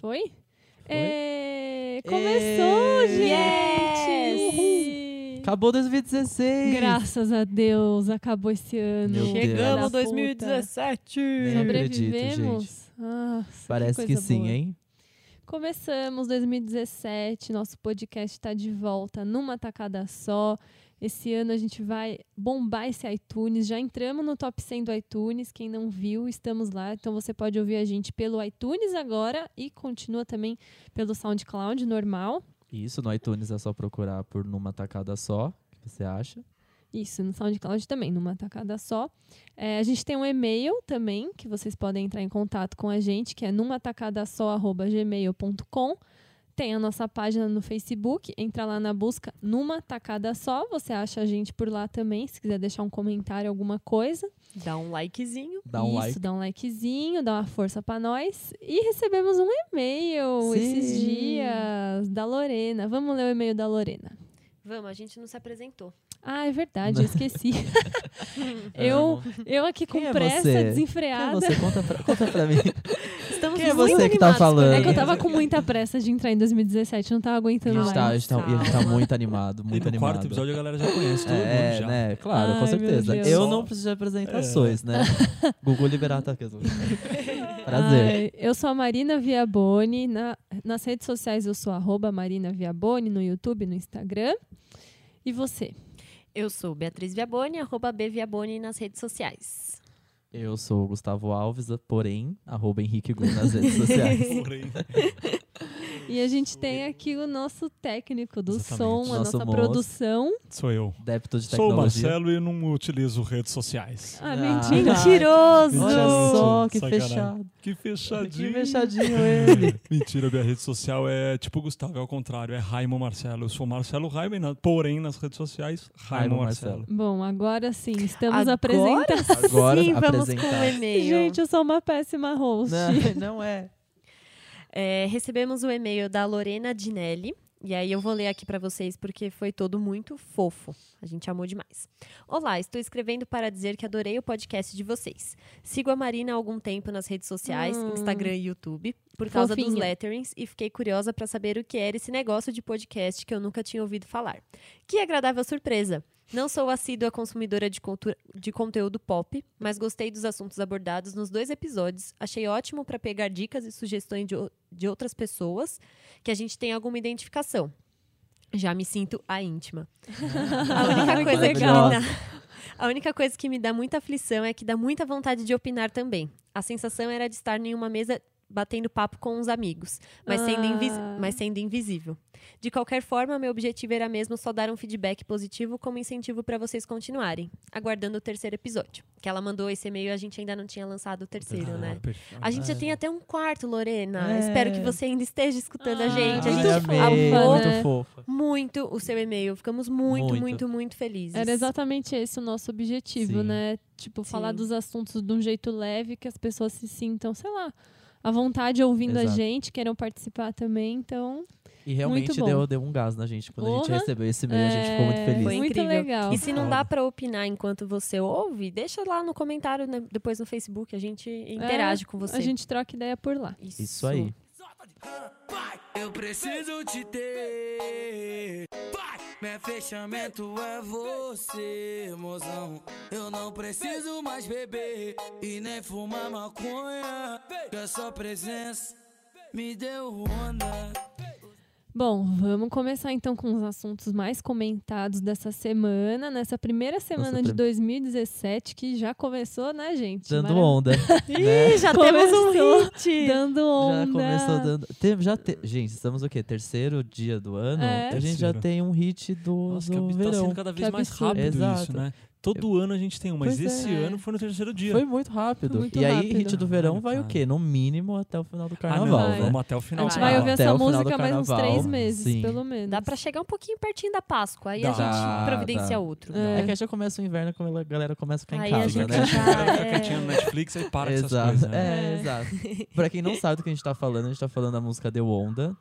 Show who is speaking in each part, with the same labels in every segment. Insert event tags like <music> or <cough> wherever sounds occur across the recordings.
Speaker 1: Foi? É, começou, gente!
Speaker 2: Acabou 2016.
Speaker 1: Graças a Deus, acabou esse ano.
Speaker 2: Meu Deus.
Speaker 1: Filha da
Speaker 3: Chegamos
Speaker 2: Chegamos
Speaker 1: puta.
Speaker 3: 2017!
Speaker 2: Nem acredito, gente.
Speaker 1: Sobrevivemos. Nossa,
Speaker 2: Parece que
Speaker 1: coisa
Speaker 2: sim,
Speaker 1: boa.
Speaker 2: hein?
Speaker 1: Começamos 2017, nosso podcast está de volta numa tacada só. Esse ano a gente vai bombar esse iTunes. Já entramos no top 100 do iTunes. Quem não viu, estamos lá. Então você pode ouvir a gente pelo iTunes agora e continua também pelo SoundCloud normal.
Speaker 2: Isso, no iTunes é só procurar por numa tacada só. O que você acha?
Speaker 1: Isso, no SoundCloud também, numa tacada só. É, a gente tem um e-mail também, que vocês podem entrar em contato com a gente, que é numa tacada gmail.com. Tem a nossa página no Facebook, entra lá na busca numa tacada só. Você acha a gente por lá também, se quiser deixar um comentário, alguma coisa.
Speaker 3: Dá um likezinho.
Speaker 2: Dá um
Speaker 1: Isso,
Speaker 2: like.
Speaker 1: dá um likezinho, dá uma força pra nós. E recebemos um e-mail
Speaker 2: Sim.
Speaker 1: esses dias da Lorena. Vamos ler o e-mail da Lorena.
Speaker 3: Vamos, a gente não se apresentou.
Speaker 1: Ah, é verdade, eu
Speaker 2: <laughs>
Speaker 1: esqueci.
Speaker 3: É,
Speaker 1: eu, eu aqui com
Speaker 2: Quem é
Speaker 1: pressa,
Speaker 2: você? Quem é
Speaker 1: desenfreada.
Speaker 2: você? Conta pra,
Speaker 1: <laughs>
Speaker 2: conta pra mim.
Speaker 3: Estamos
Speaker 2: Quem é
Speaker 3: muito
Speaker 2: você que tá
Speaker 3: animados com
Speaker 2: falando?
Speaker 1: É que eu
Speaker 3: isso.
Speaker 1: tava com muita pressa de entrar em 2017, não tava
Speaker 2: A
Speaker 1: aguentando
Speaker 2: gente,
Speaker 1: mais.
Speaker 2: tá, a, gente tá, e a gente tá muito animado,
Speaker 4: E
Speaker 2: muito
Speaker 4: no
Speaker 2: animado.
Speaker 4: quarto episódio a galera já conhece todo
Speaker 2: é,
Speaker 4: mundo já. É.
Speaker 2: né? Claro, com
Speaker 1: Ai, meu
Speaker 2: certeza.
Speaker 1: Deus.
Speaker 2: Eu
Speaker 4: Só-
Speaker 2: não preciso de apresentações,
Speaker 4: <laughs>
Speaker 2: né? Gugu Liberata.
Speaker 1: <laughs>
Speaker 2: Prazer.
Speaker 1: Ai, eu sou a Marina Viaboni. Na, nas redes sociais eu sou arroba Marina Viaboni, no YouTube, no Instagram. E você?
Speaker 3: Eu sou Beatriz Viaboni, arroba bviaboni nas redes sociais.
Speaker 2: Eu sou o Gustavo Alves, porém, arroba Henrique Gu nas
Speaker 1: <laughs>
Speaker 2: redes sociais.
Speaker 4: Porém,
Speaker 1: E a gente tem aqui o nosso técnico do
Speaker 4: Exatamente.
Speaker 1: som, a
Speaker 2: Nosso
Speaker 1: nossa
Speaker 2: moço.
Speaker 1: produção.
Speaker 4: <laughs> Sou eu.
Speaker 2: Débito de
Speaker 4: Sou o
Speaker 2: tecnologia.
Speaker 4: Marcelo e não utilizo redes sociais.
Speaker 1: Ah,
Speaker 2: Ah,
Speaker 1: mentira.
Speaker 3: Mentiroso!
Speaker 2: Olha só, que
Speaker 4: Sacanagem.
Speaker 2: fechado.
Speaker 4: Que
Speaker 2: Que
Speaker 4: fechadinho. <laughs>
Speaker 2: fechadinho ele.
Speaker 4: Mentira, minha rede social é tipo Gustavo, é ao contrário, é Raimo Marcelo. Eu sou Marcelo Raimo, e na- porém nas redes sociais, Raimo,
Speaker 2: Raimo
Speaker 4: Marcelo.
Speaker 1: Bom, agora sim, estamos
Speaker 3: Agora
Speaker 1: apresentando.
Speaker 2: Agora
Speaker 3: Sim, vamos com o
Speaker 2: apresentar.
Speaker 1: <laughs>
Speaker 3: e-mail.
Speaker 1: Gente, eu sou uma péssima host.
Speaker 2: <laughs> Não, não é.
Speaker 3: É, recebemos o e-mail da Lorena Dinelli. E aí eu vou ler aqui para vocês porque foi todo muito fofo. A gente amou demais. Olá, estou escrevendo para dizer que adorei o podcast de vocês. Sigo a Marina há algum tempo nas redes sociais,
Speaker 1: Hum.
Speaker 3: Instagram e YouTube, por causa dos
Speaker 1: Fofinha.
Speaker 3: letterings e fiquei curiosa para saber o que era esse negócio de podcast que eu nunca tinha ouvido falar. Que agradável surpresa! Não sou assídua consumidora de, contu- de conteúdo pop, mas gostei dos assuntos abordados nos dois episódios. Achei ótimo para pegar dicas e sugestões de, o- de outras pessoas que a gente tem alguma identificação. Já me sinto a íntima. A única coisa que me
Speaker 2: legal.
Speaker 3: dá- a única coisa que me dá muita aflição é que dá muita vontade de opinar também. A sensação era de estar em uma mesa batendo papo com uns amigos, mas sendo, invis-
Speaker 1: Ah.
Speaker 3: mas sendo invisível. De qualquer forma, meu objetivo era mesmo só dar um feedback positivo como incentivo para vocês continuarem, aguardando o terceiro episódio. Que ela mandou esse e-mail e a gente ainda não tinha lançado o terceiro,
Speaker 4: Ah,
Speaker 3: né?
Speaker 4: perfeito.
Speaker 3: A gente já tem até um quarto, Lorena.
Speaker 2: É.
Speaker 3: Espero que você ainda esteja escutando a
Speaker 1: Ah,
Speaker 3: gente. A
Speaker 1: Ai,
Speaker 3: gente
Speaker 1: amei.
Speaker 3: amou
Speaker 1: Fofa, né?
Speaker 2: Muito fofa.
Speaker 3: muito o seu e-mail. Ficamos muito,
Speaker 2: Muito.
Speaker 3: muito, muito, felizes.
Speaker 1: Era exatamente esse o nosso objetivo,
Speaker 2: Sim.
Speaker 1: né? Tipo, falar
Speaker 3: Sim.
Speaker 1: dos assuntos de um jeito leve, que as pessoas se sintam, sei lá, à vontade ouvindo a
Speaker 2: Exato.
Speaker 1: gente, queiram participar também. Então,
Speaker 2: E realmente
Speaker 1: Muito bom.
Speaker 2: deu, deu um gás na gente. Quando a gente
Speaker 1: Porra.
Speaker 2: recebeu esse e-mail, a gente ficou muito
Speaker 1: é,
Speaker 2: feliz.
Speaker 3: Foi
Speaker 1: Muito
Speaker 3: incrível.
Speaker 1: legal.
Speaker 3: E se não dá pra opinar enquanto você ouve, deixa lá no comentário, né? depois no Facebook, a gente interage com você.
Speaker 1: é, a gente troca ideia por lá.
Speaker 3: Isso.
Speaker 2: Isso aí.
Speaker 5: Eu preciso te ter. Vai! Meu fechamento é você, mozão. Eu não preciso mais beber e nem fumar maconha. Que a sua presença me deu onda.
Speaker 1: Bom, vamos começar então com os assuntos mais comentados dessa semana, nessa primeira semana de
Speaker 2: prim-
Speaker 1: 2017, que já começou, né, gente?
Speaker 2: Dando
Speaker 1: Mara-
Speaker 2: onda. né?
Speaker 3: Ih, já temos
Speaker 1: Começou.
Speaker 3: um hit!
Speaker 1: Dando onda.
Speaker 2: Já começou dando. Teve- já te- Gente, estamos o quê? Terceiro dia do ano?
Speaker 1: É.
Speaker 2: A gente já
Speaker 4: Terceiro.
Speaker 2: tem um hit do,
Speaker 4: Nossa,
Speaker 2: do
Speaker 4: que tá
Speaker 2: verão.
Speaker 4: sendo cada
Speaker 1: Que
Speaker 4: vez mais
Speaker 1: absurdo.
Speaker 4: rápido
Speaker 2: Exato.
Speaker 4: isso, né? Todo ano a gente tem um, mas
Speaker 2: Pois
Speaker 4: esse
Speaker 1: é.
Speaker 4: ano foi no terceiro dia.
Speaker 2: Foi muito rápido.
Speaker 1: Muito
Speaker 2: e aí,
Speaker 1: rápido.
Speaker 2: hit do verão
Speaker 4: Caralho,
Speaker 2: vai o
Speaker 4: cara.
Speaker 2: quê? No mínimo até o final do
Speaker 4: Ah,
Speaker 2: carnaval,
Speaker 4: não,
Speaker 1: Vai.
Speaker 2: né?
Speaker 4: vamos até o
Speaker 1: A
Speaker 4: final.
Speaker 1: gente
Speaker 3: Ah,
Speaker 1: vai ouvir
Speaker 2: até
Speaker 1: essa
Speaker 2: o final do
Speaker 1: música mais uns
Speaker 2: carnaval.
Speaker 1: três meses,
Speaker 2: Sim.
Speaker 1: pelo menos.
Speaker 3: Dá pra chegar um pouquinho pertinho da Páscoa, aí a
Speaker 4: Dá,
Speaker 3: gente providencia
Speaker 2: dá.
Speaker 3: outro.
Speaker 1: É.
Speaker 2: É que aí já começa o inverno quando a galera começa a ficar
Speaker 3: Aí
Speaker 2: em
Speaker 3: a
Speaker 2: casa,
Speaker 4: Nossa,
Speaker 2: né? <laughs>
Speaker 3: gente
Speaker 4: né?
Speaker 3: já-
Speaker 4: A galera
Speaker 3: é.
Speaker 4: fica quietinha no Netflix e para com essas
Speaker 2: Exato.
Speaker 4: coisas. né?
Speaker 2: É,
Speaker 1: É.
Speaker 2: exato.
Speaker 1: <laughs>
Speaker 2: pra quem não sabe do que a gente tá falando, a gente tá falando da música Deu Onda.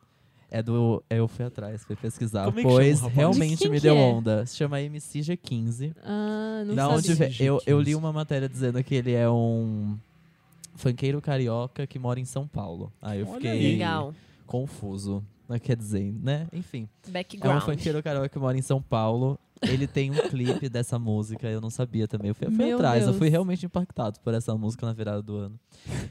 Speaker 2: É do. é, Eu fui atrás, fui pesquisar.
Speaker 4: Como é que
Speaker 2: pois
Speaker 4: chama o rapaz?
Speaker 1: De
Speaker 2: realmente
Speaker 1: quem
Speaker 2: me
Speaker 1: que
Speaker 2: deu
Speaker 1: é?
Speaker 2: onda. Se chama MC G15.
Speaker 1: Ah, não
Speaker 2: da
Speaker 1: sabia.
Speaker 2: onde vem- eu, eu li
Speaker 4: G15.
Speaker 2: uma matéria dizendo que ele é um. funkeiro carioca que mora em São Paulo. Aí eu
Speaker 4: Olha
Speaker 2: fiquei
Speaker 4: aí.
Speaker 3: Legal.
Speaker 2: confuso. Mas Quer dizer, né? Enfim. É um
Speaker 3: Background.
Speaker 2: funkeiro carioca que mora em São Paulo. Ele
Speaker 1: <laughs>
Speaker 2: tem um clipe dessa música, eu não sabia também. Eu fui, eu fui
Speaker 1: Meu
Speaker 2: atrás, eu
Speaker 1: Deus.
Speaker 2: fui realmente impactado por essa música na virada do ano.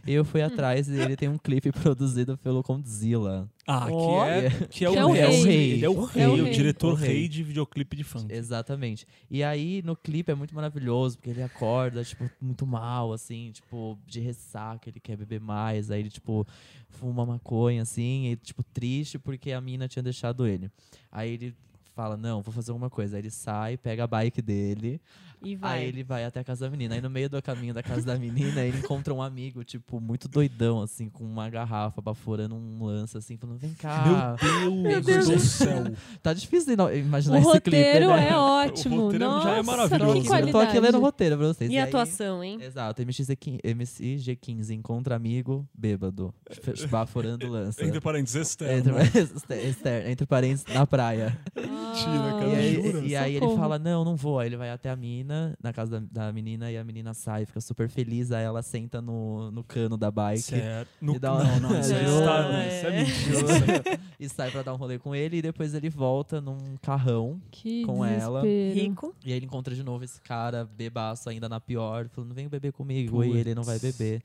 Speaker 2: E
Speaker 1: <laughs>
Speaker 2: eu fui atrás e ele tem um clipe <laughs> produzido pelo Condzilla.
Speaker 4: Ah,
Speaker 3: Ó.
Speaker 4: que, é, que é
Speaker 1: Que é
Speaker 4: o
Speaker 1: o
Speaker 4: rei.
Speaker 2: rei.
Speaker 4: Ele é o rei, o
Speaker 1: rei.
Speaker 4: diretor
Speaker 2: O
Speaker 4: rei.
Speaker 2: rei.
Speaker 4: de videoclipe de funk.
Speaker 2: Exatamente. E aí, no clipe, é muito maravilhoso, porque ele acorda, tipo, muito mal, assim, tipo, de ressaca, ele quer beber mais. Aí ele, tipo, fuma maconha, assim, e, tipo, triste porque a mina tinha deixado ele. Aí ele fala, não, vou fazer alguma coisa. Aí ele sai, pega a bike dele,
Speaker 3: E vai.
Speaker 2: aí ele vai até a casa da menina. Aí no meio do caminho da casa da menina, ele encontra um amigo, tipo, muito doidão, assim, com uma garrafa baforando um lance, assim, falando, vem cá.
Speaker 4: Ah. Meu Deus,
Speaker 1: Deus
Speaker 4: do
Speaker 1: do
Speaker 4: céu.
Speaker 2: Tá difícil de não- imaginar
Speaker 1: O
Speaker 2: esse clipe,
Speaker 1: roteiro
Speaker 2: né?
Speaker 1: é ótimo.
Speaker 4: O roteiro
Speaker 1: Nossa,
Speaker 4: já é maravilhoso,
Speaker 1: Que
Speaker 4: né?
Speaker 2: Eu
Speaker 1: qualidade.
Speaker 2: tô aqui lendo o roteiro pra vocês.
Speaker 3: E
Speaker 2: aí-
Speaker 3: a atuação, hein?
Speaker 2: Exato, MXG15, MCG15 encontra amigo bêbado, f- baforando lança.
Speaker 4: Entre parênteses,
Speaker 2: Entre,
Speaker 4: externo.
Speaker 2: externo, entre parênteses, na praia.
Speaker 4: Mentira,
Speaker 1: Ah,
Speaker 4: cara,
Speaker 2: E
Speaker 4: jura?
Speaker 2: aí, e aí ele
Speaker 1: Socorro.
Speaker 2: fala: Não, não vou. Aí ele vai até a mina, na casa da, da menina, e a menina sai, fica super feliz. Aí ela senta no, no cano da bike.
Speaker 4: Certo. No,
Speaker 2: E dá uma-
Speaker 4: Não, não, isso é
Speaker 2: Jura?
Speaker 4: externo. Isso é mentira.
Speaker 2: E sai pra dar um rolê com ele. E depois ele volta num carrão.
Speaker 1: Que
Speaker 2: com ela.
Speaker 1: desespero.
Speaker 3: Rico.
Speaker 2: E aí ele encontra de novo esse cara, bebaço ainda na pior, falando, vem beber comigo. E ele não vai beber.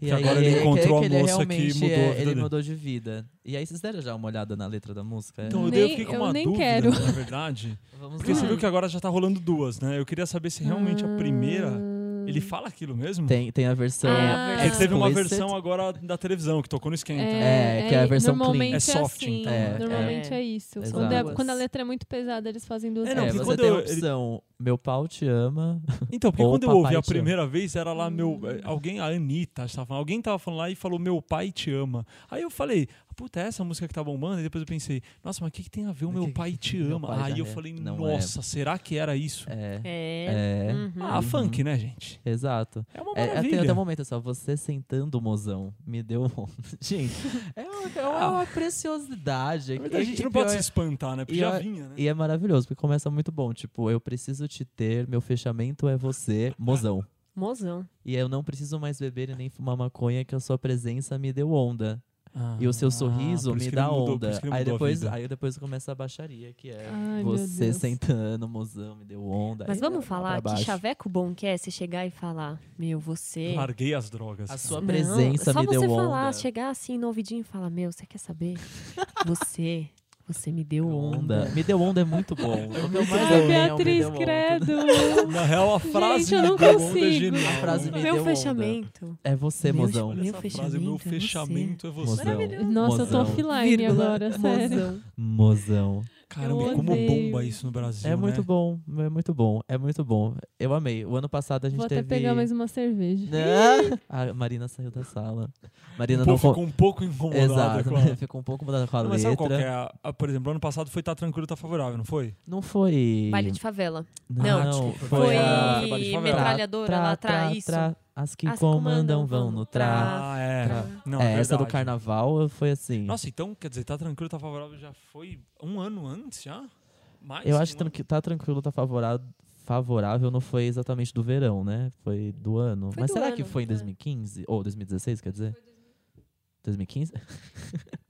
Speaker 2: E
Speaker 4: Que agora ele
Speaker 2: é-
Speaker 4: encontrou
Speaker 2: é
Speaker 4: a
Speaker 2: ele
Speaker 4: moça que
Speaker 2: realmente
Speaker 4: mudou a
Speaker 2: é-
Speaker 4: vida
Speaker 2: Ele
Speaker 4: dele.
Speaker 2: mudou de vida. E aí vocês deram já uma olhada na letra da música?
Speaker 4: Então,
Speaker 1: Nem-
Speaker 4: eu, dei- eu fiquei com
Speaker 1: eu
Speaker 4: uma
Speaker 1: nem
Speaker 4: dúvida,
Speaker 1: quero.
Speaker 4: na verdade.
Speaker 2: Vamos
Speaker 4: Porque
Speaker 2: lá.
Speaker 4: você viu que agora já tá rolando duas, né? Eu queria saber se realmente a primeira...
Speaker 1: Ah.
Speaker 4: Ele fala aquilo mesmo?
Speaker 2: Tem, tem a versão...
Speaker 1: Ah,
Speaker 4: É que teve uma
Speaker 2: explicit.
Speaker 4: versão agora da televisão, que tocou no né? esquenta.
Speaker 2: É, que é a versão clean.
Speaker 1: normalmente
Speaker 4: então. É soft,
Speaker 1: assim,
Speaker 4: então,
Speaker 2: né?
Speaker 1: Normalmente
Speaker 3: É.
Speaker 1: é, isso.
Speaker 2: Exato.
Speaker 1: Quando, é-
Speaker 3: Duas.
Speaker 1: quando a letra é muito pesada, eles fazem duas
Speaker 4: É, não,
Speaker 2: É,
Speaker 1: vezes.
Speaker 4: porque
Speaker 2: você
Speaker 4: quando
Speaker 2: tem a
Speaker 4: eu- ele-
Speaker 2: opção Meu Pau Te Ama.
Speaker 4: Então, porque
Speaker 2: Ou
Speaker 4: quando eu
Speaker 2: Papai
Speaker 4: ouvi a
Speaker 2: Te Ama.
Speaker 4: primeira vez, era lá meu. eh, Alguém, a Anitta, estava falando, alguém tava falando lá e falou: Meu pai te ama. Aí eu falei, puta, é essa música que tá bombando? E depois eu pensei, nossa, mas o que, que tem a ver o
Speaker 2: O
Speaker 4: meu
Speaker 2: que que-
Speaker 4: pai te
Speaker 2: Meu
Speaker 4: ama?
Speaker 2: Pai
Speaker 4: Aí
Speaker 2: Já
Speaker 4: eu
Speaker 2: É.
Speaker 4: falei,
Speaker 2: Não é.
Speaker 4: nossa, será que era isso?
Speaker 2: É.
Speaker 3: É.
Speaker 2: É.
Speaker 3: Uhum.
Speaker 4: Ah, funk, né, gente?
Speaker 2: Exato.
Speaker 4: É uma
Speaker 2: É, é, tem
Speaker 4: maravilha.
Speaker 2: até um momento só, você sentando o mozão, me deu um... <laughs> Gente, é uma, é uma preciosidade.
Speaker 4: Ah. Na verdade, a
Speaker 2: E-
Speaker 4: gente
Speaker 2: e
Speaker 4: não pode
Speaker 2: pior- é
Speaker 4: se espantar, né? Porque
Speaker 2: e
Speaker 4: já
Speaker 2: a-
Speaker 4: vinha, né?
Speaker 2: E é maravilhoso, porque começa muito bom. Tipo, eu preciso te ter, meu fechamento é você, mozão.
Speaker 3: Mozão.
Speaker 2: E eu não preciso mais beber e nem fumar maconha, que a sua presença me deu onda. E o seu
Speaker 4: Ah,
Speaker 2: sorriso
Speaker 4: por isso
Speaker 2: me
Speaker 4: que
Speaker 2: dá
Speaker 4: ele mudou- por
Speaker 2: onda.
Speaker 4: isso que ele
Speaker 2: aí,
Speaker 4: mudou a
Speaker 2: depois,
Speaker 4: vida.
Speaker 2: aí depois começa a baixaria, que é
Speaker 1: Ai, meu
Speaker 2: você
Speaker 1: Deus.
Speaker 2: sentando, mozão, me deu onda.
Speaker 3: Mas
Speaker 2: Aí
Speaker 3: vamos
Speaker 2: vai pra
Speaker 3: falar que
Speaker 2: baixo.
Speaker 3: chaveco bom que é se chegar e falar, meu, você.
Speaker 4: Larguei as drogas.
Speaker 2: A
Speaker 4: cara.
Speaker 2: sua
Speaker 3: Não,
Speaker 2: presença
Speaker 3: só
Speaker 2: me
Speaker 3: você
Speaker 2: deu
Speaker 3: falar,
Speaker 2: onda.
Speaker 3: chegar assim no ouvidinho e falar, meu, você quer saber? Você, você me deu onda.
Speaker 2: Onda. Me deu onda é muito
Speaker 4: <laughs>
Speaker 2: bom. O que eu mais
Speaker 1: Ai,
Speaker 2: amei é o me
Speaker 1: Beatriz,
Speaker 2: deu onda.
Speaker 1: credo.
Speaker 4: Na real, a frase
Speaker 1: eu
Speaker 4: me
Speaker 1: não
Speaker 4: deu onda é
Speaker 1: consigo.
Speaker 4: genial.
Speaker 2: A frase me-
Speaker 4: Olha
Speaker 2: deu
Speaker 3: Meu
Speaker 2: onda.
Speaker 3: fechamento.
Speaker 2: É você,
Speaker 3: Meu
Speaker 2: mozão.
Speaker 3: Meu
Speaker 4: essa frase, meu
Speaker 3: fechamento
Speaker 4: fechamento é você.
Speaker 2: Mozão.
Speaker 1: Nossa, eu tô
Speaker 2: Mozão.
Speaker 1: offline
Speaker 3: Vírgula.
Speaker 1: agora, sério.
Speaker 3: Mozão.
Speaker 2: Mozão.
Speaker 4: Caramba,
Speaker 1: Eu
Speaker 4: como
Speaker 1: odeio.
Speaker 4: bomba isso no Brasil.
Speaker 2: É
Speaker 4: né?
Speaker 2: muito bom, é muito bom, é muito bom. Eu amei. O ano passado a gente
Speaker 1: Vou até
Speaker 2: teve.
Speaker 1: pegar mais um. uma cerveja.
Speaker 2: Né? A Marina saiu da sala. Marina
Speaker 4: O
Speaker 2: não con-
Speaker 4: povo ficou um pouco incomodado
Speaker 2: Exato,
Speaker 4: com a-
Speaker 2: <laughs> ficou um pouco mudada com a
Speaker 4: Não, mas sabe
Speaker 2: letra.
Speaker 4: qual que é? A- a- Por exemplo, ano passado foi Tá Tranquilo, Tá Favorável, não foi?
Speaker 2: Não foi.
Speaker 3: Baile de favela.
Speaker 2: Não,
Speaker 3: Não, tipo,
Speaker 4: desculpa,
Speaker 2: foi, ah,
Speaker 3: Foi
Speaker 2: a...
Speaker 4: Trabalho de favela.
Speaker 3: metralhadora lá atrás. Isso.
Speaker 2: As que
Speaker 3: As que
Speaker 2: comandam
Speaker 3: comandam
Speaker 2: vão no tra.
Speaker 3: Ah,
Speaker 4: é.
Speaker 3: tá.
Speaker 4: Não,
Speaker 2: é,
Speaker 4: verdade.
Speaker 2: essa do carnaval foi assim.
Speaker 4: Nossa, então, quer dizer, Tá Tranquilo, Tá Favorável já foi um ano antes, já? Mais
Speaker 2: eu
Speaker 4: um
Speaker 2: acho que
Speaker 4: ano.
Speaker 2: tranqui- tá tranquilo, tá favorável. Favorável não foi exatamente do verão, né? Foi do ano.
Speaker 3: Foi
Speaker 2: Mas
Speaker 3: do
Speaker 2: será que
Speaker 3: ano,
Speaker 2: foi em
Speaker 3: é.
Speaker 2: 2015? Ou 2016, quer dizer? 2015?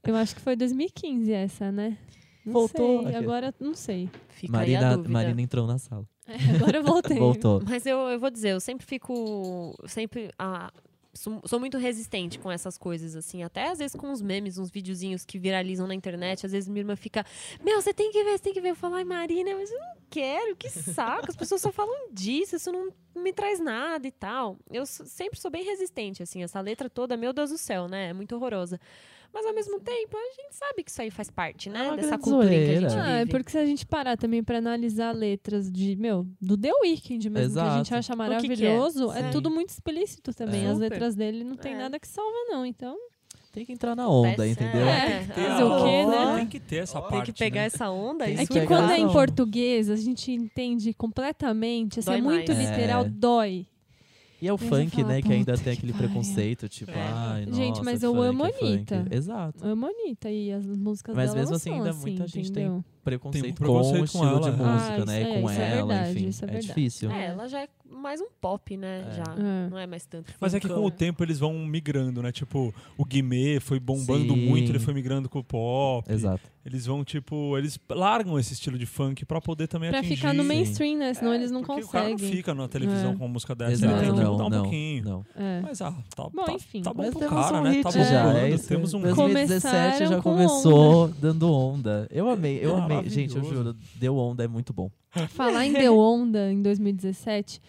Speaker 1: Eu acho que foi 2015 essa, né? Não
Speaker 2: Voltou
Speaker 1: sei.
Speaker 2: aqui.
Speaker 1: Agora não
Speaker 4: <laughs>
Speaker 1: sei.
Speaker 3: Fica aí a
Speaker 2: Marina,
Speaker 3: dúvida.
Speaker 2: Marina entrou na sala.
Speaker 1: É, agora eu voltei.
Speaker 2: Voltou.
Speaker 3: Mas eu, eu vou dizer, eu sempre fico. Sempre. ah, sou, sou muito resistente com essas coisas, assim. Até às vezes com os memes, uns videozinhos que viralizam na internet. Às vezes minha irmã fica. Meu, você tem que ver, você tem que ver. Eu falo, ai, Marina, mas eu não quero, que saco. As pessoas só falam disso, isso não me traz nada e tal. Eu sou- sempre sou bem resistente, assim. Essa letra toda, meu Deus do céu, né? É muito horrorosa. Mas ao mesmo tempo, a gente sabe que isso aí faz parte,
Speaker 2: É
Speaker 3: né?
Speaker 2: uma
Speaker 3: Dessa
Speaker 2: grande
Speaker 3: cultura em que a gente
Speaker 2: zoeira.
Speaker 1: Ah, é
Speaker 3: vive.
Speaker 1: porque se a gente parar também pra analisar letras de, meu, do The Weeknd mesmo, que a gente
Speaker 2: Exato.
Speaker 1: acha
Speaker 3: que que é?
Speaker 1: maravilhoso, é?
Speaker 3: Sim.
Speaker 1: tudo muito explícito também.
Speaker 2: É.
Speaker 1: As
Speaker 3: Super.
Speaker 1: letras dele não tem
Speaker 3: É.
Speaker 1: nada que salva, não. Então,
Speaker 2: Tem que entrar na onda,
Speaker 3: Acontece,
Speaker 2: entendeu?
Speaker 1: é.
Speaker 4: Tem que ter
Speaker 1: Fazer
Speaker 3: ah,
Speaker 4: a-
Speaker 1: o quê, né?
Speaker 4: Tem que ter essa parte,
Speaker 3: Tem que pegar
Speaker 4: né?
Speaker 3: essa onda
Speaker 2: Tem
Speaker 3: e
Speaker 1: É
Speaker 2: Isso
Speaker 1: que
Speaker 2: é
Speaker 1: quando é
Speaker 3: surfar.
Speaker 1: em
Speaker 2: legal.
Speaker 1: português, a gente entende completamente. Assim,
Speaker 3: Dói
Speaker 1: é muito
Speaker 2: mais.
Speaker 1: literal,
Speaker 2: É.
Speaker 1: dói.
Speaker 2: E é o
Speaker 1: Mas eu
Speaker 2: funk,
Speaker 1: falo,
Speaker 2: né? Que ainda
Speaker 1: puta
Speaker 2: tem
Speaker 1: que
Speaker 2: aquele
Speaker 1: pariu.
Speaker 2: preconceito, tipo,
Speaker 3: É.
Speaker 2: ai, nossa,
Speaker 1: Gente, mas
Speaker 2: é
Speaker 1: eu
Speaker 2: funk,
Speaker 1: amo
Speaker 2: é funk.
Speaker 1: Anitta.
Speaker 2: Exato.
Speaker 1: É bonita e as músicas
Speaker 2: Mas
Speaker 1: dela
Speaker 2: mesmo
Speaker 1: não
Speaker 2: assim,
Speaker 1: são
Speaker 2: ainda
Speaker 1: assim,
Speaker 2: muita gente tem
Speaker 1: entendeu?
Speaker 2: preconceito,
Speaker 4: Tem um preconceito
Speaker 2: com
Speaker 4: com
Speaker 2: o estilo
Speaker 4: ela,
Speaker 2: de
Speaker 4: é.
Speaker 2: música,
Speaker 1: Ah,
Speaker 2: né?
Speaker 1: isso é-
Speaker 2: com
Speaker 1: isso é
Speaker 2: ela,
Speaker 1: verdade,
Speaker 2: enfim.
Speaker 1: isso é verdade.
Speaker 2: difícil.
Speaker 3: É, ela já é mais um pop, né?
Speaker 2: É.
Speaker 3: Já.
Speaker 1: É.
Speaker 3: Não é mais tanto.
Speaker 4: Mas é que com o
Speaker 3: funkão.
Speaker 4: tempo eles vão migrando, né? Tipo, o Guimê foi bombando
Speaker 2: Sim.
Speaker 4: muito, ele foi migrando com o pop.
Speaker 2: Exato.
Speaker 4: Eles vão, tipo, eles largam esse estilo de funk pra poder também
Speaker 1: Pra
Speaker 4: atingir.
Speaker 1: ficar no
Speaker 2: meio
Speaker 1: mainstream, né?
Speaker 3: É,
Speaker 1: Senão eles não
Speaker 4: Porque o cara não
Speaker 1: conseguem.
Speaker 4: fica na televisão
Speaker 1: É.
Speaker 4: com uma música dessa,
Speaker 1: Exato,
Speaker 4: ele tem que
Speaker 2: não,
Speaker 4: mudar um
Speaker 2: não,
Speaker 4: pouquinho.
Speaker 2: não.
Speaker 1: É.
Speaker 4: Mas ah, tá,
Speaker 1: Bom,
Speaker 4: tá,
Speaker 1: enfim.
Speaker 4: tá bom
Speaker 2: Mas
Speaker 4: pro
Speaker 2: temos
Speaker 4: cara,
Speaker 2: um
Speaker 4: né?
Speaker 2: hit
Speaker 4: Tá bom
Speaker 1: já,
Speaker 2: já, é isso.
Speaker 4: temos um
Speaker 1: Come-
Speaker 4: hit.
Speaker 2: 2017 já
Speaker 1: Começaram com
Speaker 2: começou dando onda. Eu amei, eu amei.
Speaker 4: Maravilhoso.
Speaker 2: Gente, eu juro, deu onda, é muito bom.
Speaker 1: Falar em The Onda em 2017.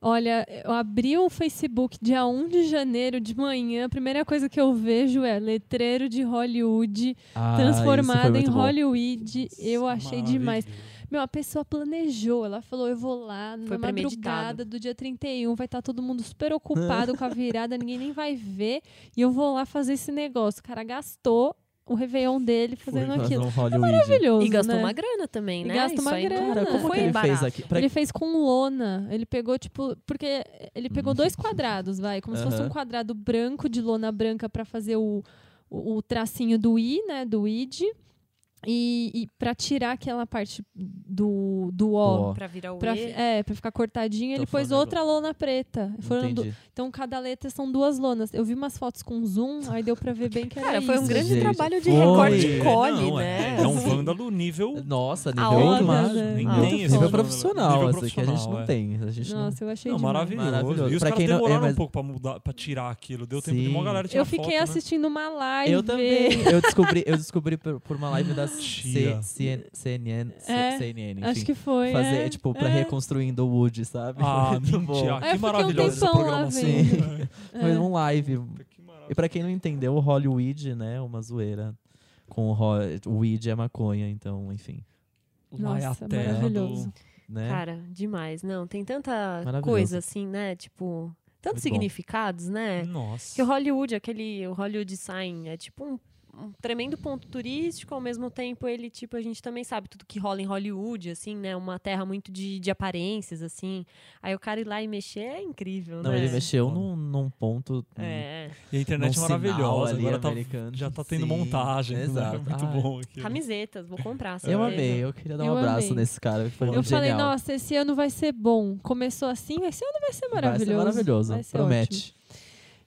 Speaker 1: Olha, eu abri o Facebook dia 1 de janeiro de manhã. A primeira coisa que eu vejo é letreiro de Hollywood
Speaker 2: Ah, isso
Speaker 1: transformado
Speaker 2: foi
Speaker 1: em
Speaker 2: muito bom.
Speaker 1: Hollywood. Eu achei demais.
Speaker 4: Maravilhoso.
Speaker 1: Meu, a pessoa planejou, ela falou: eu vou lá na
Speaker 3: Foi
Speaker 1: madrugada
Speaker 3: premeditado.
Speaker 1: do dia 31, vai estar todo mundo
Speaker 2: <laughs>
Speaker 1: super ocupado com a virada, ninguém nem vai ver, e eu vou lá fazer esse negócio. O cara gastou o Réveillon dele fazendo
Speaker 2: Foi
Speaker 1: aquilo.
Speaker 2: um Hollywood.
Speaker 1: Maravilhoso.
Speaker 3: E gastou
Speaker 1: né?
Speaker 3: uma grana também,
Speaker 1: E
Speaker 3: né?
Speaker 1: gasta uma
Speaker 3: Isso aí não-
Speaker 1: grana.
Speaker 2: Cara,
Speaker 3: não
Speaker 2: como
Speaker 3: foi
Speaker 2: que ele
Speaker 3: barato.
Speaker 2: fez aqui? Pra-
Speaker 1: Ele fez com lona. Ele pegou, tipo, porque ele pegou
Speaker 2: Hum.
Speaker 1: dois quadrados, vai, como se fosse um
Speaker 2: Aham.
Speaker 1: quadrado branco de lona branca pra fazer o, o, o tracinho do I, né? Do ID. E, e para tirar aquela parte do, do
Speaker 2: Do
Speaker 1: O.
Speaker 2: O.
Speaker 3: Pra virar o
Speaker 1: Pra,
Speaker 3: E.
Speaker 1: fi- é, pra ficar cortadinho,
Speaker 2: Então
Speaker 1: ele
Speaker 2: foi um
Speaker 1: pôs
Speaker 2: negócio-
Speaker 1: outra lona preta. Foram du-
Speaker 2: Entendi.
Speaker 1: Então, cada letra são duas lonas. Eu vi umas fotos com zoom, aí deu pra ver bem que era
Speaker 3: Cara, foi um
Speaker 1: isso.
Speaker 3: grande
Speaker 2: Gente,
Speaker 3: trabalho de
Speaker 2: foi.
Speaker 3: recorte e
Speaker 2: Não,
Speaker 3: cole,
Speaker 4: Não, é-
Speaker 3: né?
Speaker 4: É
Speaker 1: Assim.
Speaker 4: um vândalo nível
Speaker 2: Nossa,
Speaker 3: A
Speaker 2: nível
Speaker 3: onda,
Speaker 2: mais-
Speaker 1: né? A
Speaker 2: nível- nível
Speaker 1: onda
Speaker 2: nível
Speaker 1: foda.
Speaker 2: profissional,
Speaker 4: Nível
Speaker 2: essa que a gente
Speaker 4: profissional,
Speaker 2: não
Speaker 4: é.
Speaker 2: tem. A gente não
Speaker 1: Nossa, eu achei
Speaker 4: Não,
Speaker 1: demais.
Speaker 4: maravilhoso.
Speaker 2: Maravilhoso.
Speaker 4: E os
Speaker 2: Pra
Speaker 4: caras
Speaker 2: quem não- é,
Speaker 4: demoraram
Speaker 2: mas-
Speaker 4: um pouco pra, mudar, pra tirar aquilo. Deu tempo de
Speaker 2: Sim.
Speaker 4: uma galera tirar
Speaker 1: Eu fiquei
Speaker 4: foto, né?
Speaker 1: assistindo uma live.
Speaker 2: Eu também. Eu descobri, eu descobri por, por uma live da C,
Speaker 4: Tia.
Speaker 2: CN, CNN, C-
Speaker 1: É,
Speaker 2: CNN, enfim.
Speaker 1: Acho que foi.
Speaker 2: fazer,
Speaker 1: é,
Speaker 2: tipo, pra
Speaker 1: é.
Speaker 2: reconstruindo o Wood, sabe? <laughs>
Speaker 4: Ah,
Speaker 2: Muito bom.
Speaker 4: mentira.
Speaker 1: Aí eu
Speaker 4: Que
Speaker 1: fiquei um
Speaker 4: maravilhosa essa
Speaker 1: tempão lá
Speaker 4: programação.
Speaker 1: vendo.
Speaker 4: assim.
Speaker 2: Foi um live.
Speaker 4: É. Que maravilha.
Speaker 2: E pra quem não entendeu, o Hollywood, né, é uma zoeira. Com o Ho- o weed é maconha, então, enfim,
Speaker 1: <laughs> Nossa,
Speaker 4: Maiaté do-
Speaker 1: maravilhoso.
Speaker 2: né?
Speaker 3: Cara, demais. Não, tem tanta
Speaker 2: Maravilhoso.
Speaker 3: coisa assim, né? Tipo,
Speaker 2: Muito bom.
Speaker 3: tantos significados, né? Que
Speaker 4: É. Nossa.
Speaker 3: o Hollywood, aquele o Hollywood Sign, é tipo um, um tremendo ponto turístico, ao mesmo tempo ele, tipo, a gente também sabe tudo que rola em Hollywood, assim, né? Uma terra muito de, de aparências, assim. Aí o cara ir lá e mexer é incrível,
Speaker 2: não,
Speaker 3: né?
Speaker 2: ele mexeu num, num ponto.
Speaker 3: É.
Speaker 4: E a
Speaker 2: num
Speaker 4: internet é
Speaker 2: sinal
Speaker 4: maravilhosa.
Speaker 2: ali,
Speaker 4: Agora tá,
Speaker 2: americano.
Speaker 4: já tá tendo
Speaker 2: Sim,
Speaker 4: montagem. né?
Speaker 2: Exato.
Speaker 4: Muito
Speaker 2: Ai,
Speaker 4: bom aqui.
Speaker 3: Camisetas, vou comprar.
Speaker 2: Eu
Speaker 3: certeza.
Speaker 2: amei, eu queria dar um
Speaker 1: Ah, é. Eu
Speaker 2: abraço
Speaker 1: amei.
Speaker 2: nesse cara. que Foi
Speaker 4: Eu
Speaker 1: Eu
Speaker 2: muito
Speaker 1: falei,
Speaker 2: genial.
Speaker 1: nossa, esse ano vai ser bom. Começou assim, esse ano vai ser
Speaker 2: Vai
Speaker 1: maravilhoso.
Speaker 2: ser maravilhoso,
Speaker 1: vai ser ótimo.
Speaker 2: promete.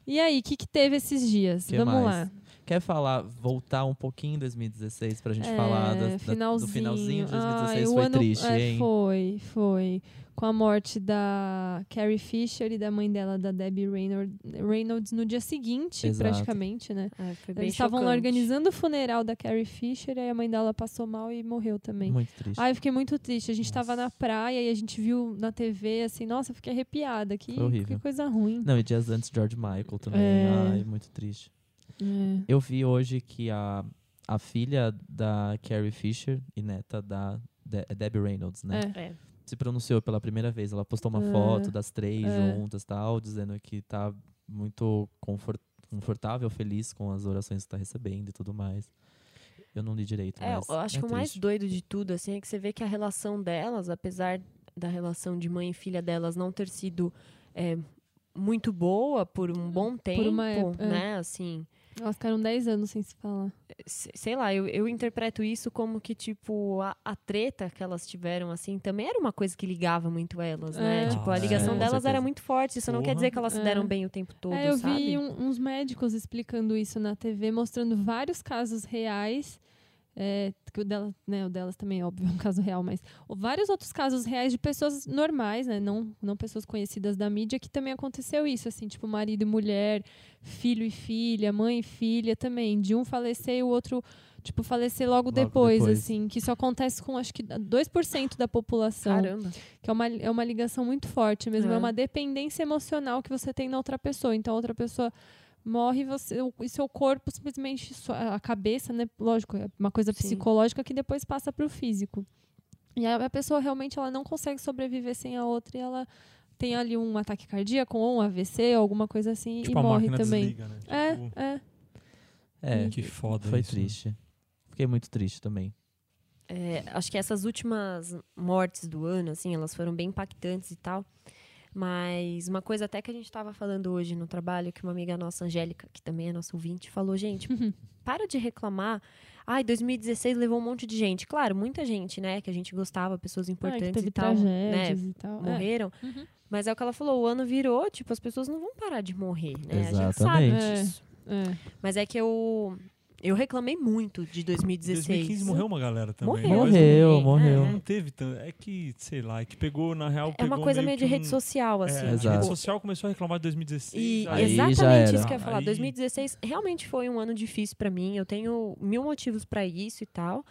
Speaker 1: E aí, o que, que teve esses dias?
Speaker 2: Que
Speaker 1: Vamos
Speaker 2: mais?
Speaker 1: lá.
Speaker 2: Quer falar, voltar um pouquinho em 2016 pra gente
Speaker 1: É,
Speaker 2: falar da- da-
Speaker 1: finalzinho.
Speaker 2: do finalzinho de 2016?
Speaker 1: Ai, o
Speaker 2: foi
Speaker 1: ano-
Speaker 2: triste,
Speaker 1: é,
Speaker 2: hein?
Speaker 1: Foi, foi. Com a morte da Carrie Fisher e da mãe dela, da Debbie Reynolds, Reynolds no dia seguinte,
Speaker 2: Exato.
Speaker 1: praticamente, né?
Speaker 3: É, foi bem
Speaker 1: Eles estavam lá
Speaker 3: chocante.
Speaker 1: organizando o funeral da Carrie Fisher e a mãe dela passou mal e morreu também.
Speaker 2: Muito triste.
Speaker 1: Ai, eu fiquei muito triste. A gente tava
Speaker 4: Nossa.
Speaker 1: na praia e a gente viu na TV, assim, nossa, eu fiquei arrepiada. Que,
Speaker 2: Foi horrível.
Speaker 1: que coisa ruim.
Speaker 2: Não, e dias antes George Michael também.
Speaker 1: É.
Speaker 2: Ai, muito triste.
Speaker 1: É.
Speaker 2: Eu vi hoje que a, a filha da Carrie Fisher e neta da De- Debbie Reynolds, né?
Speaker 1: É.
Speaker 3: É.
Speaker 2: Se pronunciou pela primeira vez. Ela postou uma
Speaker 1: É.
Speaker 2: foto das três
Speaker 1: É.
Speaker 2: juntas e tal, dizendo que tá muito confort- confortável, feliz com as orações que tá recebendo e tudo mais. Eu não li direito,
Speaker 3: É,
Speaker 2: mas
Speaker 3: eu acho
Speaker 2: é
Speaker 3: que o mais
Speaker 2: triste.
Speaker 3: doido de tudo, assim, é que você vê que a relação delas, apesar da relação de mãe e filha delas não ter sido é, muito boa por um bom tempo,
Speaker 1: uma época, é.
Speaker 3: né? Assim,
Speaker 1: Elas ficaram 10 anos sem se falar.
Speaker 3: se- sei lá, eu, eu interpreto isso como que, tipo, a, a treta que elas tiveram, assim, também era uma coisa que ligava muito elas, né?
Speaker 1: É.
Speaker 3: Tipo, a
Speaker 2: Nossa,
Speaker 3: ligação
Speaker 1: é, com
Speaker 3: delas era
Speaker 2: certeza.
Speaker 3: muito forte. Isso não quer
Speaker 4: Porra.
Speaker 3: dizer que elas se deram
Speaker 1: É.
Speaker 3: bem o tempo todo,
Speaker 1: É, eu
Speaker 3: sabe?
Speaker 1: vi um- uns médicos explicando isso na TV, mostrando vários casos reais. É, que o, dela, né, o delas também, óbvio, <laughs> é um caso real, mas o- vários outros casos reais de pessoas normais, né? Não, não pessoas conhecidas da mídia, que também aconteceu isso, assim, tipo, marido e mulher, filho e filha, mãe e filha também. De um falecer e o outro, tipo, falecer logo,
Speaker 2: Logo
Speaker 1: depois,
Speaker 2: depois.
Speaker 1: assim, que isso acontece com acho que 2% da população.
Speaker 3: Caramba.
Speaker 1: Que é uma, é uma ligação muito forte mesmo. É.
Speaker 3: É.
Speaker 1: uma dependência emocional que você tem na outra pessoa. Então, a outra pessoa morre e você, o- e seu corpo simplesmente. sua- A cabeça, né? Lógico, é uma coisa
Speaker 3: Sim.
Speaker 1: psicológica que depois passa para o físico. E a, a pessoa realmente ela não consegue sobreviver sem a outra e ela tem ali um ataque cardíaco ou um AVC, alguma coisa assim, e
Speaker 4: Tipo, a
Speaker 1: morre
Speaker 4: máquina
Speaker 1: também.
Speaker 4: desliga, né?
Speaker 1: É,
Speaker 4: Tipo,
Speaker 1: é.
Speaker 2: É,
Speaker 4: Que foda
Speaker 2: foi
Speaker 4: isso, né?
Speaker 2: triste. Fiquei muito triste também.
Speaker 3: É, acho que essas últimas mortes do ano, assim, elas foram bem impactantes e tal. Mas uma coisa até que a gente estava falando hoje
Speaker 1: Uhum.
Speaker 3: no trabalho, que uma amiga nossa, Angélica, que também é nossa ouvinte, falou, gente, para de reclamar. Ai, 2016 levou um monte de gente. Claro, muita gente, né? Que a gente gostava, pessoas
Speaker 1: Ah,
Speaker 3: importantes
Speaker 1: que teve
Speaker 3: e tal. Né?
Speaker 1: tragédias e tal. É.
Speaker 3: Morreram.
Speaker 1: Uhum.
Speaker 3: Mas é o que ela falou, o ano virou, tipo, as pessoas não vão parar de morrer, né? A gente sabe
Speaker 2: Exatamente.
Speaker 3: disso.
Speaker 1: É.
Speaker 3: Mas é que eu, eu reclamei muito de 2016.
Speaker 4: 2015 morreu uma galera também.
Speaker 3: Morreu.
Speaker 4: mas
Speaker 2: Morreu,
Speaker 3: também,
Speaker 2: morreu.
Speaker 3: né?
Speaker 4: Não teve tanto. É que, sei lá, é que pegou, na real,
Speaker 3: É uma
Speaker 4: pegou
Speaker 3: coisa meio de
Speaker 4: que
Speaker 3: rede
Speaker 4: um-
Speaker 3: social, assim.
Speaker 4: É, a
Speaker 2: Exato.
Speaker 4: rede social começou a reclamar de 2016.
Speaker 3: E
Speaker 2: Aí já
Speaker 3: exatamente
Speaker 2: era.
Speaker 3: isso que eu ia falar.
Speaker 4: Aí-
Speaker 3: 2016 realmente foi um ano difícil pra mim. Eu tenho mil motivos pra isso e tal.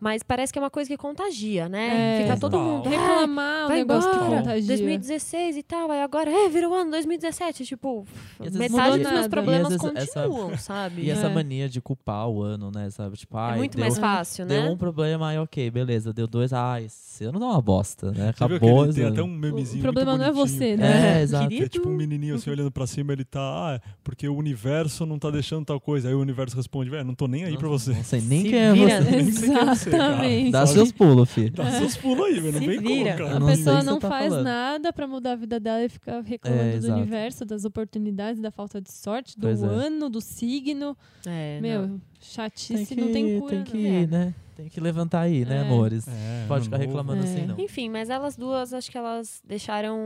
Speaker 3: Mas parece que é uma coisa que contagia, né?
Speaker 1: É.
Speaker 3: Fica todo
Speaker 4: Total.
Speaker 3: mundo. "Ah,
Speaker 1: Reclamar o
Speaker 3: vai
Speaker 1: negócio que
Speaker 3: embora.
Speaker 1: contagia.
Speaker 3: 2016 e tal, aí agora é, virou ano 2017. Tipo,
Speaker 2: E às vezes
Speaker 1: mudou
Speaker 3: metade dos meus
Speaker 1: nada.
Speaker 3: problemas
Speaker 2: E às vezes essa-
Speaker 3: continuam, sabe?
Speaker 2: E essa
Speaker 1: É.
Speaker 2: mania de culpar o ano, né? Sabe? Tipo,
Speaker 3: É
Speaker 2: ai,
Speaker 3: muito
Speaker 2: deu,
Speaker 3: mais fácil, né?
Speaker 2: deu um problema, aí ok, beleza. Deu dois, ai, esse ano dá uma bosta, né?
Speaker 4: Você
Speaker 2: Acabou.
Speaker 4: viu aquele-
Speaker 2: esse
Speaker 4: tem até
Speaker 2: ano.
Speaker 4: um memezinho
Speaker 1: O problema
Speaker 4: muito
Speaker 1: não é
Speaker 4: bonitinho.
Speaker 1: você, né?
Speaker 2: É, exato.
Speaker 4: Que é tipo
Speaker 3: Uhum.
Speaker 4: um menininho assim olhando pra cima, ele tá, ah, é porque o universo não tá deixando tal coisa. Aí o universo responde, velho, não tô nem aí pra você.
Speaker 2: Não sei nem
Speaker 3: Se
Speaker 2: quem é você.
Speaker 3: vira, né?
Speaker 4: Nem sei quem é você, cara.
Speaker 1: Exatamente.
Speaker 2: Dá
Speaker 4: Sabe?
Speaker 2: seus pulos, fi.
Speaker 4: <laughs> Dá seus pulos aí, velho. Não
Speaker 3: Se
Speaker 4: vem
Speaker 3: vira.
Speaker 4: colocar.
Speaker 2: Eu
Speaker 1: A
Speaker 2: não sei
Speaker 1: pessoa
Speaker 2: o que
Speaker 1: não
Speaker 2: você tá
Speaker 1: faz
Speaker 2: falando.
Speaker 1: nada pra mudar a vida dela e fica
Speaker 2: É,
Speaker 1: reclamando do
Speaker 2: exato.
Speaker 1: universo, das oportunidades, da falta de sorte, do
Speaker 2: Pois é.
Speaker 1: ano, do signo.
Speaker 3: É, não.
Speaker 1: Meu, chatice não tem cura.
Speaker 2: tem que
Speaker 1: não.
Speaker 2: ir, né? Tem que levantar aí,
Speaker 1: É.
Speaker 2: né, amores?
Speaker 4: É,
Speaker 2: Pode
Speaker 4: ano
Speaker 2: ficar
Speaker 4: novo.
Speaker 2: reclamando
Speaker 1: É.
Speaker 2: assim, não.
Speaker 3: Enfim, mas elas duas, acho que elas deixaram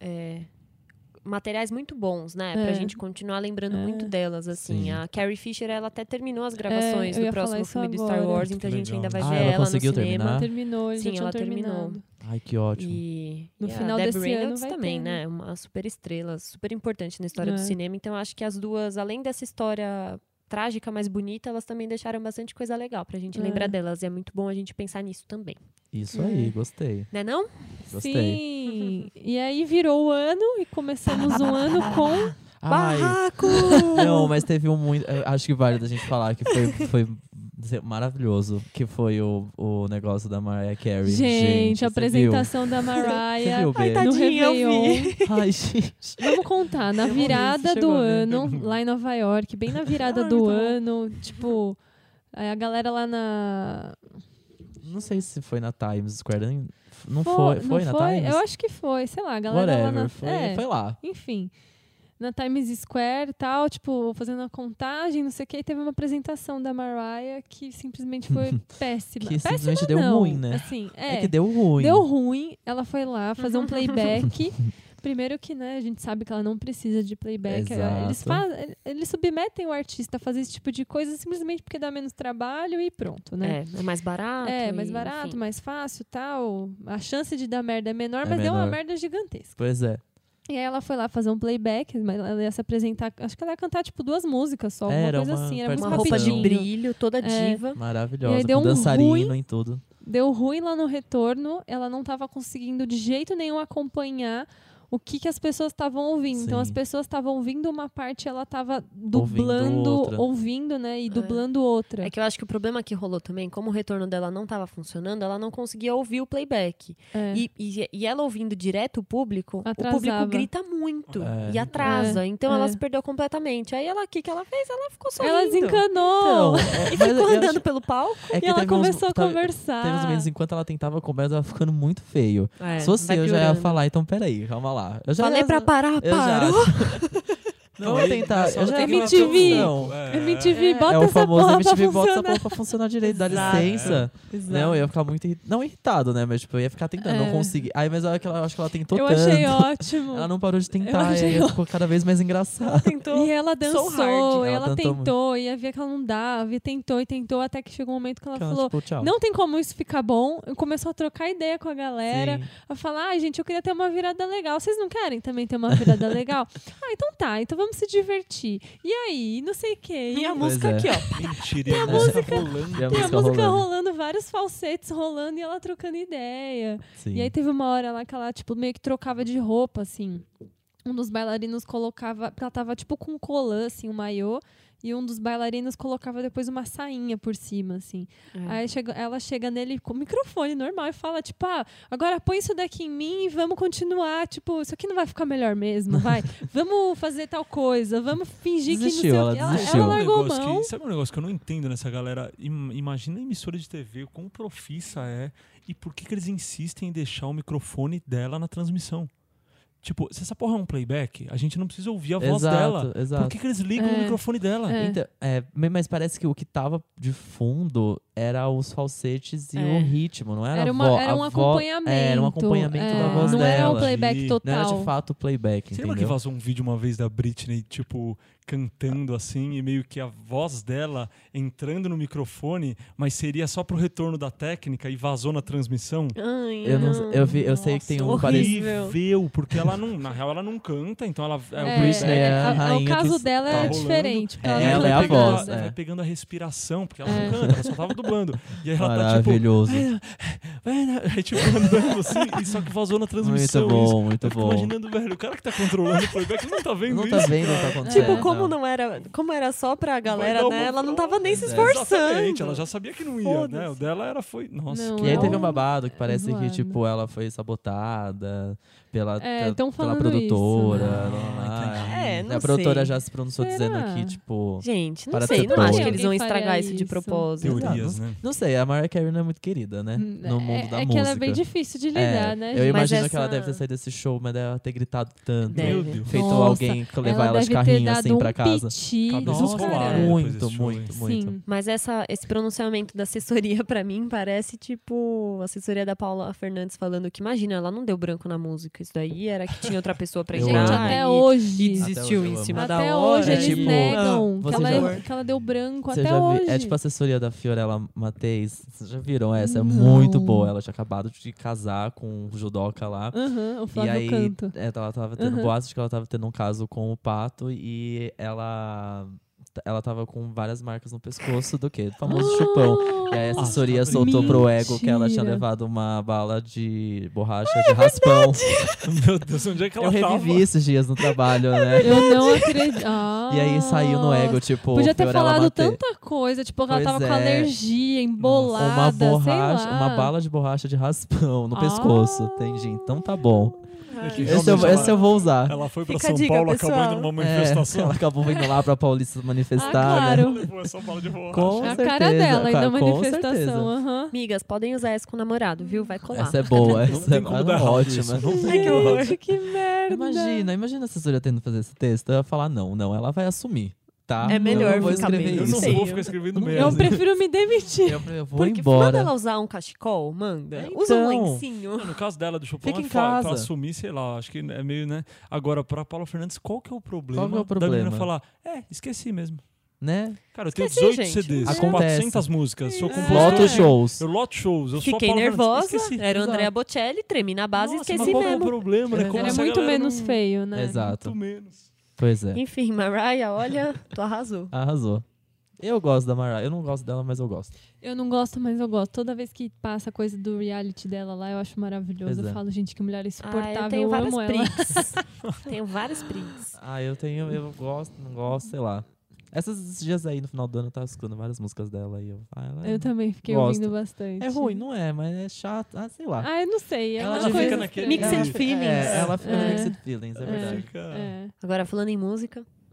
Speaker 3: é, materiais muito bons, né? Pra
Speaker 1: É.
Speaker 3: gente continuar lembrando
Speaker 1: É.
Speaker 3: muito delas, assim.
Speaker 2: Sim.
Speaker 3: A Carrie Fisher, ela até terminou as gravações
Speaker 1: eu
Speaker 3: do
Speaker 1: ia falar
Speaker 3: próximo
Speaker 1: isso
Speaker 3: filme do Star
Speaker 1: agora.
Speaker 3: Wars,
Speaker 4: Que
Speaker 3: então a gente
Speaker 4: legal.
Speaker 3: ainda vai
Speaker 2: Ah,
Speaker 3: ver
Speaker 2: ela
Speaker 3: ela, no
Speaker 2: conseguiu
Speaker 3: cinema.
Speaker 2: terminar?
Speaker 1: Terminou, eles
Speaker 3: Sim,
Speaker 1: já tinham
Speaker 3: ela terminou.
Speaker 1: terminado.
Speaker 2: Ai, que ótimo.
Speaker 3: E,
Speaker 1: No
Speaker 3: e
Speaker 1: final
Speaker 3: a Debbie
Speaker 1: desse ano
Speaker 3: Reynolds
Speaker 1: vai
Speaker 3: também,
Speaker 1: ter,
Speaker 3: né? Uma super estrela, super importante na história do
Speaker 1: É.
Speaker 3: cinema. Então, acho que as duas, além dessa história trágica, mas bonita, elas também deixaram bastante coisa legal pra gente
Speaker 1: É.
Speaker 3: lembrar delas. E é muito bom a gente pensar nisso também.
Speaker 2: Isso aí,
Speaker 1: É.
Speaker 2: gostei.
Speaker 3: Né não?
Speaker 2: Gostei.
Speaker 1: Sim. E aí virou o ano e começamos um ano
Speaker 2: <laughs>
Speaker 1: com.
Speaker 2: Ai,
Speaker 1: <laughs>
Speaker 2: Não, mas teve um muito. eu Acho que vale da gente falar que foi, foi <laughs> maravilhoso. Que foi o, o negócio da Mariah Carey.
Speaker 1: Gente,
Speaker 2: você
Speaker 1: a apresentação da
Speaker 2: Viu? <laughs> Você
Speaker 1: Mariah.
Speaker 2: viu, Bê?
Speaker 3: Ai,
Speaker 1: No
Speaker 3: Tadinha, eu vi.
Speaker 1: Réveillon.
Speaker 2: <laughs> Ai, gente.
Speaker 1: Vamos contar, na
Speaker 2: Eu amei,
Speaker 1: virada
Speaker 2: você chegou
Speaker 1: do
Speaker 2: a ver. Ah, então.
Speaker 1: ano, lá em Nova York, bem na
Speaker 2: <laughs>
Speaker 1: virada
Speaker 4: Ai,
Speaker 1: do
Speaker 4: muito bom.
Speaker 1: ano, tipo, aí a galera lá na.
Speaker 2: Não sei se foi na Times Square. nem- Não
Speaker 1: Fo-
Speaker 2: foi, foi na
Speaker 1: não foi?
Speaker 2: Times?
Speaker 1: Eu acho que foi, sei lá, a galera lá
Speaker 2: Whatever.
Speaker 1: na.
Speaker 2: foi,
Speaker 1: é,
Speaker 2: foi lá.
Speaker 1: Enfim. Na Times Square e tal, tipo, fazendo a contagem, não sei o que, e teve uma apresentação da Mariah que simplesmente foi
Speaker 2: <laughs>
Speaker 1: péssima.
Speaker 2: Que
Speaker 1: péssima
Speaker 2: simplesmente deu
Speaker 1: não.
Speaker 2: ruim, né?
Speaker 1: Assim, é,
Speaker 2: É. que deu ruim.
Speaker 1: Deu ruim, ela foi lá fazer
Speaker 3: Uhum.
Speaker 1: um
Speaker 3: <laughs>
Speaker 1: playback. Primeiro que, né, a gente sabe que ela não precisa de playback. É,
Speaker 2: Exato.
Speaker 1: Eles, fa- eles submetem o artista a fazer esse tipo de coisa simplesmente porque dá menos trabalho e pronto, né?
Speaker 3: É, é mais barato.
Speaker 1: É,
Speaker 3: e,
Speaker 1: mais
Speaker 3: enfim.
Speaker 1: barato, mais fácil tal. A chance de dar merda é menor,
Speaker 2: É
Speaker 1: mas deu uma
Speaker 2: menor.
Speaker 1: merda gigantesca.
Speaker 2: Pois é.
Speaker 1: E aí ela foi lá fazer um playback, mas ela ia se apresentar. Acho que ela ia cantar, tipo, duas músicas só, alguma
Speaker 2: Era
Speaker 1: coisa
Speaker 2: uma
Speaker 1: assim. Era muito
Speaker 3: Uma roupa de
Speaker 2: Participação.
Speaker 1: rapidinho.
Speaker 3: brilho, toda
Speaker 1: É.
Speaker 3: diva.
Speaker 1: E aí
Speaker 2: Maravilhosa.
Speaker 1: deu
Speaker 2: Com
Speaker 1: um
Speaker 2: dançarino
Speaker 1: ruim.
Speaker 2: em tudo.
Speaker 1: Deu ruim lá no retorno, ela não estava conseguindo de jeito nenhum acompanhar o que, que as pessoas estavam ouvindo. Então
Speaker 2: Sim.
Speaker 1: as pessoas estavam ouvindo uma parte, ela estava dublando,
Speaker 2: outra.
Speaker 1: ouvindo, né, e dublando outra.
Speaker 3: É que eu acho que o problema que rolou também, como o retorno dela não estava funcionando, ela não conseguia ouvir o playback.
Speaker 1: É.
Speaker 3: E, e- e ela ouvindo direto o público,
Speaker 1: Atrasava.
Speaker 3: o público grita muito
Speaker 2: É.
Speaker 3: e atrasa. Então
Speaker 1: é.
Speaker 3: ela se perdeu completamente. Aí ela, o que, que ela fez? Ela ficou sorrindo.
Speaker 1: ela desencanou. <laughs>
Speaker 2: Então, é,
Speaker 3: E
Speaker 2: mas
Speaker 3: ficou
Speaker 2: eu
Speaker 3: andando
Speaker 2: acho-
Speaker 3: pelo palco.
Speaker 2: é que
Speaker 1: e ela
Speaker 2: teve uns-
Speaker 1: começou a
Speaker 2: teve-
Speaker 1: conversar.
Speaker 2: Teve uns momentos, enquanto ela tentava conversa, ela ficando muito feio.
Speaker 1: É,
Speaker 2: Se fosse eu, já ia falar, então peraí, calma lá. Eu já
Speaker 3: Falei
Speaker 2: ia-
Speaker 3: pra parar,
Speaker 2: eu
Speaker 1: <laughs>
Speaker 2: já-
Speaker 3: parou.
Speaker 2: <laughs> Não,
Speaker 4: é,
Speaker 2: vou tentar. Eu já
Speaker 1: tem MTV.
Speaker 2: Não.
Speaker 1: MTV, bota
Speaker 2: é o
Speaker 1: essa
Speaker 2: famoso
Speaker 1: porra
Speaker 2: MTV
Speaker 1: pra
Speaker 2: bota essa
Speaker 1: funcionar.
Speaker 2: porra pra funcionar direito, dá
Speaker 3: Exato.
Speaker 2: licença. Não, eu ia ficar muito. irri- Não irritado, né? Mas tipo, eu ia ficar tentando, não
Speaker 1: É.
Speaker 2: consegui. Aí, mas a hora que ela, eu acho que ela tentou
Speaker 1: Eu
Speaker 2: tanto.
Speaker 1: achei ótimo.
Speaker 2: Ela não parou de tentar,
Speaker 1: achei
Speaker 2: e aí ficou cada vez mais engraçado.
Speaker 3: <laughs> Tentou.
Speaker 1: E ela dançou,
Speaker 3: hard. Ela
Speaker 1: e ela,
Speaker 2: tentou muito.
Speaker 1: tentou, e havia que ela não dava, e tentou, e tentou, até que chegou um momento que ela
Speaker 2: Então,
Speaker 1: falou:
Speaker 2: tipo, tchau.
Speaker 1: Não tem como isso ficar bom. Começou a trocar ideia com a galera.
Speaker 2: Sim.
Speaker 1: A falar, ai, gente, eu queria ter uma virada legal. Vocês não querem também ter uma virada
Speaker 2: <laughs>
Speaker 1: legal? Ah, então tá. Então vamos se divertir. E aí, não sei o quê.
Speaker 3: E a
Speaker 2: Pois
Speaker 3: música
Speaker 2: é.
Speaker 3: aqui, ó.
Speaker 4: Mentira, e a
Speaker 2: Tem a
Speaker 4: música tá rolando.
Speaker 2: E a
Speaker 1: E a
Speaker 2: música
Speaker 1: música
Speaker 2: rolando.
Speaker 1: rolando, vários falsetes rolando e ela trocando ideia.
Speaker 2: Sim.
Speaker 1: E aí teve uma hora lá que ela, tipo, meio que trocava de roupa, assim. Um dos bailarinos colocava. Ela tava, tipo, com um colã, assim, um maiô. E um dos bailarinos colocava depois uma sainha por cima, assim.
Speaker 3: É.
Speaker 1: Aí
Speaker 2: Uhum.
Speaker 1: chega- ela chega nele com o microfone normal e fala, tipo, ah, agora põe isso daqui em mim e vamos continuar. Tipo, isso aqui não vai ficar melhor mesmo,
Speaker 2: <laughs>
Speaker 1: vai. vamos fazer tal coisa, vamos fingir
Speaker 2: Desistiu,
Speaker 1: que não sei
Speaker 2: ela
Speaker 1: o que. Ela,
Speaker 2: desistiu.
Speaker 1: ela largou
Speaker 4: negócio
Speaker 1: mão.
Speaker 4: que- sabe um negócio que eu não entendo nessa galera? Im- imagina a emissora de TV, quão profissa é e por que, que eles insistem em deixar o microfone dela na transmissão. Tipo, se essa porra é um playback, a gente não precisa ouvir a voz
Speaker 2: exato,
Speaker 4: dela.
Speaker 2: Exato.
Speaker 4: Por que, que eles ligam
Speaker 1: É.
Speaker 4: o microfone dela?
Speaker 1: É.
Speaker 2: Então, é, me- mas parece que o que tava de fundo era os falsetes e
Speaker 3: É.
Speaker 2: o ritmo, não era,
Speaker 1: Era,
Speaker 2: a
Speaker 1: uma-
Speaker 2: vo-
Speaker 1: era
Speaker 2: a
Speaker 1: um
Speaker 2: vo-
Speaker 1: acompanhamento.
Speaker 2: é, Era um acompanhamento da
Speaker 1: é,
Speaker 2: voz
Speaker 1: não
Speaker 2: dela.
Speaker 1: era um playback
Speaker 4: Sim.
Speaker 2: Não
Speaker 1: total.
Speaker 2: era de fato o playback,
Speaker 4: Você
Speaker 2: entendeu?
Speaker 4: lembra que vazou um vídeo uma vez da Britney, tipo, cantando assim, e meio que a voz dela entrando no microfone, mas seria só pro retorno da técnica e vazou na transmissão?
Speaker 3: Ai,
Speaker 2: Eu não- eu vi- eu sei que tem um parecido.
Speaker 4: Horrível, porque ela não, na real ela não canta, então ela é,
Speaker 1: É,
Speaker 4: o
Speaker 2: Britney é a
Speaker 1: a- o
Speaker 2: rainha
Speaker 1: caso
Speaker 2: que
Speaker 1: dela
Speaker 4: tá
Speaker 1: é
Speaker 4: rolando.
Speaker 1: diferente. Porque ela,
Speaker 2: É,
Speaker 1: não
Speaker 2: ela é a
Speaker 1: canta.
Speaker 4: pegando
Speaker 2: voz,
Speaker 4: a-
Speaker 2: é.
Speaker 4: vai pegando a respiração, porque ela
Speaker 1: É.
Speaker 4: não canta, ela só tava dublando. E aí ela tá tipo.
Speaker 2: Maravilhoso.
Speaker 4: "Vai na-" Aí, tipo, andando assim, e só que vazou na transmissão.
Speaker 2: muito
Speaker 4: isso.
Speaker 2: bom,
Speaker 4: Eu
Speaker 2: muito
Speaker 4: fico
Speaker 2: bom.
Speaker 4: imaginando, velho, o cara que tá controlando o playback não tá vendo
Speaker 2: Não
Speaker 4: isso.
Speaker 2: tá vendo o que tá acontecendo.
Speaker 3: Tipo, como não era. Como era só pra galera,
Speaker 4: dar uma
Speaker 3: né? Ela não tava nem se
Speaker 2: É.
Speaker 3: esforçando.
Speaker 4: Exatamente, ela já sabia que não ia, né? O dela era foi. Nossa,
Speaker 1: Não,
Speaker 4: que
Speaker 2: E aí
Speaker 1: é
Speaker 2: teve
Speaker 1: um-
Speaker 2: um babado que parece que,
Speaker 1: zoado.
Speaker 2: tipo, ela foi sabotada pela,
Speaker 1: É,
Speaker 2: pela-
Speaker 1: tão
Speaker 2: pela
Speaker 1: falando né?
Speaker 2: produtora.
Speaker 1: isso,
Speaker 2: lá, lá, lá.
Speaker 3: É, não
Speaker 2: a produtora
Speaker 3: sei.
Speaker 2: já se pronunciou
Speaker 1: Será?
Speaker 2: dizendo que, tipo.
Speaker 3: Gente, não
Speaker 2: Parece
Speaker 3: sei.
Speaker 2: ser
Speaker 3: Não
Speaker 2: bom. um
Speaker 3: acho que
Speaker 2: Alguém
Speaker 3: eles vão
Speaker 1: faria
Speaker 3: estragar isso de
Speaker 1: isso.
Speaker 3: propósito.
Speaker 4: teorias, né? <laughs>
Speaker 2: Não sei, a Mariah Carey não é muito querida, né? No
Speaker 1: é,
Speaker 2: mundo da
Speaker 1: é
Speaker 2: música.
Speaker 1: que ela é bem difícil de
Speaker 2: É,
Speaker 1: lidar, né?
Speaker 2: Eu
Speaker 1: gente?
Speaker 2: imagino
Speaker 3: Mas
Speaker 2: que ela
Speaker 3: essa-
Speaker 2: deve ter saído desse show, mas deve ter gritado tanto.
Speaker 3: Deve.
Speaker 4: Meu Deus.
Speaker 2: Feito
Speaker 1: Nossa,
Speaker 2: alguém que levar ela,
Speaker 1: deve
Speaker 2: de
Speaker 1: ter
Speaker 2: carrinho
Speaker 1: dado
Speaker 2: assim pra
Speaker 1: um
Speaker 2: casa.
Speaker 1: piti
Speaker 4: Cada
Speaker 1: do
Speaker 4: um
Speaker 1: caralho.
Speaker 4: escolar, né?
Speaker 2: Muito,
Speaker 4: Depois desse
Speaker 2: muito,
Speaker 4: show,
Speaker 2: muito.
Speaker 1: Sim.
Speaker 3: Mas essa, esse pronunciamento da assessoria, <laughs> pra mim, parece tipo a assessoria da Paula Fernandes falando que, imagina, ela não deu branco na música. Isso daí era que tinha outra pessoa pra
Speaker 2: <laughs> Eu
Speaker 1: Gente,
Speaker 3: entrar.
Speaker 2: amo.
Speaker 1: até
Speaker 3: e-
Speaker 1: hoje.
Speaker 3: E desistiu
Speaker 2: eu
Speaker 3: em
Speaker 2: amo.
Speaker 3: cima da
Speaker 1: Até
Speaker 3: hora.
Speaker 1: hoje
Speaker 2: É
Speaker 1: eles
Speaker 2: tipo,
Speaker 1: negam que,
Speaker 2: você
Speaker 1: ela, é
Speaker 2: já-
Speaker 1: que ela deu branco
Speaker 2: Você
Speaker 1: até
Speaker 2: já vi-
Speaker 1: hoje.
Speaker 2: É tipo a assessoria da Fiorella Mateis. Vocês já viram essa? É
Speaker 1: Não.
Speaker 2: muito boa. Ela tinha acabado de casar com o judoca lá.
Speaker 1: Aham, o
Speaker 2: E
Speaker 1: Flávio
Speaker 2: aí,
Speaker 1: Canto.
Speaker 2: é, ela tava tendo
Speaker 1: Uhum.
Speaker 2: boatos de que ela tava tendo um caso com o pato e ela. Ela tava com várias marcas no pescoço do quê? Do famoso
Speaker 1: Ah!
Speaker 2: chupão. E aí a
Speaker 4: Nossa,
Speaker 2: assessoria
Speaker 4: tá
Speaker 2: soltou pro
Speaker 1: brincando.
Speaker 2: ego que ela tinha
Speaker 1: Mentira.
Speaker 2: levado uma bala de
Speaker 1: Ah,
Speaker 2: borracha
Speaker 1: é
Speaker 2: de raspão.
Speaker 4: Meu Deus, onde é que ela
Speaker 2: Eu
Speaker 4: tava?
Speaker 2: revivi esses dias no trabalho,
Speaker 1: <gasps> <laughs>
Speaker 2: né?
Speaker 1: Eu não acredito. Ah,
Speaker 2: E aí saiu no ego, tipo,
Speaker 1: Podia ter
Speaker 2: Fiorella
Speaker 1: falado
Speaker 2: Matei.
Speaker 1: tanta coisa, tipo, que ela
Speaker 2: Pois
Speaker 1: tava com
Speaker 2: é.
Speaker 1: alergia, embolada,
Speaker 2: uma borracha,
Speaker 1: sei lá.
Speaker 2: uma bala de borracha de raspão no
Speaker 1: Ah.
Speaker 2: pescoço. Entendi. Então tá bom.
Speaker 4: É que
Speaker 2: Esse eu,
Speaker 4: realmente
Speaker 2: esse eu vou usar.
Speaker 4: Ela foi pra
Speaker 3: Fica a
Speaker 4: São
Speaker 3: dica,
Speaker 4: Paulo,
Speaker 3: pessoal.
Speaker 4: acabou indo numa
Speaker 2: É, <laughs>
Speaker 4: manifestação.
Speaker 2: ela acabou vindo lá pra Paulista manifestar.
Speaker 1: Ah,
Speaker 2: né?
Speaker 1: claro.
Speaker 4: <laughs> Levou essa bala de borracha.
Speaker 2: Com
Speaker 1: a
Speaker 2: certeza,
Speaker 1: cara dela, e
Speaker 2: cara,
Speaker 1: na
Speaker 2: com
Speaker 1: manifestação.
Speaker 2: certeza.
Speaker 1: aham.
Speaker 3: Amigas, podem usar essa com o namorado, viu? Vai colar.
Speaker 2: Essa é boa,
Speaker 4: Não
Speaker 2: essa é
Speaker 4: tem como dar errado isso,
Speaker 2: ótima.
Speaker 4: não tem
Speaker 3: Ai, que
Speaker 4: como dar
Speaker 3: horror.
Speaker 4: errado.
Speaker 1: Que merda.
Speaker 2: Imagina, imagina a assessoria tendo que fazer esse texto. Eu ia falar, não, não, ela vai assumir, tá?
Speaker 3: É melhor
Speaker 2: eu não vou
Speaker 3: ficar
Speaker 2: escrever
Speaker 3: bem,
Speaker 4: Eu
Speaker 2: isso.
Speaker 4: não
Speaker 3: sei.
Speaker 4: vou ficar escrevendo
Speaker 2: Eu
Speaker 4: merda.
Speaker 1: Eu prefiro me demitir.
Speaker 2: Eu, eu vou
Speaker 3: Porque manda
Speaker 2: embora.
Speaker 3: ela usar um cachecol, manda.
Speaker 2: É,
Speaker 3: Usa um
Speaker 2: então.
Speaker 3: lencinho.
Speaker 4: No caso dela, do Chopin,
Speaker 2: Fica em
Speaker 4: é fa-
Speaker 2: casa.
Speaker 4: pra assumir, sei lá, acho que é meio, né? Agora, pra Paula Fernandes, qual que é o problema,
Speaker 2: Qual que é o
Speaker 4: da menina
Speaker 2: problema?
Speaker 4: falar, é, esqueci mesmo.
Speaker 2: Né?
Speaker 4: Cara, eu tenho
Speaker 3: Esqueci,
Speaker 4: 18
Speaker 3: gente.
Speaker 4: CDs, são
Speaker 2: Acontece. É.
Speaker 4: 400 músicas,
Speaker 3: Ah.
Speaker 4: sou compositor.
Speaker 2: Loto shows.
Speaker 4: Eu loto shows, eu sou a
Speaker 3: Fiquei
Speaker 4: Paula
Speaker 3: nervosa,
Speaker 4: Fernandes. Esqueci.
Speaker 3: era o Andrea
Speaker 2: exato.
Speaker 3: Bocelli, tremi na base e
Speaker 4: Nossa,
Speaker 3: esqueci
Speaker 4: mas qual que é o
Speaker 3: mesmo.
Speaker 4: problema, né? Como
Speaker 1: Era
Speaker 4: essa
Speaker 1: muito
Speaker 4: galera
Speaker 1: menos
Speaker 4: não-
Speaker 1: feio, né?
Speaker 2: um Exato.
Speaker 4: Muito menos.
Speaker 2: Pois é.
Speaker 3: Enfim, Mariah, olha, tu
Speaker 1: Ah,
Speaker 3: arrasou.
Speaker 2: Arrasou. Eu gosto da Mariah. Eu não gosto dela, mas eu gosto.
Speaker 1: Eu não gosto, mas eu gosto. Toda vez que passa coisa do reality dela lá, eu acho maravilhoso.
Speaker 2: Pois
Speaker 1: Eu
Speaker 2: é.
Speaker 1: falo, gente, que mulher insuportável.
Speaker 3: Ah, eu tenho várias
Speaker 1: amo ela.
Speaker 3: prigs. <laughs> tenho várias prigs.
Speaker 2: Ah, eu tenho, eu gosto, não gosto, sei lá. Essas- Esses dias aí no final do ano eu tava escutando várias músicas dela e eu. Ah, ela
Speaker 1: <laughs>
Speaker 2: é-
Speaker 1: Eu também fiquei
Speaker 2: Gosto.
Speaker 1: ouvindo bastante.
Speaker 2: É ruim, não é, mas é chato. Ah, sei lá.
Speaker 1: Ah, eu não sei. É
Speaker 2: Ela
Speaker 1: uma
Speaker 2: já fica
Speaker 1: coisa assim.
Speaker 4: naquele-
Speaker 1: estranha.
Speaker 3: Mixed
Speaker 2: ela,
Speaker 3: feelings.
Speaker 2: É, ela fica
Speaker 1: Ah, É.
Speaker 2: no mixed feelings, é verdade.
Speaker 4: Fica-
Speaker 1: É.
Speaker 3: Agora, falando em música,
Speaker 1: Nossa.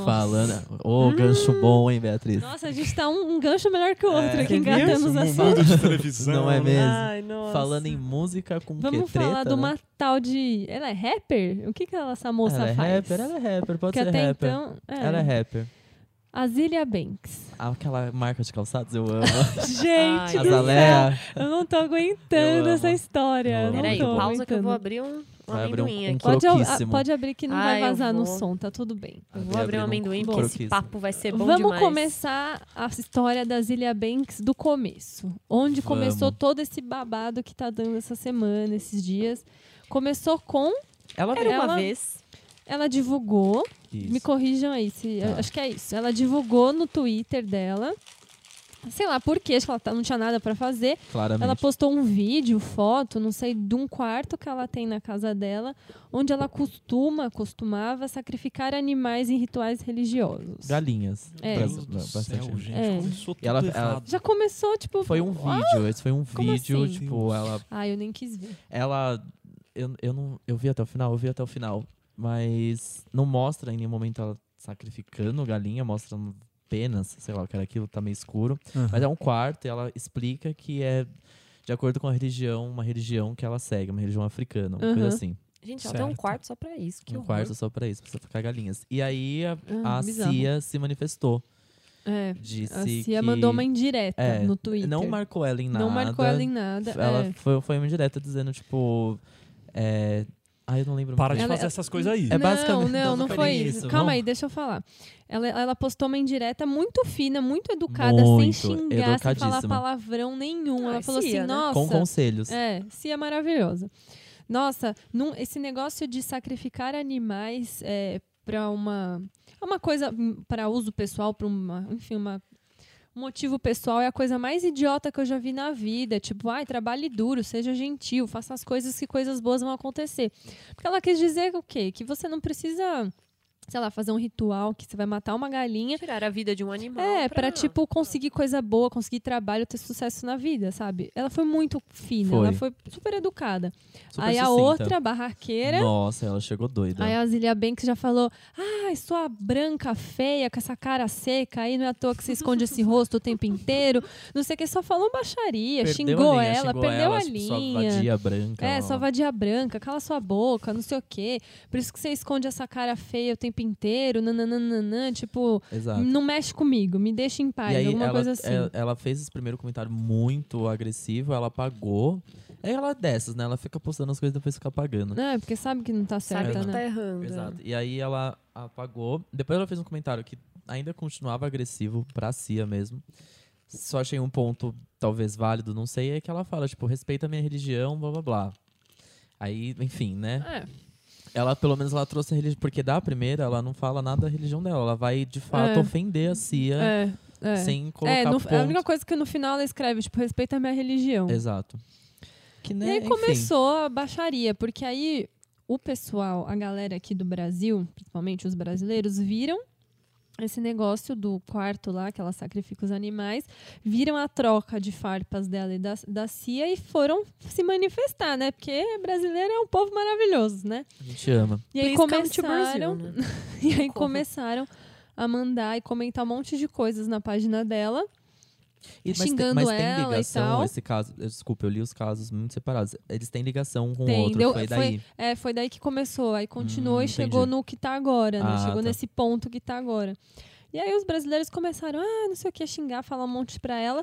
Speaker 1: Hum.
Speaker 2: Falando. Ô, gancho bom, hein, Beatriz?
Speaker 1: Nossa, a gente tá um, um gancho melhor que o outro
Speaker 2: É.
Speaker 1: aqui,
Speaker 2: Você viu?
Speaker 1: engatamos
Speaker 4: No
Speaker 1: assim.
Speaker 4: mundo de televisão.
Speaker 2: Não é
Speaker 4: né?
Speaker 2: mesmo?
Speaker 3: Ai, nossa.
Speaker 2: Falando em música com
Speaker 1: Vamos
Speaker 2: que treta,
Speaker 1: falar de
Speaker 2: né?
Speaker 1: uma tal de. Ela é rapper? O que, que ela, essa moça
Speaker 2: Ela é
Speaker 1: faz?
Speaker 2: rapper, ela é rapper, pode
Speaker 1: Porque
Speaker 2: ser
Speaker 1: até
Speaker 2: rapper.
Speaker 1: então. É.
Speaker 2: Ela é rapper. Ah,
Speaker 1: Azilia Banks.
Speaker 2: Aquela marca de calçados eu amo.
Speaker 1: Gente,
Speaker 3: Ai,
Speaker 1: do
Speaker 2: Azalea.
Speaker 1: céu, eu não tô
Speaker 2: Eu
Speaker 1: aguentando
Speaker 2: amo.
Speaker 1: essa história.
Speaker 2: Eu
Speaker 1: eu
Speaker 2: amo.
Speaker 1: não
Speaker 3: Peraí,
Speaker 1: tô
Speaker 2: Então,
Speaker 3: pausa que eu vou
Speaker 1: aguentando.
Speaker 3: abrir um, um
Speaker 2: Vai abrir um-
Speaker 3: amendoim
Speaker 2: um
Speaker 3: aqui.
Speaker 1: Pode, a-
Speaker 2: Croquíssimo.
Speaker 1: pode abrir que não
Speaker 3: Ah,
Speaker 1: vai
Speaker 3: eu
Speaker 1: vazar no
Speaker 3: vou.
Speaker 1: som, tá tudo bem.
Speaker 3: Eu vou abrir um amendoim, porque esse
Speaker 2: croquis.
Speaker 3: papo vai ser bom
Speaker 1: Vamos
Speaker 3: demais.
Speaker 1: começar a história da Zilia Banks do começo. Onde
Speaker 2: Vamos.
Speaker 1: começou todo esse babado que tá dando essa semana, esses dias. Começou com.
Speaker 2: Ela
Speaker 3: Era uma
Speaker 1: Ela-
Speaker 3: vez.
Speaker 1: Ela divulgou
Speaker 2: Isso.
Speaker 1: Me corrijam aí, se,
Speaker 2: Tá.
Speaker 1: acho que é isso. Ela divulgou no Twitter dela, sei lá por quê, acho que ela tá- não tinha nada pra fazer.
Speaker 2: Claramente.
Speaker 1: Ela postou um vídeo, foto, não sei, de um quarto que ela tem na casa dela, onde ela costuma, costumava sacrificar animais em rituais religiosos.
Speaker 2: Galinhas.
Speaker 1: É.
Speaker 4: Meu
Speaker 2: Pra-
Speaker 4: Deus do
Speaker 2: ba- bastante.
Speaker 4: céu, gente.
Speaker 1: É.
Speaker 4: Começou tudo
Speaker 2: Ela- ela-
Speaker 4: errado.
Speaker 1: Já começou, tipo.
Speaker 2: Foi um vídeo, esse foi um
Speaker 1: como
Speaker 2: vídeo,
Speaker 1: assim?
Speaker 2: tipo, ela.
Speaker 1: Ah, eu nem quis ver.
Speaker 2: Ela. Eu, eu não. Eu vi até o final, eu vi até o final. Mas não mostra em nenhum momento ela sacrificando galinha, mostra um penas, sei lá o que era aquilo, tá meio escuro.
Speaker 4: Aham.
Speaker 2: Mas é um quarto e ela explica que é de acordo com a religião, uma religião que ela segue, uma religião africana, uma
Speaker 1: Uhum.
Speaker 2: coisa assim.
Speaker 3: Gente, ela tem um
Speaker 2: Certo.
Speaker 3: quarto só pra isso. Que
Speaker 2: um
Speaker 3: horror.
Speaker 2: quarto só pra isso, pra você ficar galinhas. E aí a,
Speaker 1: Ah,
Speaker 2: a
Speaker 1: bizarro.
Speaker 2: Cia se manifestou.
Speaker 1: É,
Speaker 2: Disse
Speaker 1: a Cia
Speaker 2: que
Speaker 1: mandou uma indireta
Speaker 2: É,
Speaker 1: no Twitter.
Speaker 2: não marcou ela em nada.
Speaker 1: Não marcou ela em nada.
Speaker 2: Ela
Speaker 1: é.
Speaker 2: foi, foi uma indireta dizendo, tipo. É... Ah, eu não lembro
Speaker 4: Para
Speaker 2: muito
Speaker 4: de
Speaker 1: Ela-
Speaker 4: fazer essas coisas aí.
Speaker 2: É
Speaker 1: não, Não,
Speaker 2: basicamente- não,
Speaker 1: não
Speaker 2: não
Speaker 1: foi
Speaker 2: foi
Speaker 1: isso.
Speaker 2: isso,
Speaker 1: Calma
Speaker 2: não.
Speaker 1: aí, deixa eu falar. Ela, ela postou uma indireta muito fina, muito educada,
Speaker 2: Muito
Speaker 1: sem xingar, sem falar
Speaker 2: educadíssima.
Speaker 1: palavrão nenhum.
Speaker 3: Ah,
Speaker 1: ela
Speaker 3: é
Speaker 1: falou
Speaker 3: Cia,
Speaker 1: assim:
Speaker 3: né?
Speaker 1: nossa.
Speaker 2: Com conselhos.
Speaker 1: É, Cia maravilhosa. Nossa, num- esse negócio de sacrificar animais é, para uma é uma coisa para uso pessoal, para uma, enfim, uma um motivo pessoal é a coisa mais idiota que eu já vi na vida. Tipo, ai, trabalhe duro, seja gentil, faça as coisas que coisas boas vão acontecer. Porque ela quis dizer o quê? Que você não precisa, sei lá, fazer um ritual que você vai matar uma galinha
Speaker 3: Tirar a vida de um animal.
Speaker 1: é, pra, tipo, conseguir coisa boa, conseguir trabalho, ter sucesso na vida, sabe? Ela foi muito fina,
Speaker 2: Foi.
Speaker 1: ela foi super educada.
Speaker 2: Super
Speaker 1: aí a
Speaker 2: sucinta.
Speaker 1: outra, barraqueira,
Speaker 2: Nossa, ela chegou doida.
Speaker 1: aí a Zilia Banks já falou: Ai, sua branca feia, com essa cara seca aí, não é à toa que você esconde esse rosto o tempo inteiro. Não sei o que, só falou baixaria,
Speaker 2: Perdeu
Speaker 1: xingou
Speaker 2: a linha,
Speaker 1: ela,
Speaker 2: xingou
Speaker 1: perdeu a
Speaker 2: tipo, sua
Speaker 1: linha.
Speaker 2: vadia branca.
Speaker 1: É,
Speaker 2: ó.
Speaker 1: só vadia branca, cala sua boca, não sei o quê. Por isso que você esconde essa cara feia o tempo inteiro, nananana, tipo,
Speaker 2: Exato.
Speaker 1: não mexe comigo, me deixa em paz,
Speaker 2: e aí
Speaker 1: alguma
Speaker 2: ela, é
Speaker 1: coisa assim.
Speaker 2: ela- ela fez esse primeiro comentário muito agressivo, ela apagou. Aí ela é dessas, né? Ela fica postando as coisas e depois fica apagando.
Speaker 1: Não, é porque sabe que não tá
Speaker 3: Sabe
Speaker 1: certa,
Speaker 3: que
Speaker 1: né?
Speaker 3: tá errando.
Speaker 2: Exato. E aí ela apagou. Depois ela fez um comentário que ainda continuava agressivo pra Cia mesmo. Só achei um ponto talvez válido, não sei, é que ela fala, tipo, respeita a minha religião, blá blá blá. Aí, enfim, né?
Speaker 1: É,
Speaker 2: Ela, pelo menos, ela trouxe a religião. Porque da primeira, ela não fala nada da religião dela. Ela vai, de
Speaker 1: É.
Speaker 2: fato, ofender a Cia
Speaker 1: É, é.
Speaker 2: sem colocar
Speaker 1: É, no-
Speaker 2: ponto.
Speaker 1: a única coisa que no final ela escreve, tipo, respeita a minha religião.
Speaker 2: Exato. Que, né,
Speaker 1: E aí
Speaker 2: enfim.
Speaker 1: começou a baixaria, porque aí o pessoal, a galera aqui do Brasil, principalmente os brasileiros, viram esse negócio do quarto lá, que ela sacrifica os animais, viram a troca de farpas dela e da, da Cia e foram se manifestar, né? Porque brasileiro é um povo maravilhoso, né?
Speaker 2: A gente ama.
Speaker 1: E aí
Speaker 3: Please come to
Speaker 1: começaram.
Speaker 3: Brazil, é né?
Speaker 1: E aí
Speaker 3: Como?
Speaker 1: começaram a mandar e comentar um monte de coisas na página dela.
Speaker 2: E- mas tem-
Speaker 1: Xingando
Speaker 2: mas
Speaker 1: ela
Speaker 2: tem
Speaker 1: e
Speaker 2: ligação
Speaker 1: tal.
Speaker 2: esse caso. eu- Desculpa, eu li os casos muito separados. Eles têm ligação um com o
Speaker 1: Tem,
Speaker 2: outro.
Speaker 1: deu-
Speaker 2: foi
Speaker 1: foi-
Speaker 2: daí.
Speaker 1: É, foi daí que começou, aí continuou
Speaker 2: Hum,
Speaker 1: e chegou
Speaker 2: entendi.
Speaker 1: no que tá agora, né?
Speaker 2: Ah,
Speaker 1: chegou
Speaker 2: tá.
Speaker 1: nesse ponto que tá agora. E aí os brasileiros começaram, ah, não sei o que, a xingar, falar um monte pra ela.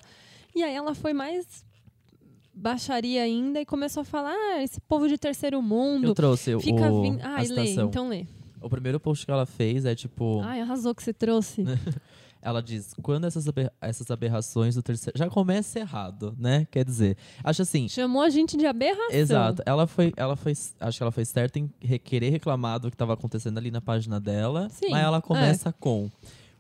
Speaker 1: E aí ela foi mais baixaria ainda e começou a falar, ah, esse povo de terceiro mundo.
Speaker 2: Eu trouxe o,
Speaker 1: Fica vindo.
Speaker 2: a
Speaker 1: Ai, lê,
Speaker 2: citação.
Speaker 1: então lê.
Speaker 2: O primeiro post que ela fez é tipo.
Speaker 1: Ai, arrasou que você trouxe.
Speaker 2: <laughs> Ela diz, quando essas, aber- essas aberrações do terceiro. Já começa errado, né? Quer dizer, acho assim.
Speaker 1: Chamou a gente de aberração.
Speaker 2: Exato. Ela foi, ela foi. Acho que ela foi certa em re- querer reclamar do que estava acontecendo ali na página dela.
Speaker 1: Sim,
Speaker 2: Mas ela começa com.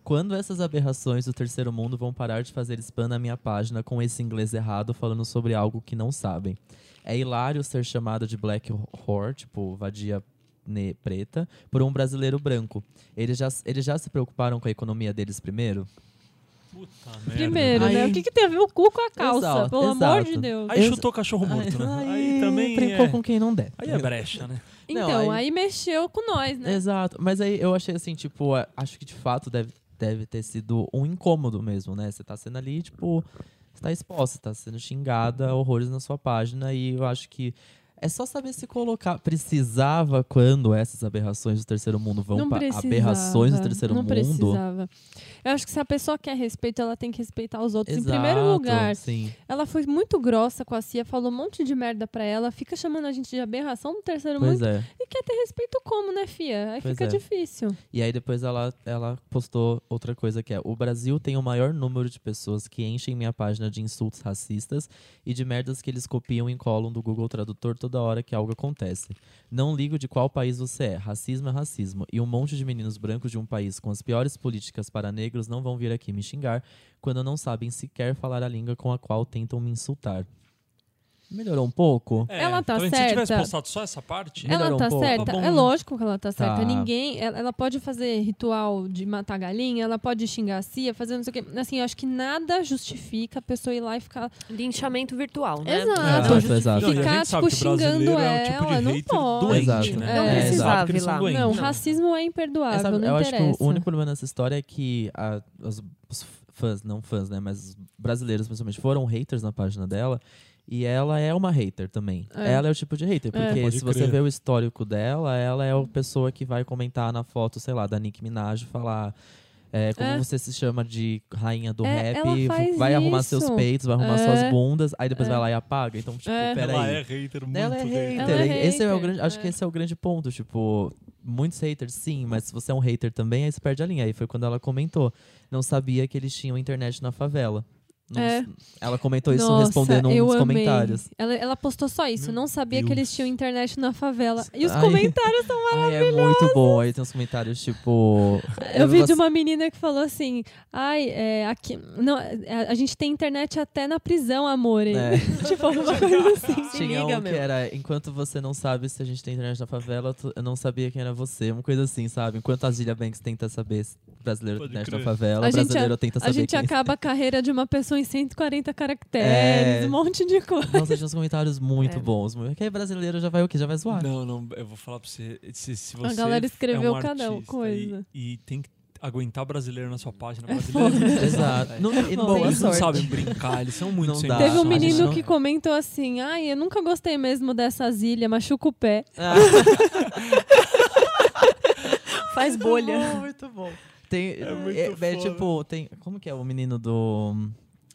Speaker 2: Quando essas aberrações do terceiro mundo vão parar de fazer spam na minha página com esse inglês errado falando sobre algo que não sabem. É hilário ser chamado de black whore, tipo, vadia ne- preta, por um brasileiro branco. Eles já, eles já se preocuparam com a economia deles primeiro?
Speaker 4: Puta merda.
Speaker 1: Primeiro,
Speaker 2: Aí-
Speaker 1: né? O que, que tem a ver o cu com a calça?
Speaker 2: Exato,
Speaker 1: pelo amor
Speaker 2: exato.
Speaker 1: de Deus.
Speaker 4: Aí
Speaker 2: Eu-
Speaker 4: chutou cachorro morto, né?
Speaker 2: Aí,
Speaker 4: Aí também
Speaker 2: Brincou
Speaker 4: é-
Speaker 2: com quem não der.
Speaker 4: Aí é brecha, né?
Speaker 2: Não,
Speaker 1: Então, aí...
Speaker 2: aí-
Speaker 1: mexeu com nós, né?
Speaker 2: Exato. Mas aí eu achei assim, tipo, a- acho que de fato deve, deve ter sido um incômodo mesmo, né? Você tá sendo ali, tipo, você tá exposta, tá sendo xingada, horrores na sua página, e eu acho que. É só saber se colocar. Precisava quando essas aberrações do terceiro mundo vão
Speaker 1: não
Speaker 2: pra
Speaker 1: precisava.
Speaker 2: aberrações do terceiro
Speaker 1: não
Speaker 2: mundo.
Speaker 1: precisava. Eu acho que se a pessoa quer respeito, ela tem que respeitar os outros.
Speaker 2: Exato,
Speaker 1: Em primeiro lugar,
Speaker 2: Sim.
Speaker 1: ela foi muito grossa com a Cia, falou um monte de merda pra ela, fica chamando a gente de aberração do terceiro
Speaker 2: Pois
Speaker 1: mundo
Speaker 2: é.
Speaker 1: e quer ter respeito como, né, fia? Aí
Speaker 2: Pois
Speaker 1: fica
Speaker 2: é.
Speaker 1: difícil.
Speaker 2: E aí depois ela, ela postou outra coisa que é: o Brasil tem o maior número de pessoas que enchem minha página de insultos racistas e de merdas que eles copiam e colam do Google Tradutor toda hora que algo acontece. Não ligo de qual país você é, racismo é racismo. E um monte de meninos brancos de um país com as piores políticas para negros não vão vir aqui me xingar quando não sabem sequer falar a língua com a qual tentam me insultar. Melhorou um pouco?
Speaker 4: É,
Speaker 1: Ela tá
Speaker 4: então, Se tivesse
Speaker 1: certa.
Speaker 4: postado só essa parte,
Speaker 2: Melhorou
Speaker 1: Ela
Speaker 2: um
Speaker 1: tá
Speaker 2: pouco.
Speaker 1: certa?
Speaker 4: Tá bom,
Speaker 1: é
Speaker 4: né?
Speaker 1: lógico que ela tá certa.
Speaker 2: Tá.
Speaker 1: Ninguém. Ela, ela pode fazer ritual de matar galinha, ela pode xingar a Cia, fazer não sei o quê. Assim, eu acho que nada justifica a pessoa ir lá e ficar.
Speaker 3: Linchamento virtual, né?
Speaker 1: Exato.
Speaker 2: Exato, exato.
Speaker 4: Não, e a
Speaker 1: Ficar,
Speaker 4: gente sabe
Speaker 1: tipo,
Speaker 4: que o brasileiro
Speaker 1: xingando
Speaker 4: é um tipo de
Speaker 1: ela. Não
Speaker 4: hater
Speaker 1: pode.
Speaker 4: doente,
Speaker 2: Exato.
Speaker 4: né?
Speaker 1: É. Não
Speaker 4: Exato,
Speaker 3: precisava
Speaker 4: porque eles
Speaker 3: ir
Speaker 4: são
Speaker 3: lá.
Speaker 4: doentes.
Speaker 1: Não, racismo é imperdoável,
Speaker 2: É, sabe,
Speaker 1: não
Speaker 2: eu
Speaker 1: interessa.
Speaker 2: acho que o único problema nessa história é que a- os, os fãs, não fãs, né, mas os brasileiros principalmente, foram haters na página dela. E ela é uma hater também.
Speaker 1: É.
Speaker 2: Ela é o tipo de hater, porque
Speaker 4: Pode
Speaker 2: se você
Speaker 4: crer.
Speaker 2: vê o histórico dela, ela é a pessoa que vai comentar na foto, sei lá, da Nicki Minaj, falar é, como
Speaker 1: É.
Speaker 2: você se chama de rainha do
Speaker 1: É,
Speaker 2: rap,
Speaker 1: ela faz
Speaker 2: vai arrumar seus
Speaker 1: isso.
Speaker 2: peitos, vai arrumar
Speaker 1: É.
Speaker 2: suas bundas, aí depois
Speaker 1: É.
Speaker 2: vai lá e apaga. Então, tipo,
Speaker 1: É.
Speaker 2: peraí.
Speaker 4: Ela é hater, muito
Speaker 2: Ela é hater.
Speaker 1: Ela é
Speaker 2: Esse é o
Speaker 1: hater,
Speaker 2: grande, acho
Speaker 1: é.
Speaker 2: que esse é o grande ponto. Tipo, muitos haters, sim, mas se você é um hater também, aí você perde a linha. Aí foi quando ela comentou. Não sabia que eles tinão internet na favela. Não
Speaker 1: É.
Speaker 2: s- Ela comentou isso
Speaker 1: Nossa,
Speaker 2: respondendo
Speaker 1: eu
Speaker 2: uns
Speaker 1: amei.
Speaker 2: comentários.
Speaker 1: Ela, ela postou só isso.
Speaker 4: Meu
Speaker 1: não sabia que
Speaker 4: Deus.
Speaker 1: eles tinham internet na favela. E os
Speaker 2: Ai.
Speaker 1: comentários são
Speaker 2: Ai, é muito bom. Aí tem uns comentários, tipo.
Speaker 1: Eu vi de
Speaker 2: você-
Speaker 1: uma menina que falou assim: Ai, é, aqui, não, é, a gente tem internet até na prisão, amor.
Speaker 2: É.
Speaker 1: <laughs>
Speaker 2: <laughs>
Speaker 1: tipo,
Speaker 3: <laughs>
Speaker 1: uma coisa assim.
Speaker 3: Se
Speaker 2: Tinha
Speaker 3: liga,
Speaker 2: um que
Speaker 3: meu.
Speaker 2: era, enquanto você não sabe se a gente tem internet na favela, tu- eu não sabia quem era você. Uma coisa assim, sabe? Enquanto a Zilia Banks tenta saber se brasileiro tem
Speaker 4: Pode
Speaker 2: internet na
Speaker 4: crer.
Speaker 2: favela,
Speaker 1: A
Speaker 2: o
Speaker 1: gente
Speaker 2: brasileiro tenta
Speaker 1: A
Speaker 2: saber
Speaker 1: gente
Speaker 2: quem
Speaker 1: acaba a carreira de uma pessoa em 140 caracteres,
Speaker 2: É.
Speaker 1: um monte de coisa.
Speaker 2: Nossa, tinha uns comentários muito
Speaker 3: É.
Speaker 2: bons. Porque aí brasileiro já vai o quê? Já
Speaker 1: <laughs>
Speaker 2: vai zoar.
Speaker 4: Não, não, eu vou falar pra você. Se, se você
Speaker 1: galera escreveu
Speaker 4: é um
Speaker 1: cada
Speaker 4: artista
Speaker 1: coisa.
Speaker 4: E, e tem que aguentar brasileiro na sua página.
Speaker 1: É
Speaker 4: Brasileiro
Speaker 1: foda.
Speaker 4: é muito
Speaker 2: Exato.
Speaker 4: velho.
Speaker 2: Não, e-
Speaker 1: Bom,
Speaker 2: boa
Speaker 4: Eles não
Speaker 2: sorte.
Speaker 1: <laughs>
Speaker 4: sabem brincar, eles são muito
Speaker 2: Não
Speaker 4: sem
Speaker 2: dá.
Speaker 1: Teve um
Speaker 2: Ah,
Speaker 4: noção.
Speaker 2: a gente
Speaker 1: menino
Speaker 2: não-
Speaker 1: que comentou assim: Ai, eu nunca gostei mesmo dessa ilhas, machuca o pé.
Speaker 2: Ah,
Speaker 3: Faz bolha. <laughs>
Speaker 2: muito bom. Tem, é,
Speaker 4: muito
Speaker 2: é,
Speaker 4: foda.
Speaker 2: tipo, tem. Como que é o menino do.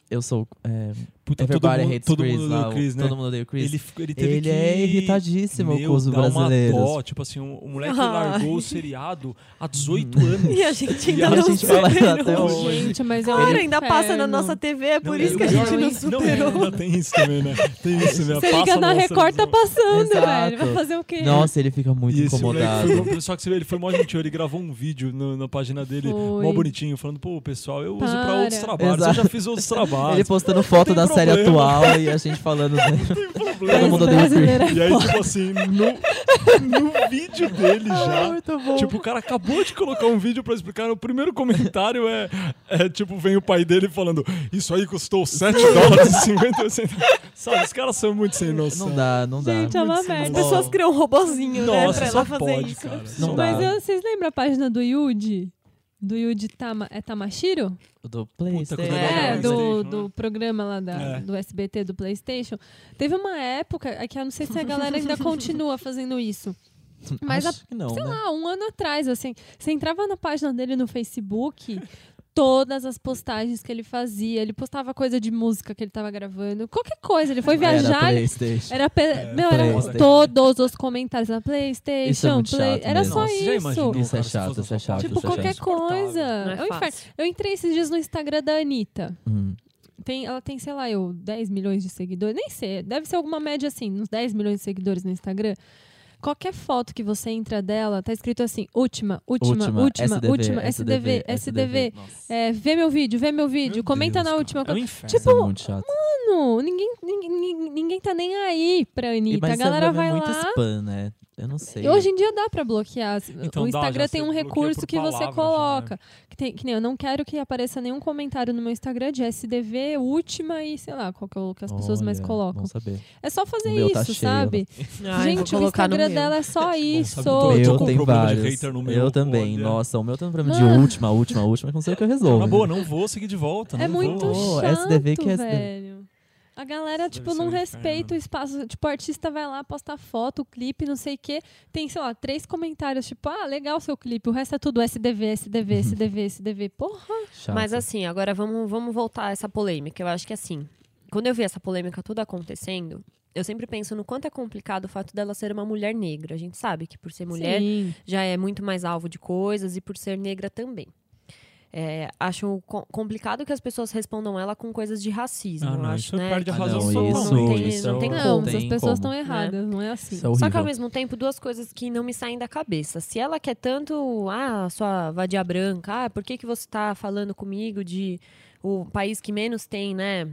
Speaker 2: Eu sou. É,
Speaker 4: Puta, Tá todo
Speaker 2: Everybody
Speaker 4: mundo,
Speaker 2: Hates
Speaker 4: todo
Speaker 2: Chris
Speaker 4: mundo
Speaker 2: lá.
Speaker 4: odeia o
Speaker 2: o-
Speaker 4: Chris, né?
Speaker 2: Todo mundo odeia o Chris.
Speaker 4: Ele, fi- ele teve
Speaker 2: Ele
Speaker 4: que...
Speaker 2: é irritadíssimo
Speaker 4: Meu,
Speaker 2: com os
Speaker 4: dá uma
Speaker 2: brasileiros.
Speaker 4: dó, tipo assim, um, um moleque
Speaker 3: Ai.
Speaker 4: largou o seriado há 18
Speaker 2: Uhum.
Speaker 4: anos.
Speaker 3: E a gente
Speaker 4: E
Speaker 3: ainda
Speaker 4: a
Speaker 3: não
Speaker 2: gente fala
Speaker 3: superou.
Speaker 2: até hoje.
Speaker 1: Gente, mas é um
Speaker 3: Claro, ainda passa na
Speaker 1: inferno.
Speaker 3: nossa TV, é por
Speaker 4: Não,
Speaker 3: isso
Speaker 4: e
Speaker 3: que a
Speaker 4: o
Speaker 1: melhor
Speaker 3: gente não
Speaker 1: é-
Speaker 3: superou.
Speaker 4: Não, ainda tem isso também, né? Tem isso, né?
Speaker 1: Você liga
Speaker 4: Passa
Speaker 1: na
Speaker 4: nossa
Speaker 1: Record, tá
Speaker 4: televisão.
Speaker 1: passando,
Speaker 2: Exato.
Speaker 1: velho. Vai fazer o quê?
Speaker 2: Nossa, ele fica muito
Speaker 4: E esse moleque
Speaker 2: incomodado.
Speaker 4: foi, um mó- só que você vê, ele foi mó gentil, ele gravou um vídeo no- na página dele,
Speaker 1: Foi.
Speaker 4: mó bonitinho, falando, pô, pessoal, eu uso pra
Speaker 1: Para.
Speaker 4: outros trabalhos, eu já
Speaker 2: Exato.
Speaker 4: fiz outros trabalhos.
Speaker 2: Ele postando foto
Speaker 4: Tem
Speaker 2: da série
Speaker 4: problema.
Speaker 2: atual e a gente falando. né?
Speaker 4: Não tem problema.
Speaker 2: Todo mundo odeia o Chris.
Speaker 1: brasileiro é
Speaker 4: E aí, tipo assim, no, no vídeo dele já. Tipo, o cara acabou de colocar um vídeo pra explicar. O primeiro comentário é, é tipo, vem o pai dele falando: Isso aí custou <laughs> 7 dólares e 50 centavos. Sabe, os caras são muito sem noção.
Speaker 2: Não dá, não dá.
Speaker 1: Gente, é uma
Speaker 4: Muito sem
Speaker 1: merda.
Speaker 3: As
Speaker 2: Bom.
Speaker 3: pessoas criam um robozinho, né?
Speaker 4: Nossa,
Speaker 3: Pra
Speaker 4: só
Speaker 3: ela fazer
Speaker 4: pode,
Speaker 3: isso.
Speaker 4: cara.
Speaker 2: Não
Speaker 4: Só
Speaker 2: dá.
Speaker 1: Mas eu- vocês lembram a página do Yuji? Do Yuji Tama, é Tamashiro?
Speaker 2: Do
Speaker 4: Puta, quando
Speaker 2: PlayStation.
Speaker 4: Legal,
Speaker 1: É,
Speaker 4: né?
Speaker 1: do,
Speaker 4: PlayStation,
Speaker 1: do programa lá da,
Speaker 4: É.
Speaker 1: do SBT, do Playstation. Teve uma época, é que eu não sei se a galera
Speaker 2: <laughs>
Speaker 1: ainda continua fazendo isso. Mas
Speaker 2: Acho que não,
Speaker 1: sei
Speaker 2: né?
Speaker 1: lá, um ano atrás, assim, você entrava na página dele no Facebook, todas as postagens que ele fazia, ele postava coisa de música que ele tava gravando, qualquer coisa, ele foi
Speaker 2: Era
Speaker 1: viajar, ele-
Speaker 2: PlayStation.
Speaker 1: era, pe- meu, era
Speaker 2: É, PlayStation.
Speaker 1: todos os comentários na PlayStation,
Speaker 2: Isso é muito
Speaker 1: Play-
Speaker 2: chato
Speaker 1: era
Speaker 2: mesmo.
Speaker 1: só
Speaker 2: Nossa,
Speaker 4: já imaginou,
Speaker 1: isso.
Speaker 2: Isso é
Speaker 4: cara, se
Speaker 2: chato,
Speaker 4: fosse
Speaker 2: isso é
Speaker 4: na sua
Speaker 2: chato,
Speaker 4: página?
Speaker 1: Tipo,
Speaker 2: isso é
Speaker 1: qualquer
Speaker 2: chato.
Speaker 1: coisa.
Speaker 3: Não é
Speaker 1: É um inferno.
Speaker 3: fácil.
Speaker 1: Eu entrei esses dias no Instagram da Anitta.
Speaker 2: Hum.
Speaker 1: Tem, ela tem, sei lá, eu, 10 milhões de seguidores. Nem sei, deve ser alguma média assim, uns 10 milhões de seguidores no Instagram. Qualquer foto que você entra dela, tá escrito assim: última, última, última,
Speaker 2: Última,
Speaker 1: última, última
Speaker 2: SDV,
Speaker 1: SDV, SDV.
Speaker 2: SDV, SDV.
Speaker 1: É, vê meu vídeo, vê meu vídeo,
Speaker 4: Meu
Speaker 1: comenta
Speaker 4: Deus,
Speaker 1: na
Speaker 4: cara.
Speaker 1: última.
Speaker 4: É um
Speaker 1: coisa.
Speaker 4: inferno.
Speaker 2: Isso é muito chato.
Speaker 1: Tipo, Mano, ninguém, ninguém, ninguém- ninguém tá nem aí pra
Speaker 2: E,
Speaker 1: Anitta.
Speaker 2: mas
Speaker 1: A galera
Speaker 2: você vê
Speaker 1: vai
Speaker 2: muito
Speaker 1: lá.
Speaker 2: spam, né? Eu não sei.
Speaker 1: E hoje em dia dá pra bloquear.
Speaker 4: Então
Speaker 1: o
Speaker 4: dá,
Speaker 1: Instagram
Speaker 4: já
Speaker 1: tem
Speaker 4: você
Speaker 1: um
Speaker 4: bloqueia
Speaker 1: recurso
Speaker 4: por né?
Speaker 1: que você
Speaker 4: palavra já,
Speaker 1: coloca. Que, tem, que nem eu não quero que apareça nenhum comentário no meu Instagram de SDV, última e sei lá, qual que, é o que as pessoas mais
Speaker 2: Olha,
Speaker 1: colocam.
Speaker 2: Bom saber.
Speaker 1: é só fazer
Speaker 2: O meu
Speaker 1: isso,
Speaker 2: tá cheio, né?
Speaker 1: sabe?
Speaker 4: <laughs>
Speaker 3: Ai, vou
Speaker 1: Gente, o
Speaker 3: colocar no
Speaker 1: Instagram
Speaker 3: meu.
Speaker 1: dela é só isso.
Speaker 4: sabe o Eu tô tipo,
Speaker 2: Eu
Speaker 4: com
Speaker 2: tenho
Speaker 4: problema de
Speaker 2: vários.
Speaker 4: hater no meu,
Speaker 2: Eu também.
Speaker 4: olha.
Speaker 2: Nossa, o meu tá no problema de
Speaker 1: Mano.
Speaker 2: última, última, última, que eu não sei o que eu resolvo.
Speaker 4: Na boa, não vou seguir de volta.
Speaker 1: É
Speaker 4: não
Speaker 1: muito
Speaker 2: Pô,
Speaker 4: vou.
Speaker 1: chato,
Speaker 2: SDV que é SDV.
Speaker 1: velho. A galera,
Speaker 4: Deve
Speaker 1: tipo,
Speaker 4: ser
Speaker 1: não
Speaker 4: um inferno.
Speaker 1: respeita o espaço. Tipo, o artista vai lá, posta foto, clipe, não sei o quê. Tem, sei lá, três comentários, tipo, ah, legal seu clipe. O resto é tudo SDV, SDV, SDV, SDV. Porra.
Speaker 2: Chato.
Speaker 3: Mas assim, agora vamos, vamos voltar a essa polêmica. Eu acho que assim, quando eu vi essa polêmica toda acontecendo, eu sempre penso no quanto é complicado o fato dela ser uma mulher negra. A gente sabe que por ser mulher
Speaker 1: Sim.
Speaker 3: já é muito mais alvo de coisas e por ser negra também. É, acho co- complicado que as pessoas respondam ela com coisas de racismo.
Speaker 4: Ah,
Speaker 3: eu
Speaker 4: não,
Speaker 3: acho,
Speaker 4: isso
Speaker 3: né?
Speaker 4: perde a
Speaker 2: Ah,
Speaker 4: razão
Speaker 2: não,
Speaker 4: sua.
Speaker 2: isso,
Speaker 3: não tem-
Speaker 2: isso
Speaker 3: não tem
Speaker 2: é-
Speaker 3: como.
Speaker 1: Não, essas
Speaker 2: tem
Speaker 1: pessoas estão
Speaker 2: como.
Speaker 1: erradas, não é assim.
Speaker 2: Isso é
Speaker 3: Só que ao
Speaker 2: horrível.
Speaker 3: mesmo tempo, duas coisas que não me saem da cabeça. Se ela quer tanto, ah, sua vadia branca, ah, por que, que você tá falando comigo de o país que menos tem, né?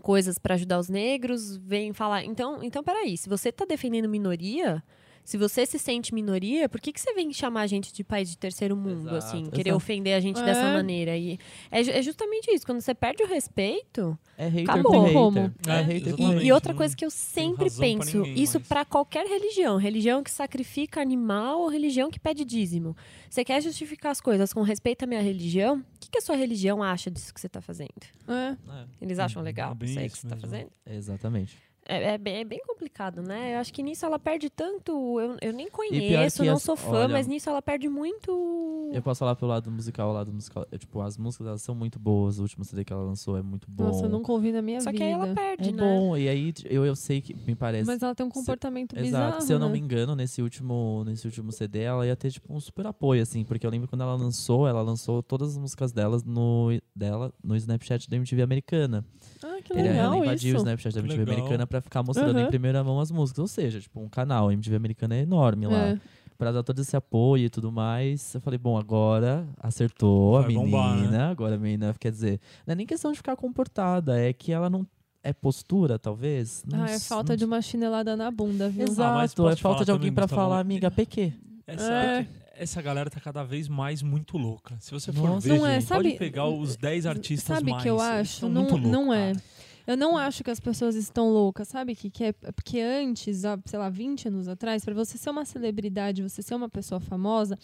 Speaker 3: Coisas para ajudar os negros, vem falar. Então, então, peraí, se você tá defendendo minoria, Se você se sente minoria, por que, que você vem chamar a gente de país de terceiro mundo,
Speaker 2: Exato,
Speaker 3: assim? Querer
Speaker 2: exato.
Speaker 3: ofender a gente
Speaker 1: É.
Speaker 3: dessa maneira. E é, ju- é justamente isso. Quando você perde o respeito.
Speaker 2: É hater
Speaker 3: Acabou.
Speaker 2: com hater.
Speaker 1: Como?
Speaker 2: É,
Speaker 4: É,
Speaker 2: hater com
Speaker 4: exatamente.
Speaker 2: hater.
Speaker 3: E, e outra
Speaker 4: não-
Speaker 3: coisa que eu sempre
Speaker 4: razão pra
Speaker 3: penso,
Speaker 4: ninguém,
Speaker 3: isso
Speaker 4: mas-
Speaker 3: pra qualquer religião, religião que sacrifica animal ou religião que pede dízimo. Você quer justificar as coisas com respeito à minha religião? O que, que a sua religião acha disso que você tá fazendo?
Speaker 1: É.
Speaker 2: É.
Speaker 3: Eles acham
Speaker 4: Hum, é
Speaker 3: legal
Speaker 4: bem
Speaker 3: isso aí
Speaker 4: isso
Speaker 3: que você tá
Speaker 4: mesmo.
Speaker 3: fazendo?
Speaker 2: Exatamente.
Speaker 3: É, é bem, é bem complicado, né? Eu acho que nisso ela perde tanto. Eu, eu nem
Speaker 2: que
Speaker 3: conheço, não
Speaker 2: as-
Speaker 3: sou fã,
Speaker 2: olha-
Speaker 3: mas nisso ela perde muito.
Speaker 2: Eu posso falar pelo lado musical, o lado musical. é, tipo, as músicas elas são muito boas. O último CD que ela lançou é muito bom.
Speaker 1: Nossa, eu nunca ouvi na minha
Speaker 3: Só
Speaker 1: vida.
Speaker 3: que aí ela perde,
Speaker 2: É
Speaker 3: né?
Speaker 2: bom. E aí t- eu, eu sei que me parece.
Speaker 1: Mas ela tem um
Speaker 2: se-
Speaker 1: comportamento bizarro.
Speaker 2: Exato, se eu não
Speaker 1: né?
Speaker 2: me engano, nesse último, nesse último CD ela ia ter tipo um super apoio assim, porque eu lembro quando ela lançou, ela lançou todas as músicas delas no dela no Snapchat da MTV americana.
Speaker 1: Ah, que
Speaker 2: Ele- ela
Speaker 1: legal
Speaker 2: invadiu
Speaker 1: isso.
Speaker 2: o Snapchat da
Speaker 4: Que
Speaker 2: MTV
Speaker 4: legal.
Speaker 2: americana pra ficar mostrando em
Speaker 1: Aham.
Speaker 2: primeira mão as músicas, ou seja, tipo um canal, a MTV americana é enorme lá.
Speaker 1: É.
Speaker 2: Pra dar todo esse apoio e tudo mais. Eu falei, bom, agora acertou a
Speaker 4: Vai
Speaker 2: menina.
Speaker 4: bombar, né?"
Speaker 2: Agora a menina, quer dizer, não é nem questão de ficar comportada, é que ela não. É postura, talvez? Não
Speaker 1: Ah, é
Speaker 2: s-
Speaker 1: falta
Speaker 2: não
Speaker 1: de uma chinelada na bunda, viu?
Speaker 4: Ah, mas
Speaker 2: Exato,
Speaker 4: posso
Speaker 2: é falta
Speaker 4: te falar
Speaker 2: de alguém
Speaker 4: também,
Speaker 2: pra
Speaker 4: Gustavo?
Speaker 2: falar, amiga, PQ.
Speaker 4: Essa,
Speaker 1: É.
Speaker 4: essa galera tá cada vez mais muito louca. Se você for
Speaker 2: Nossa,
Speaker 4: ver,
Speaker 1: Não é,
Speaker 4: gente, pode
Speaker 1: sabe-
Speaker 4: pegar os 10 artistas
Speaker 1: Sabe
Speaker 4: mais.
Speaker 1: que eu
Speaker 4: eles
Speaker 1: acho?
Speaker 4: são
Speaker 1: Não,
Speaker 4: muito loucos,
Speaker 1: não é.
Speaker 4: cara.
Speaker 1: Eu não acho que as pessoas estão loucas, sabe? Que, que é, é porque antes, há, sei lá, 20 anos atrás, para você ser uma celebridade, você ser uma pessoa famosa,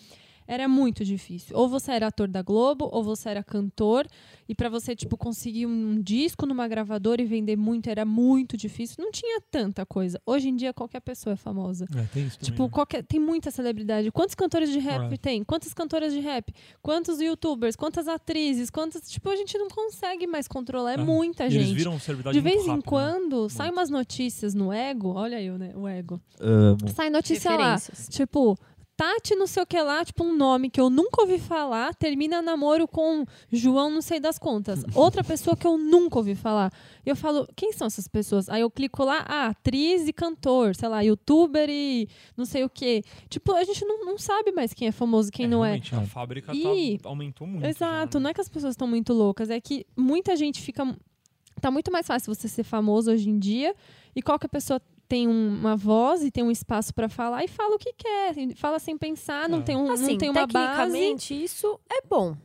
Speaker 1: era muito difícil. Ou você era ator da Globo, ou você era cantor, e para você tipo conseguir um disco numa gravadora e vender muito era muito difícil. Não tinha tanta coisa. Hoje em dia qualquer pessoa é famosa.
Speaker 4: É, tem isso também,
Speaker 1: Tipo,
Speaker 4: né?
Speaker 1: qualquer, tem muita celebridade. Quantos cantores de rap
Speaker 4: É.
Speaker 1: tem? Quantas cantoras de rap? Quantos youtubers? Quantas atrizes? Quantas. Tipo, a gente não consegue mais controlar. É,
Speaker 4: É.
Speaker 1: muita
Speaker 4: E Eles
Speaker 1: gente.
Speaker 4: viram celebridade
Speaker 1: De vez
Speaker 4: muito
Speaker 1: em
Speaker 4: rápido, né?
Speaker 1: quando saem umas notícias no ego. Olha eu, né? O ego.
Speaker 2: Amo.
Speaker 1: Sai notícia lá.
Speaker 3: Referências.
Speaker 1: Tipo, Tati não sei o que lá, tipo, um nome que eu nunca ouvi falar, termina namoro com João não sei das <laughs> contas. Outra pessoa que eu nunca ouvi falar. E eu falo, quem são essas pessoas? Aí eu clico lá, ah, atriz e cantor, sei lá, youtuber e não sei o que. Tipo, a gente não, não sabe mais quem é famoso e quem não é.
Speaker 4: realmente, A fábrica tá-
Speaker 1: E-
Speaker 4: aumentou muito.
Speaker 1: Exato,
Speaker 4: já, né?
Speaker 1: não é que as pessoas estão muito loucas, é que muita gente fica. Tá muito mais fácil você ser famoso hoje em dia e qualquer pessoa tem um- uma voz e tem um espaço pra falar e fala o que quer, e fala sem pensar, não
Speaker 4: É.
Speaker 1: tem um,
Speaker 3: Assim,
Speaker 1: não tem uma base.
Speaker 3: tecnicamente, isso é bom.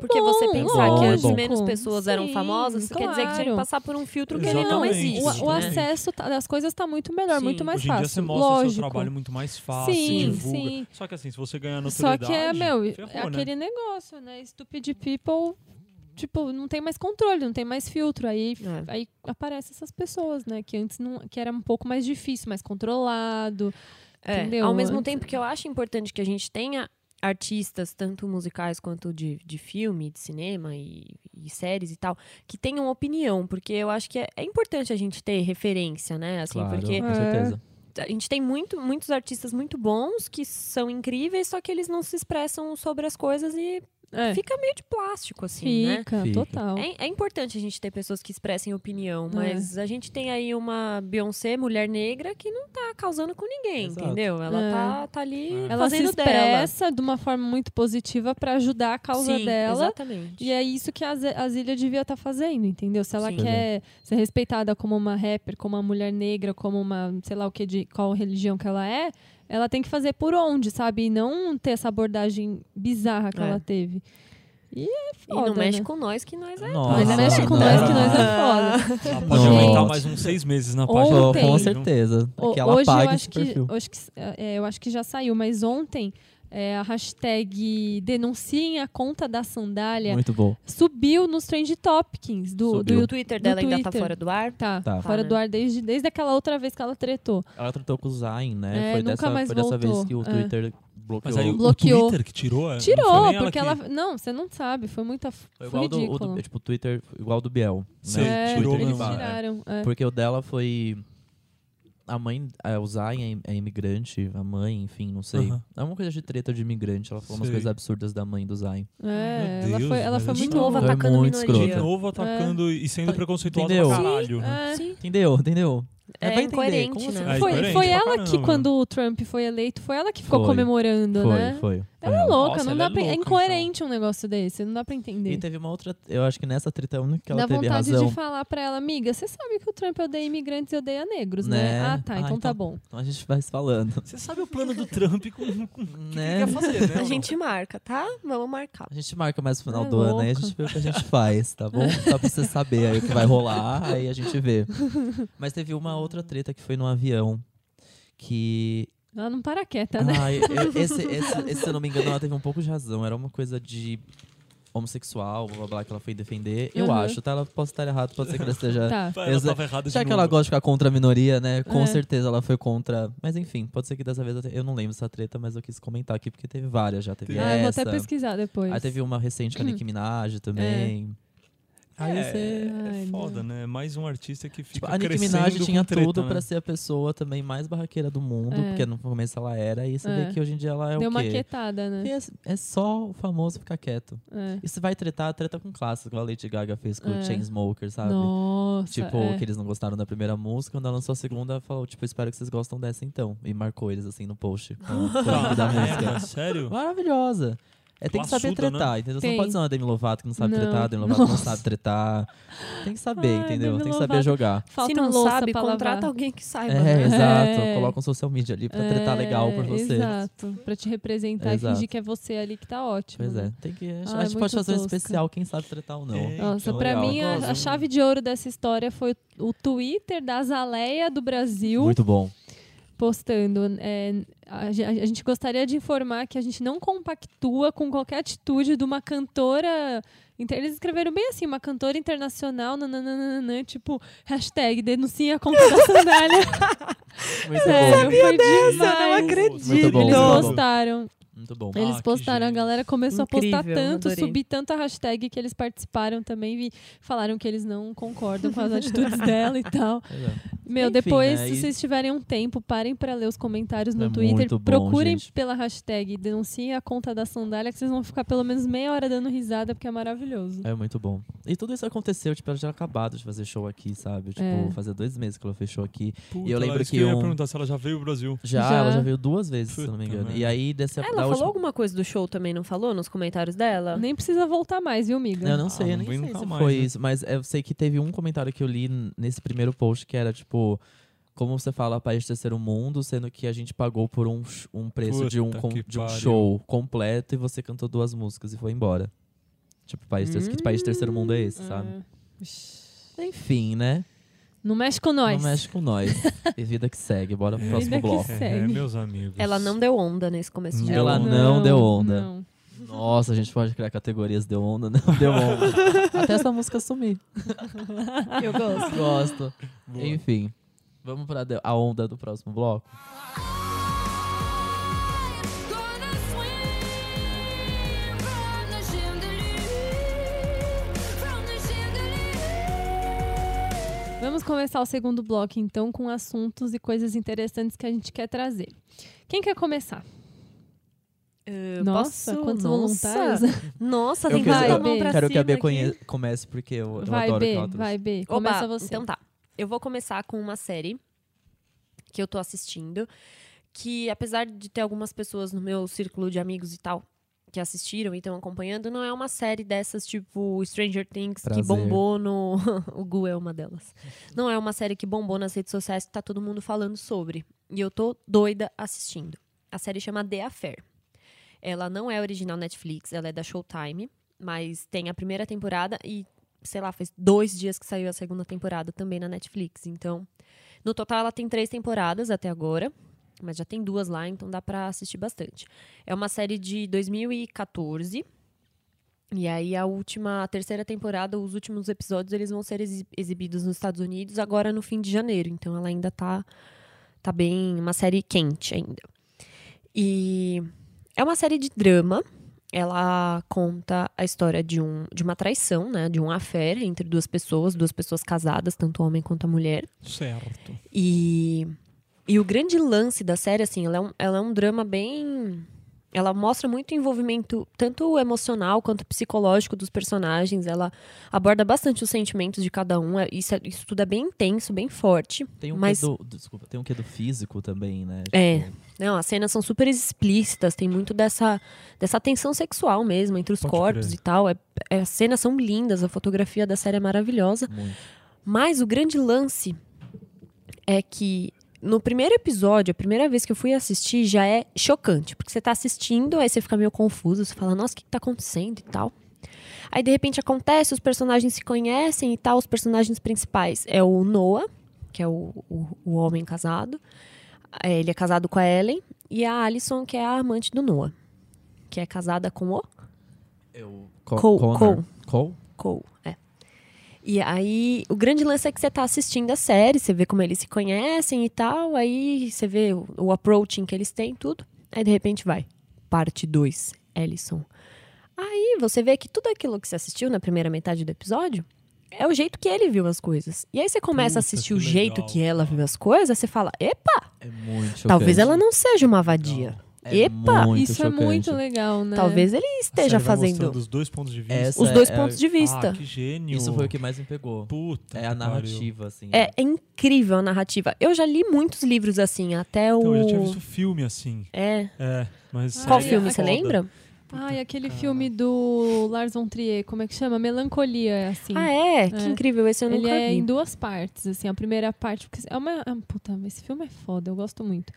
Speaker 3: Porque você
Speaker 1: bom,
Speaker 3: pensar que antes
Speaker 2: lógico.
Speaker 3: menos pessoas eram
Speaker 1: Sim,
Speaker 3: famosas, quer dizer que tinha que
Speaker 1: claro.
Speaker 3: passar por um filtro que ele não
Speaker 4: Exatamente,
Speaker 3: existe.
Speaker 1: o, o
Speaker 4: né?
Speaker 1: acesso tá- das coisas tá muito melhor,
Speaker 3: Sim,
Speaker 1: muito mais
Speaker 4: Hoje em
Speaker 1: fácil.
Speaker 4: dia você mostra o seu
Speaker 1: Lógico.
Speaker 4: trabalho muito mais fácil,
Speaker 1: Sim,
Speaker 4: divulga.
Speaker 1: sim.
Speaker 4: Só que assim, se você ganhar
Speaker 1: Só que
Speaker 4: notoriedade,
Speaker 1: é, meu,
Speaker 4: ferrou,
Speaker 1: é
Speaker 4: né?
Speaker 1: aquele negócio, né? Stupid people, tipo, não tem mais controle, não tem mais filtro. Aí,
Speaker 3: É.
Speaker 1: aí aparecem essas pessoas, né? Que antes não, que era um pouco mais difícil, mais controlado.
Speaker 3: É,
Speaker 1: Entendeu?
Speaker 3: Ao mesmo tempo que eu acho importante que a gente tenha artistas, tanto musicais quanto de, de filme, de cinema e, e séries e tal, que tenham opinião, porque eu acho que é, é importante a gente ter referência, né? Assim,
Speaker 2: claro,
Speaker 3: porque
Speaker 2: com certeza.
Speaker 3: a gente tem muito, muitos artistas muito bons que são incríveis, só que eles não se expressam sobre as coisas e
Speaker 1: É.
Speaker 3: fica meio de plástico, assim, né?
Speaker 1: Fica,
Speaker 2: Fica.
Speaker 1: total.
Speaker 3: É, é importante a gente ter pessoas que expressem opinião, mas a gente tem aí uma Beyoncé, mulher negra, que não tá causando com ninguém,
Speaker 2: Exato.
Speaker 3: entendeu? Ela
Speaker 1: É.
Speaker 3: tá, tá ali
Speaker 4: É.
Speaker 1: Ela se
Speaker 3: fazendo dela.
Speaker 1: expressa de uma forma muito positiva pra ajudar a causa
Speaker 3: Sim,
Speaker 1: dela.
Speaker 3: Exatamente.
Speaker 1: E é isso que a Ze- a Zília devia estar fazendo, entendeu? Se ela
Speaker 3: Sim.
Speaker 1: quer ser respeitada como uma rapper, como uma mulher negra, como uma, sei lá o que, de qual religião que ela é, ela tem que fazer por onde, sabe? E não ter essa abordagem bizarra que
Speaker 3: É.
Speaker 1: ela teve. E é
Speaker 3: E
Speaker 1: foda,
Speaker 3: não mexe
Speaker 1: né?
Speaker 3: com nós, que nós é.
Speaker 2: Nossa,
Speaker 1: Mas
Speaker 4: Nossa,
Speaker 1: mexe com
Speaker 4: não.
Speaker 1: nós que nós é foda.
Speaker 4: Ela pode
Speaker 2: Nossa.
Speaker 4: aumentar mais uns seis meses na página.
Speaker 2: Com-
Speaker 1: Ontem-
Speaker 2: Com certeza.
Speaker 1: O-
Speaker 2: que ela
Speaker 1: hoje eu
Speaker 2: apague esse
Speaker 1: acho que,
Speaker 2: perfil.
Speaker 1: hoje que- é, eu acho que já saiu, mas ontem é, a hashtag denunciem a conta da sandália
Speaker 2: Muito bom.
Speaker 1: subiu nos trend topics do, do
Speaker 2: Subiu.
Speaker 3: O Twitter dela
Speaker 1: Do
Speaker 3: ainda tá
Speaker 1: Twitter.
Speaker 3: fora do ar.
Speaker 1: Tá,
Speaker 2: Tá. É,
Speaker 1: fora
Speaker 3: Tá, né?
Speaker 1: do ar desde, desde aquela outra vez que ela tretou.
Speaker 2: Ela tratou com o Zayn, né?
Speaker 1: É,
Speaker 2: foi
Speaker 1: nunca
Speaker 2: dessa,
Speaker 1: mais
Speaker 2: foi dessa vez
Speaker 1: voltou.
Speaker 2: que o
Speaker 1: É.
Speaker 2: Twitter bloqueou.
Speaker 4: Mas aí o- o
Speaker 1: Bloqueou.
Speaker 4: Twitter que tirou? é, não foi
Speaker 1: Tirou,
Speaker 4: nem
Speaker 1: porque ela.
Speaker 4: que-
Speaker 1: Não, você não sabe, foi muita.
Speaker 2: Foi
Speaker 1: Foi,
Speaker 2: igual do, o
Speaker 1: ridículo.
Speaker 2: do, tipo, o Twitter igual do Biel.
Speaker 4: Sim,
Speaker 2: Né?
Speaker 1: É,
Speaker 4: tirou
Speaker 1: eles
Speaker 4: mesmo, é.
Speaker 1: tiraram. é.
Speaker 2: Porque o dela foi. A mãe, a- o Zayn é, é imigrante, a mãe, enfim, não sei.
Speaker 4: Aham.
Speaker 2: É uma coisa de treta de imigrante. Ela falou umas
Speaker 4: Sei.
Speaker 2: coisas absurdas da mãe do Zayn.
Speaker 1: É,
Speaker 4: Meu
Speaker 1: ela
Speaker 4: Deus,
Speaker 1: foi, ela
Speaker 4: mas
Speaker 1: foi
Speaker 4: isso
Speaker 1: muito
Speaker 3: De
Speaker 4: tá-
Speaker 3: novo
Speaker 2: É
Speaker 3: atacando
Speaker 2: muito escroto.
Speaker 4: De
Speaker 3: minoria.
Speaker 4: novo atacando e sendo preconceituosa pra
Speaker 2: Entendeu?
Speaker 4: caralho. né?
Speaker 1: É.
Speaker 2: Entendeu? Entendeu? É,
Speaker 3: É,
Speaker 2: vai entender,
Speaker 3: incoerente,
Speaker 2: como
Speaker 3: né?
Speaker 4: assim? É
Speaker 1: foi
Speaker 4: incoerente
Speaker 1: foi
Speaker 4: pra
Speaker 1: ela que,
Speaker 4: caramba.
Speaker 1: quando o Trump foi eleito, foi ela que ficou
Speaker 2: Foi.
Speaker 1: comemorando, né?
Speaker 2: Foi, foi.
Speaker 1: Ela é louca,
Speaker 4: Nossa,
Speaker 1: não
Speaker 4: ela
Speaker 1: dá
Speaker 4: é
Speaker 1: pra... é
Speaker 4: louca,
Speaker 1: incoerente
Speaker 2: então.
Speaker 1: um negócio desse, não dá pra entender.
Speaker 2: E teve uma outra. Eu acho que nessa treta é a única que Então, ela
Speaker 1: Dá
Speaker 2: teve
Speaker 1: vontade
Speaker 2: razão.
Speaker 1: de falar pra ela, amiga, você sabe que o Trump odeia imigrantes e odeia negros, né?
Speaker 2: Né?
Speaker 1: Ah, tá,
Speaker 2: Ah,
Speaker 1: então,
Speaker 2: então-
Speaker 1: tá bom.
Speaker 2: Então a gente vai
Speaker 1: <laughs>
Speaker 2: se falando.
Speaker 4: Você sabe o plano do Trump com, com
Speaker 2: né?
Speaker 4: fazer,
Speaker 3: A gente marca, tá? Vamos marcar.
Speaker 2: A gente marca mais o final
Speaker 1: É
Speaker 2: do ano aí, a
Speaker 1: louca.
Speaker 2: gente vê o que a gente faz, tá bom? Só pra você saber aí o que vai rolar, aí a gente vê.
Speaker 1: <laughs>
Speaker 2: Mas teve uma outra treta que foi no avião. Que.
Speaker 1: Ela não para quieta,
Speaker 2: <laughs>
Speaker 1: né?
Speaker 2: Ai, eu-
Speaker 1: <laughs>
Speaker 2: esse, esse- esse, se eu não me engano, ela teve um pouco de razão. Era uma coisa de homossexual, blá blá blá, que ela foi defender. Eu
Speaker 1: Uhum.
Speaker 2: acho, tá? Ela posso estar errado, pode ser que ela esteja.
Speaker 1: <laughs> Tá.
Speaker 4: Ela
Speaker 2: Exa-
Speaker 4: tava errada
Speaker 2: Já
Speaker 4: de
Speaker 2: que ela
Speaker 4: novo.
Speaker 2: gosta de ficar contra a minoria, né? Com
Speaker 1: É.
Speaker 2: certeza ela foi contra. Mas enfim, pode ser que dessa vez eu, te- eu não lembro essa treta, mas eu quis comentar aqui porque teve várias já. Teve
Speaker 1: Ah, eu vou
Speaker 2: essa.
Speaker 1: até pesquisar depois.
Speaker 2: Aí teve uma recente com
Speaker 1: <clears throat>
Speaker 2: a Nicki Minaj também.
Speaker 1: É.
Speaker 2: Aí
Speaker 4: é,
Speaker 2: você.
Speaker 1: Ai,
Speaker 4: é
Speaker 1: não.
Speaker 4: foda, né? Mais um artista que fica
Speaker 2: Tipo, a Nicki
Speaker 4: crescendo
Speaker 2: Minaj
Speaker 4: com
Speaker 2: tinha
Speaker 4: treta,
Speaker 2: tudo
Speaker 4: né?
Speaker 2: pra ser a pessoa também mais barraqueira do mundo,
Speaker 1: É.
Speaker 2: porque no começo ela era, e você
Speaker 1: É.
Speaker 2: vê que hoje em dia ela é
Speaker 1: Deu
Speaker 2: o
Speaker 1: uma
Speaker 2: quê?
Speaker 1: quietada, né?
Speaker 2: É, é só o famoso ficar quieto.
Speaker 1: É.
Speaker 2: E se vai tretar, treta com clássico, igual a Lady Gaga fez com
Speaker 1: É.
Speaker 2: o Chainsmoker, sabe?
Speaker 1: Nossa,
Speaker 2: Tipo,
Speaker 1: é.
Speaker 2: que eles não gostaram da primeira música, quando ela lançou a segunda, ela falou, tipo, espero que vocês gostam dessa então. E marcou eles assim no post com
Speaker 1: <laughs>
Speaker 2: o link da música.
Speaker 4: Caraca, sério?
Speaker 2: Maravilhosa. É, tem que saber
Speaker 4: Classuda,
Speaker 2: tretar, entendeu? Você
Speaker 1: Tem.
Speaker 2: não pode ser uma Demi Lovato que não sabe
Speaker 1: Não.
Speaker 2: tretar, a Demi Lovato não
Speaker 1: Nossa.
Speaker 2: sabe tretar. Tem que saber,
Speaker 1: Ai,
Speaker 2: entendeu?
Speaker 1: Demi
Speaker 2: tem que saber
Speaker 1: Lovato.
Speaker 2: jogar.
Speaker 1: Falta
Speaker 3: Se não
Speaker 1: louça
Speaker 3: sabe,
Speaker 1: pra
Speaker 3: contrata
Speaker 1: lavar.
Speaker 3: alguém que saiba.
Speaker 2: É,
Speaker 3: né?
Speaker 2: exato. Coloca um social media ali pra tretar
Speaker 1: É,
Speaker 2: legal por você.
Speaker 1: Exato, pra te representar
Speaker 2: Exato.
Speaker 1: e fingir que é você ali que tá ótimo.
Speaker 2: Pois é,
Speaker 1: né?
Speaker 2: tem que.
Speaker 1: Ah,
Speaker 2: a
Speaker 1: é
Speaker 2: gente
Speaker 1: muito
Speaker 2: pode fazer um
Speaker 1: tosca.
Speaker 2: especial, quem sabe tretar ou não.
Speaker 4: É,
Speaker 1: Nossa,
Speaker 2: que
Speaker 1: pra
Speaker 2: Então, legal.
Speaker 1: mim a, a chave de ouro dessa história foi o Twitter da Azaleia do Brasil
Speaker 2: Muito bom.
Speaker 1: postando. é, a, ge- a gente gostaria de informar que a gente não compactua com qualquer atitude de uma cantora. inter- Eles escreveram bem assim, uma cantora internacional, nananana, tipo, hashtag denuncia a compra da
Speaker 2: <laughs>
Speaker 1: sandália.
Speaker 2: Muito
Speaker 1: Sério,
Speaker 2: bom.
Speaker 1: foi demais.
Speaker 3: não acredito.
Speaker 2: Muito bom. um
Speaker 1: Eles
Speaker 2: Muito bom.
Speaker 1: postaram.
Speaker 2: Muito bom.
Speaker 4: Ah,
Speaker 1: Eles
Speaker 4: que
Speaker 1: postaram, a
Speaker 4: gênio.
Speaker 1: galera começou a postar
Speaker 3: Incrível,
Speaker 1: tanto,
Speaker 3: adorei.
Speaker 1: subir tanto a hashtag que eles participaram também e falaram que eles não concordam com as atitudes dela e tal.
Speaker 2: Pois é.
Speaker 1: Meu,
Speaker 2: Enfim,
Speaker 1: depois,
Speaker 2: né,
Speaker 1: se
Speaker 2: e-
Speaker 1: vocês tiverem um tempo, parem pra ler os comentários no
Speaker 2: É
Speaker 1: Twitter.
Speaker 2: muito bom,
Speaker 1: procurem
Speaker 2: gente.
Speaker 1: pela hashtag denunciem a conta da sandália, que vocês vão ficar pelo menos meia hora dando risada, porque é maravilhoso.
Speaker 2: É muito bom. E tudo isso aconteceu, tipo, ela já tinha acabado de fazer show aqui, sabe? Tipo,
Speaker 1: É.
Speaker 2: fazia dois meses que ela fechou aqui.
Speaker 4: Puta,
Speaker 2: E eu lembro
Speaker 4: isso
Speaker 2: que
Speaker 4: eu ia
Speaker 2: um-
Speaker 4: perguntar se ela já veio ao Brasil.
Speaker 2: Já,
Speaker 1: Já.
Speaker 2: ela já veio duas vezes, se eu não me
Speaker 4: Puta
Speaker 2: engano. E
Speaker 4: merda.
Speaker 2: aí, dessa
Speaker 3: Ah, Ela
Speaker 2: da
Speaker 3: falou
Speaker 2: última...
Speaker 3: alguma coisa do show também, não falou? Nos comentários dela?
Speaker 1: Nem precisa voltar mais, viu, amiga?
Speaker 2: Ah. Eu não sei,
Speaker 4: Ah,
Speaker 2: eu
Speaker 4: não
Speaker 2: nem
Speaker 4: vem
Speaker 2: sei
Speaker 4: nunca
Speaker 2: se
Speaker 4: mais,
Speaker 2: foi
Speaker 4: né?
Speaker 2: isso, mas eu sei que teve um comentário que eu li n- nesse primeiro post que era tipo. Como você fala país de terceiro mundo, sendo que a gente pagou por um, sh- um preço de um,
Speaker 4: Puta
Speaker 2: com-
Speaker 4: que
Speaker 2: de um
Speaker 4: pariu.
Speaker 2: show completo e você cantou duas músicas e foi embora. Tipo, país de, que país de terceiro mundo é esse, sabe?
Speaker 1: Ah,
Speaker 2: Enfim, né?
Speaker 1: Não mexe com nós.
Speaker 2: Não mexe com nós. e vida que segue, bora pro próximo
Speaker 1: que
Speaker 2: bloco.
Speaker 1: segue.
Speaker 4: É,
Speaker 1: Sério.
Speaker 4: meus amigos.
Speaker 3: Ela não deu onda nesse começo de
Speaker 4: Não.
Speaker 3: ano.
Speaker 2: Ela não deu onda.
Speaker 1: não.
Speaker 2: Nossa, a gente pode criar categorias deu onda, <laughs> não deu onda. Até essa música sumir.
Speaker 3: Eu gosto.
Speaker 2: Gosto.
Speaker 4: Boa.
Speaker 2: Enfim, vamos pra de- a onda do próximo bloco?
Speaker 1: Vamos começar o segundo bloco, então, com assuntos e coisas interessantes que a gente quer trazer. Quem quer começar?
Speaker 3: Eu
Speaker 1: Nossa,
Speaker 3: posso?
Speaker 1: quantos
Speaker 3: Nossa.
Speaker 1: voluntários?
Speaker 3: Nossa,
Speaker 2: Eu
Speaker 3: tem
Speaker 2: quero-
Speaker 3: tanta
Speaker 1: eu
Speaker 3: mão pra
Speaker 2: Quero
Speaker 3: cima
Speaker 2: que a B
Speaker 3: aqui.
Speaker 2: conhe- comece, porque eu, eu
Speaker 1: vai,
Speaker 2: adoro
Speaker 1: B,
Speaker 2: que ela trouxe.
Speaker 1: vai, B.
Speaker 3: Oba,
Speaker 1: Começa você.
Speaker 3: Então tá. Eu vou começar com uma série que eu tô assistindo, que apesar de ter algumas pessoas no meu círculo de amigos e tal que assistiram e estão acompanhando, não é uma série dessas tipo Stranger Things
Speaker 2: Prazer.
Speaker 3: que bombou no <laughs> o Gu é uma delas. Não é uma série que bombou nas redes sociais que tá todo mundo falando sobre, e eu tô doida assistindo. A série chama The Affair. Ela não é original Netflix, ela é da Showtime, mas tem a primeira temporada e sei lá, fez dois dias que saiu a segunda temporada também na Netflix. Então, no total ela tem três temporadas até agora, mas já tem duas lá, então dá pra assistir bastante. É uma série de 2014. E aí a última, a terceira temporada, os últimos episódios, eles vão ser exi- exibidos nos Estados Unidos agora no fim de janeiro. Então ela ainda tá tá bem, uma série quente ainda. E é uma série de drama. Ela conta a história de, um, de uma traição, né? De um affair entre duas pessoas, duas pessoas casadas, tanto o homem quanto a mulher.
Speaker 4: Certo.
Speaker 3: E, e o grande lance da série, assim, ela é um, ela é um drama bem. Ela mostra muito envolvimento, tanto emocional quanto psicológico dos personagens. Ela aborda bastante os sentimentos de cada um. É- Isso, é- isso tudo é bem intenso, bem forte.
Speaker 2: Tem um
Speaker 3: mas
Speaker 2: quê do, do- desculpa, tem um quê do físico também, né?
Speaker 3: É.
Speaker 2: Tipo,
Speaker 3: Não, as cenas são super explícitas, tem muito dessa, dessa tensão sexual mesmo entre os
Speaker 4: Pode
Speaker 3: corpos e
Speaker 4: crer.
Speaker 3: tal. É, é- as cenas são lindas, a fotografia da série é maravilhosa.
Speaker 2: muito.
Speaker 3: Mas o grande lance é que no primeiro episódio, a primeira vez que eu fui assistir, já é chocante. Porque você tá assistindo, aí você fica meio confuso, você fala, nossa, o que, que tá acontecendo e tal. Aí de repente acontece, os personagens se conhecem e tal, os personagens principais é o Noah, que é o, o, o homem casado. É, Ele é casado com a Ellen, e a Alison, que é a amante do Noah. Que é casada com o
Speaker 2: Eu, Co
Speaker 3: Cole-
Speaker 2: Connor. Cole?
Speaker 3: Cole, é. E aí, o grande lance é que você tá assistindo a série, você vê como eles se conhecem e tal, aí você vê o, o approaching que eles têm, tudo. Aí, de repente, vai. Parte 2, Ellison. Aí, você vê que tudo aquilo que você assistiu na primeira metade do episódio é o jeito que ele viu as coisas. E aí, você começa
Speaker 4: Puta,
Speaker 3: a assistir
Speaker 4: que
Speaker 3: o jeito
Speaker 4: legal,
Speaker 3: que ela viu as coisas, você fala, epa,
Speaker 2: É muito chocante.
Speaker 3: talvez ela não seja uma vadia.
Speaker 2: É
Speaker 3: Epa!
Speaker 2: muito
Speaker 1: Isso
Speaker 2: chocante.
Speaker 1: é muito legal, né?
Speaker 3: Talvez ele esteja
Speaker 4: A série vai
Speaker 3: fazendo
Speaker 4: mostrando os dois pontos de vista.
Speaker 2: Essa
Speaker 3: os dois
Speaker 2: é-
Speaker 3: pontos de vista.
Speaker 4: Ah, que gênio.
Speaker 2: Isso foi o que mais me pegou.
Speaker 4: Puta.
Speaker 2: É a
Speaker 4: que pariu.
Speaker 2: narrativa, assim.
Speaker 3: É, é incrível a narrativa. Eu já li muitos livros assim, até o.
Speaker 4: Então, eu já tinha visto filme assim.
Speaker 3: É.
Speaker 4: É, mas.
Speaker 3: Qual
Speaker 1: Ai,
Speaker 4: série é
Speaker 3: filme, você
Speaker 4: foda.
Speaker 3: lembra?
Speaker 1: Ai, aquele filme do Lars von Trier, como é que chama? Melancolia, é assim.
Speaker 3: Ah, é? Que
Speaker 1: É.
Speaker 3: incrível, esse eu
Speaker 1: Ele
Speaker 3: nunca
Speaker 1: é
Speaker 3: vi.
Speaker 1: em duas partes, assim. A primeira parte, porque é uma... ah, puta, esse filme é foda, eu gosto muito.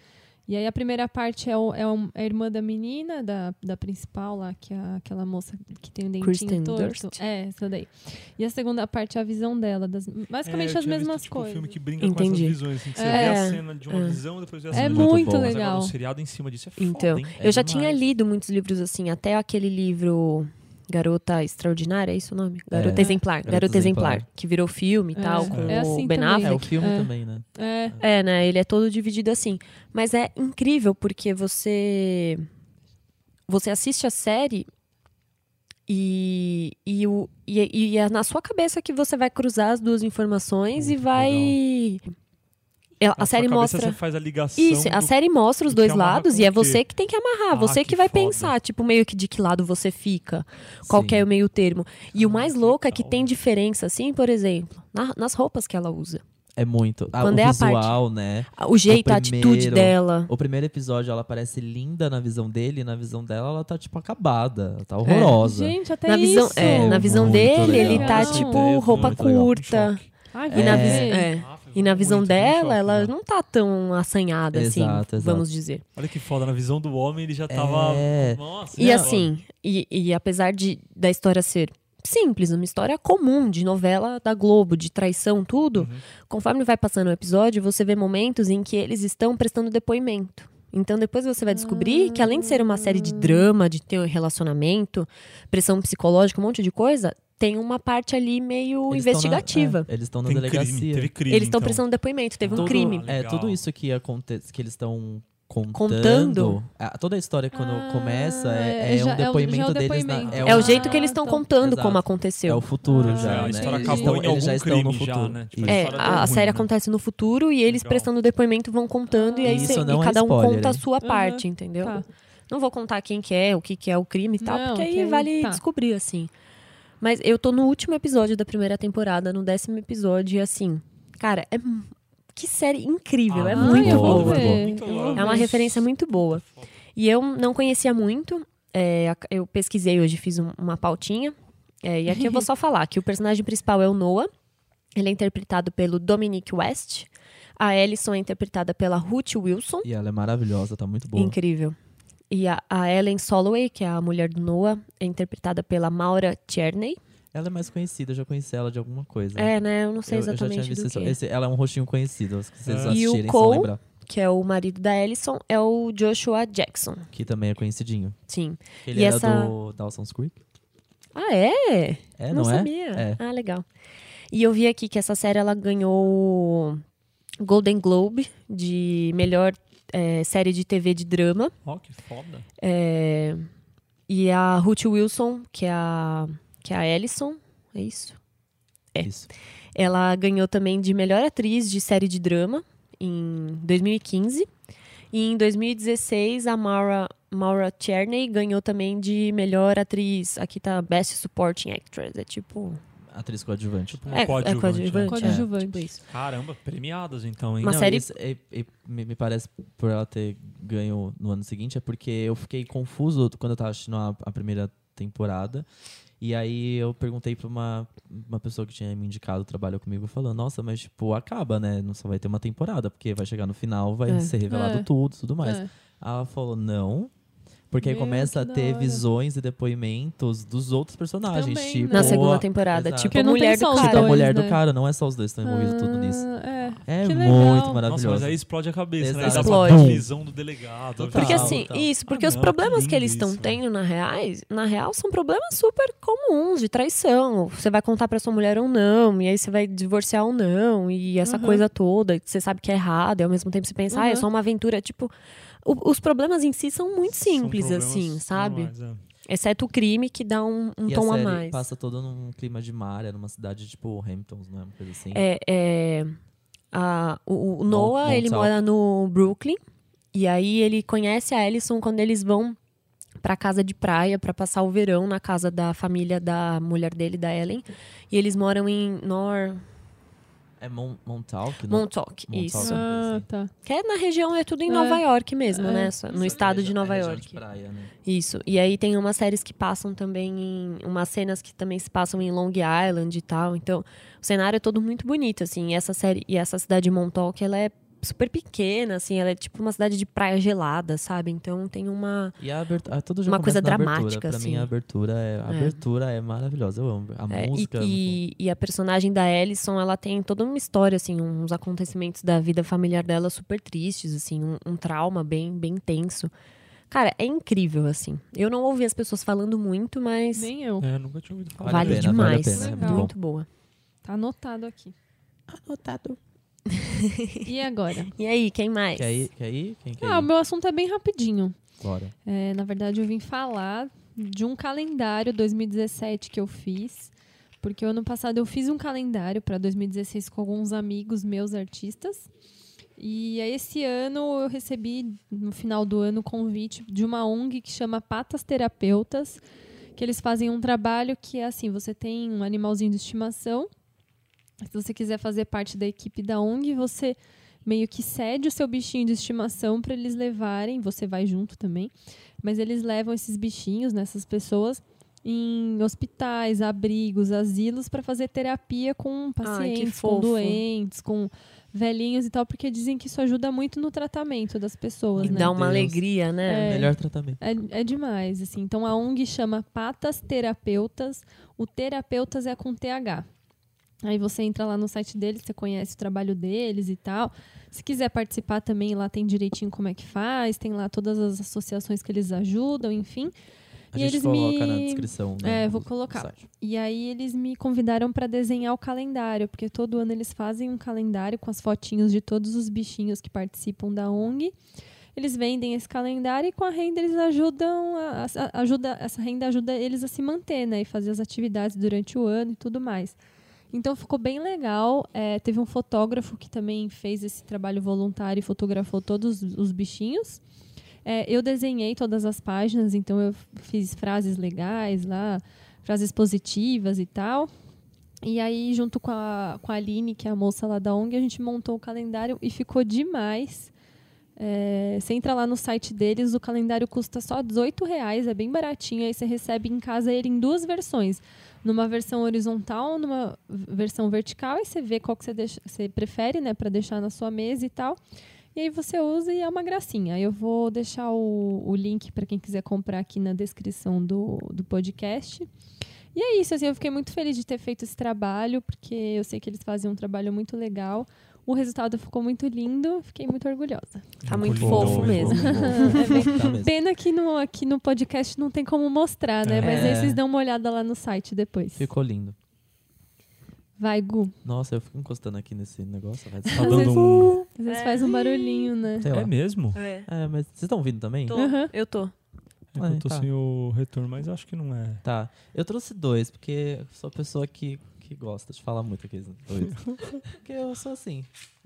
Speaker 1: E aí a primeira parte é, o- é um- é a irmã da menina, da, da principal lá, que é aquela moça que tem o dentinho
Speaker 3: Kristen
Speaker 1: torto.
Speaker 3: Dunst.
Speaker 1: É, essa daí. E a segunda parte é a visão dela, das, basicamente
Speaker 4: É, eu
Speaker 1: as
Speaker 4: tinha
Speaker 1: mesmas
Speaker 4: visto, tipo,
Speaker 1: coisas.
Speaker 4: Um filme que brinca com
Speaker 3: Entendi.
Speaker 4: essas visões. Assim, que você
Speaker 1: É.
Speaker 4: vê a cena de uma
Speaker 3: É.
Speaker 4: visão, depois vê a
Speaker 1: É
Speaker 4: cena de outra.
Speaker 1: muito
Speaker 2: bom.
Speaker 4: Mas agora
Speaker 1: legal.
Speaker 4: um seriado em cima disso é foda,
Speaker 3: Então,
Speaker 4: hein?
Speaker 2: É
Speaker 3: eu já
Speaker 2: demais.
Speaker 3: tinha lido muitos livros assim, até aquele livro Garota Extraordinária, é isso o nome? Garota
Speaker 2: É.
Speaker 3: Exemplar.
Speaker 2: Garota
Speaker 3: Garota,
Speaker 2: Exemplar.
Speaker 3: Exemplar, que virou filme e
Speaker 1: É.
Speaker 3: tal, com
Speaker 1: É
Speaker 3: o
Speaker 1: assim
Speaker 3: Ben
Speaker 1: também.
Speaker 3: Affleck.
Speaker 2: É o filme
Speaker 1: É.
Speaker 2: também, né?
Speaker 1: É,
Speaker 3: É, né? Ele é todo dividido assim. Mas é incrível porque você. Você assiste a série e, e, o, e, e é na sua cabeça que você vai cruzar as duas informações e
Speaker 4: Puta,
Speaker 3: vai. Ela-
Speaker 4: Na
Speaker 3: a
Speaker 4: sua
Speaker 3: série
Speaker 4: cabeça
Speaker 3: mostra.
Speaker 4: Você faz a ligação.
Speaker 3: Isso, a
Speaker 4: do-
Speaker 3: série mostra os
Speaker 4: do que
Speaker 3: dois
Speaker 4: amarra
Speaker 3: lados
Speaker 4: com
Speaker 3: e é
Speaker 4: o quê.
Speaker 3: você que tem que amarrar,
Speaker 4: Ah,
Speaker 3: você que,
Speaker 4: que
Speaker 3: vai
Speaker 4: foda.
Speaker 3: pensar, tipo, meio que de que lado você fica, qual
Speaker 2: Sim.
Speaker 3: que é o meio termo. E o
Speaker 4: Ah,
Speaker 3: mais
Speaker 4: que
Speaker 3: louco é que
Speaker 4: legal.
Speaker 3: tem diferença, assim, por exemplo, na- nas roupas que ela usa.
Speaker 2: É muito. Ah,
Speaker 3: Quando
Speaker 2: o
Speaker 3: é a parte-
Speaker 2: visual, né?
Speaker 3: O jeito, a
Speaker 2: primeiro-
Speaker 3: atitude dela.
Speaker 2: O primeiro episódio, ela parece linda na visão dele, e na visão dela, ela tá, tipo, acabada.
Speaker 3: É,
Speaker 2: Ela tá horrorosa.
Speaker 1: Gente, até
Speaker 3: na visão,
Speaker 1: isso.
Speaker 3: é, na visão
Speaker 2: Muito
Speaker 3: dele,
Speaker 2: legal.
Speaker 3: ele tá
Speaker 1: Nossa,
Speaker 3: tipo
Speaker 4: ideia,
Speaker 3: roupa
Speaker 4: muito legal.
Speaker 3: curta.
Speaker 4: Choque.
Speaker 1: Ai,
Speaker 3: E
Speaker 1: é.
Speaker 3: na, vis-
Speaker 2: visão-
Speaker 3: é.
Speaker 4: Ah,
Speaker 3: E na visão
Speaker 4: muito, muito
Speaker 3: dela,
Speaker 4: choque,
Speaker 3: ela
Speaker 4: né?
Speaker 3: não tá tão assanhada
Speaker 2: Exato,
Speaker 3: assim,
Speaker 2: exato.
Speaker 3: vamos dizer.
Speaker 4: Olha que foda, na visão do homem ele já tava.
Speaker 2: É.
Speaker 4: Nossa,
Speaker 3: E
Speaker 4: né?
Speaker 3: assim, e, e apesar de da história ser simples, uma história comum de novela da Globo, de traição, tudo,
Speaker 2: Uhum.
Speaker 3: conforme vai passando o episódio, você vê momentos em que eles estão prestando depoimento. Então depois você vai descobrir que além de ser uma série de drama, de ter um relacionamento, pressão psicológica, um monte de coisa, tem uma parte ali
Speaker 2: Eles
Speaker 3: meio
Speaker 2: tão na-
Speaker 3: investigativa.
Speaker 2: é, eles estão na
Speaker 4: Tem
Speaker 2: delegacia.
Speaker 4: crime, teve crime.
Speaker 3: Eles estão
Speaker 4: então.
Speaker 3: prestando depoimento, teve um
Speaker 2: Tudo-
Speaker 3: crime.
Speaker 2: É,
Speaker 4: Legal.
Speaker 2: tudo isso que acontece, que eles estão contando.
Speaker 3: Contando?
Speaker 2: Ah, toda a história quando
Speaker 1: Ah,
Speaker 2: começa é,
Speaker 1: é,
Speaker 2: é
Speaker 1: já-
Speaker 2: um
Speaker 1: é o- já é
Speaker 2: depoimento
Speaker 1: o
Speaker 2: deles. na-
Speaker 1: depoimento.
Speaker 3: É o
Speaker 1: Ah,
Speaker 3: jeito que eles estão
Speaker 1: tá.
Speaker 3: contando
Speaker 2: Exato.
Speaker 3: como
Speaker 2: É o
Speaker 3: aconteceu.
Speaker 2: futuro
Speaker 1: Ah,
Speaker 2: já,
Speaker 1: a
Speaker 2: né?
Speaker 1: história
Speaker 2: Eles
Speaker 1: acabou
Speaker 2: estão-
Speaker 1: em
Speaker 2: eles
Speaker 4: algum
Speaker 2: já estão no
Speaker 4: crime já,
Speaker 2: futuro.
Speaker 4: né? Tipo,
Speaker 2: Isso.
Speaker 3: É,
Speaker 4: história deu
Speaker 3: a, a
Speaker 4: ruim,
Speaker 3: série
Speaker 4: né?
Speaker 3: acontece no futuro e eles
Speaker 4: Legal.
Speaker 3: prestando depoimento vão contando e aí
Speaker 2: Isso
Speaker 3: cê-
Speaker 2: não
Speaker 3: e
Speaker 2: é
Speaker 3: cada um
Speaker 2: spoiler,
Speaker 3: conta a
Speaker 2: hein?
Speaker 3: sua
Speaker 1: Aham.
Speaker 3: parte, entendeu?
Speaker 1: Tá.
Speaker 3: Não vou contar quem que é, o que que é o crime e tal,
Speaker 1: Não,
Speaker 3: porque
Speaker 1: que
Speaker 3: aí
Speaker 1: aí-
Speaker 3: vale
Speaker 1: tá.
Speaker 3: descobrir, assim. Mas eu tô no último episódio da primeira temporada, no décimo episódio, e assim, cara, é. mu- Que série incrível,
Speaker 4: Ah,
Speaker 3: é
Speaker 1: Ai,
Speaker 3: muito
Speaker 1: eu vou
Speaker 3: boa.
Speaker 1: ver.
Speaker 4: Muito
Speaker 1: Eu vou
Speaker 4: louco.
Speaker 3: É uma
Speaker 1: ver.
Speaker 3: referência muito boa. E eu não conhecia muito. é, a- eu pesquisei hoje, fiz um- uma pautinha. é, e aqui eu vou
Speaker 2: <laughs>
Speaker 3: só falar que o personagem principal é o Noah. Ele é interpretado pelo Dominic West. A Ellison é interpretada pela Ruth Wilson.
Speaker 2: E ela é maravilhosa, tá muito boa.
Speaker 3: Incrível. E a, a Ellen Soloway, que é a mulher do Noah, é interpretada pela Maura Tierney.
Speaker 2: Ela é mais conhecida, eu já conheci ela de alguma coisa.
Speaker 3: É, né? Eu não sei
Speaker 2: Eu- eu, já tinha
Speaker 3: exatamente
Speaker 2: visto
Speaker 3: do
Speaker 2: isso.
Speaker 3: que.
Speaker 2: Esse- ela é um rostinho conhecido, se vocês
Speaker 4: Ah.
Speaker 2: assistirem,
Speaker 3: E o
Speaker 2: vocês vão
Speaker 3: Cole?
Speaker 2: lembrar.
Speaker 3: Que é o marido da Ellison, é o Joshua Jackson.
Speaker 2: Que também é conhecidinho.
Speaker 3: Sim.
Speaker 2: Ele
Speaker 3: E
Speaker 2: era
Speaker 3: essa-
Speaker 2: do Dawson's Creek?
Speaker 3: Ah, é?
Speaker 2: É,
Speaker 3: não,
Speaker 2: não, é?
Speaker 3: sabia.
Speaker 2: É.
Speaker 3: Ah, legal. E eu vi aqui que essa série ela ganhou o Golden Globe de melhor eh, série de TV de drama.
Speaker 4: Ó, que foda.
Speaker 3: Eh, e a Ruth Wilson, que é a, que é a Ellison, é isso? É.
Speaker 2: Isso.
Speaker 3: Ela ganhou também de melhor atriz de série de drama em 2015. E em 2016, a Maura, Maura Cherney ganhou também de melhor atriz. Aqui tá Best Supporting Actress. É tipo.
Speaker 2: Atriz coadjuvante.
Speaker 4: Uma
Speaker 3: é,
Speaker 4: Tipo, coadjuvante,
Speaker 3: é
Speaker 4: né?
Speaker 3: coadjuvante. é.
Speaker 1: Coadjuvante.
Speaker 3: Tipo isso.
Speaker 4: Caramba, premiadas então, hein?
Speaker 3: Uma
Speaker 2: Não,
Speaker 3: série-
Speaker 2: isso é- é- me, me parece por ela ter ganho no ano seguinte, é porque eu fiquei confuso quando eu tava assistindo a, a primeira temporada. E aí eu perguntei pra uma, uma pessoa que tinha me indicado, trabalha comigo, falando, nossa, mas tipo, acaba, né? Não só vai ter uma temporada, porque vai chegar no final, vai
Speaker 3: É.
Speaker 2: ser revelado
Speaker 1: É.
Speaker 2: tudo, tudo mais.
Speaker 1: É.
Speaker 2: Aí Ela falou, não. Porque aí
Speaker 1: Meu,
Speaker 2: começa a
Speaker 1: que da
Speaker 2: ter
Speaker 1: hora.
Speaker 2: visões e depoimentos dos outros personagens.
Speaker 1: Também,
Speaker 2: tipo,
Speaker 1: né?
Speaker 3: Na segunda
Speaker 2: a-
Speaker 3: temporada.
Speaker 2: Exato.
Speaker 3: Tipo,
Speaker 1: Porque não
Speaker 3: mulher
Speaker 1: tem
Speaker 3: do
Speaker 1: só os
Speaker 2: tipo,
Speaker 3: cara.
Speaker 2: a
Speaker 1: dois,
Speaker 2: mulher do
Speaker 1: né?
Speaker 2: cara, não é só os dois estão envolvidos tudo nisso.
Speaker 1: Ah, É,
Speaker 2: É
Speaker 1: Que
Speaker 2: muito
Speaker 1: legal.
Speaker 2: maravilhoso.
Speaker 4: Nossa, mas aí explode a cabeça, né? Aí
Speaker 2: Exato.
Speaker 4: dá uma
Speaker 3: Explode.
Speaker 4: deslizão do delegado.
Speaker 2: Total.
Speaker 3: Porque
Speaker 2: Tal,
Speaker 3: assim,
Speaker 1: então.
Speaker 2: tal.
Speaker 3: isso, porque
Speaker 4: Ah,
Speaker 3: os
Speaker 4: não,
Speaker 3: problemas
Speaker 4: que
Speaker 3: que eles
Speaker 4: lindo
Speaker 3: estão
Speaker 4: isso,
Speaker 3: tendo na reais, na real, são problemas super comuns de traição. Você vai contar pra sua mulher ou não, e aí você vai divorciar ou não, e essa
Speaker 1: Uhum.
Speaker 3: coisa toda que você sabe que é errado, e ao mesmo tempo você pensa, ah, é
Speaker 1: Uhum.
Speaker 3: só uma aventura. Tipo, o- os problemas em si são muito
Speaker 4: São
Speaker 3: simples,
Speaker 4: problemas
Speaker 3: assim, sabe?
Speaker 4: normais, é.
Speaker 3: Exceto o crime que dá um, um
Speaker 2: E
Speaker 3: tom
Speaker 2: a
Speaker 3: a,
Speaker 2: série
Speaker 3: mais.
Speaker 2: passa todo num clima de mar, era numa cidade tipo Hamptons, não é uma coisa assim?
Speaker 3: É, é, a- o, o Noah,
Speaker 2: Mount
Speaker 3: ele
Speaker 2: South.
Speaker 3: mora no Brooklyn. E aí ele conhece a Alison quando eles vão pra casa de praia pra passar o verão na casa da família da mulher dele, da Ellen. E eles moram em Nor...
Speaker 2: É Mon Montauk? né? não?
Speaker 3: Montauk, isso.
Speaker 2: Montauk.
Speaker 1: Ah, tá.
Speaker 3: Que é na região, é tudo em
Speaker 1: É.
Speaker 3: Nova York mesmo,
Speaker 1: É.
Speaker 3: né? Só- No
Speaker 2: Só que é
Speaker 3: estado de
Speaker 2: regi-
Speaker 3: Nova
Speaker 2: é região
Speaker 3: York.
Speaker 2: De praia, né?
Speaker 3: Isso. E aí tem umas séries que passam também em. umas cenas que também se passam em Long Island e tal. Então, o cenário é todo muito bonito, assim. E essa série. E essa cidade de Montauk, ela é super pequena, assim. Ela é tipo uma cidade de praia gelada, sabe? Então tem uma.
Speaker 2: E a abertura, ah, tudo já
Speaker 3: Uma
Speaker 2: começa
Speaker 3: coisa
Speaker 2: na abertura.
Speaker 3: dramática,
Speaker 2: Pra mim,
Speaker 3: assim.
Speaker 2: a abertura é, a
Speaker 3: É.
Speaker 2: abertura é maravilhosa. Eu amo. A
Speaker 3: é,
Speaker 2: música. é
Speaker 3: e-
Speaker 2: muito boa.
Speaker 3: e, e a personagem da Ellison, ela tem toda uma história, assim, uns acontecimentos da vida familiar dela super tristes, assim, um, um trauma bem, bem tenso. Cara, é incrível, assim. Eu não ouvi as pessoas falando muito, mas
Speaker 1: Nem eu.
Speaker 4: É, nunca tinha ouvido falar.
Speaker 3: vale,
Speaker 2: a pena, vale a
Speaker 3: demais.
Speaker 2: pena,
Speaker 1: é muito
Speaker 3: muito,
Speaker 1: bom.
Speaker 3: boa.
Speaker 1: Tá anotado aqui.
Speaker 3: Anotado.
Speaker 1: <laughs> E agora?
Speaker 3: E aí, quem mais?
Speaker 2: Quer ir? Quer ir? Quem quer
Speaker 1: Ah, o
Speaker 2: ir?
Speaker 1: meu assunto é bem rapidinho.
Speaker 2: Bora.
Speaker 1: É, na verdade, eu vim falar de um calendário 2017 que eu fiz. Porque o ano passado eu fiz um calendário para 2016 com alguns amigos meus artistas. E aí esse ano eu recebi, no final do ano, o convite de uma ONG que chama Patas Terapeutas, que eles fazem um trabalho que é assim, você tem um animalzinho de estimação, se você quiser fazer parte da equipe da ONG, você meio que cede o seu bichinho de estimação para eles levarem, você vai junto também, mas eles levam esses bichinhos, nessas pessoas, em hospitais, abrigos, asilos para fazer terapia com pacientes, com
Speaker 3: fofo.
Speaker 1: doentes, com velhinhos e tal, porque dizem que isso ajuda muito no tratamento das pessoas,
Speaker 3: E
Speaker 1: né?
Speaker 3: dá uma
Speaker 2: Deus.
Speaker 3: alegria, né?
Speaker 1: É.
Speaker 2: Melhor tratamento.
Speaker 1: É, é demais, assim. Então a ONG chama Patas Terapeutas. O terapeutas é com TH. Aí você entra lá no site deles, você conhece o trabalho deles e tal. Se quiser participar também, lá tem direitinho como é que faz, tem lá todas as associações que eles ajudam, enfim.
Speaker 2: A
Speaker 1: E
Speaker 2: gente
Speaker 1: eles
Speaker 2: coloca
Speaker 1: me-
Speaker 2: na descrição. né,
Speaker 1: É,
Speaker 2: do-
Speaker 1: vou
Speaker 2: do
Speaker 1: colocar.
Speaker 2: site.
Speaker 1: E aí eles me convidaram para desenhar o calendário, porque todo ano eles fazem um calendário com as fotinhos de todos os bichinhos que participam da ONG. Eles vendem esse calendário e com a renda eles ajudam, a, a- ajuda, essa renda ajuda eles a se manter, né, e fazer as atividades durante o ano e tudo mais. Então ficou bem legal. É, teve um fotógrafo que também fez esse trabalho voluntário e fotografou todos os bichinhos. É, eu desenhei todas as páginas, então eu fiz frases legais lá, frases positivas e tal. E aí, junto com a, com a Aline, que é a moça lá da ONG, a gente montou o calendário e ficou demais. É, você entra lá no site deles, o calendário custa só R$ 18 reais, é bem baratinho. Aí você recebe em casa ele em duas versões. Numa versão horizontal, numa v- versão vertical, aí você vê qual que você, deixa- você prefere, né, para deixar na sua mesa e tal. E aí você usa e é uma gracinha. Eu vou deixar o, o link para quem quiser comprar aqui na descrição do, do podcast. E é isso, assim, eu fiquei muito feliz de ter feito esse trabalho, porque eu sei que eles fazem um trabalho muito legal. O resultado ficou muito lindo, fiquei muito orgulhosa.
Speaker 3: Tá muito
Speaker 4: Colidão,
Speaker 3: fofo
Speaker 4: hein?
Speaker 3: mesmo.
Speaker 1: <laughs>
Speaker 3: <laughs>
Speaker 2: Tá mesmo.
Speaker 1: Pena que no, aqui no podcast não tem como mostrar, né?
Speaker 4: É.
Speaker 1: Mas aí vocês dão uma olhada lá no site depois.
Speaker 2: Ficou lindo.
Speaker 1: Vai, Gu.
Speaker 2: Nossa, eu fico encostando aqui nesse negócio. Vai
Speaker 4: Tá
Speaker 2: desfazer.
Speaker 4: dando um...
Speaker 1: Às vezes faz um barulhinho, né?
Speaker 2: Sei lá.
Speaker 4: É mesmo?
Speaker 2: É, mas vocês estão ouvindo também?
Speaker 3: Tô,
Speaker 1: Aham.
Speaker 3: Eu tô.
Speaker 4: É que
Speaker 2: Ah,
Speaker 4: eu tô
Speaker 2: tá.
Speaker 4: sem o retorno, mas acho que não é.
Speaker 2: Tá. Eu trouxe dois, porque eu sou a pessoa que, que
Speaker 1: <laughs>
Speaker 2: gosta de falar muito aqui. Dois. porque eu sou assim.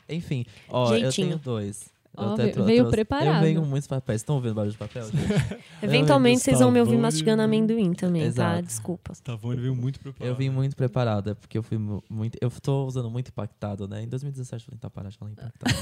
Speaker 2: Enfim, ó, eu
Speaker 3: Jeitinho.
Speaker 2: tenho dois. Eu
Speaker 1: Ó,
Speaker 2: até
Speaker 1: veio-
Speaker 2: trou-
Speaker 1: veio
Speaker 2: trouxe-
Speaker 1: preparado.
Speaker 2: Eu venho com muitos papéis. Estão ouvindo barulho de papel? gente?
Speaker 3: Eventualmente vocês vão me ouvir
Speaker 4: Gustavo,
Speaker 3: mastigando amendoim também, tá?
Speaker 2: Exato.
Speaker 3: Desculpa.
Speaker 4: Tá bom, ele veio muito preparado.
Speaker 2: eu vim muito preparada, é porque eu fui mu- muito. Eu tô usando muito impactado, né? Em 2017 eu vou tentar parar de falar é
Speaker 3: <laughs>
Speaker 2: impactado.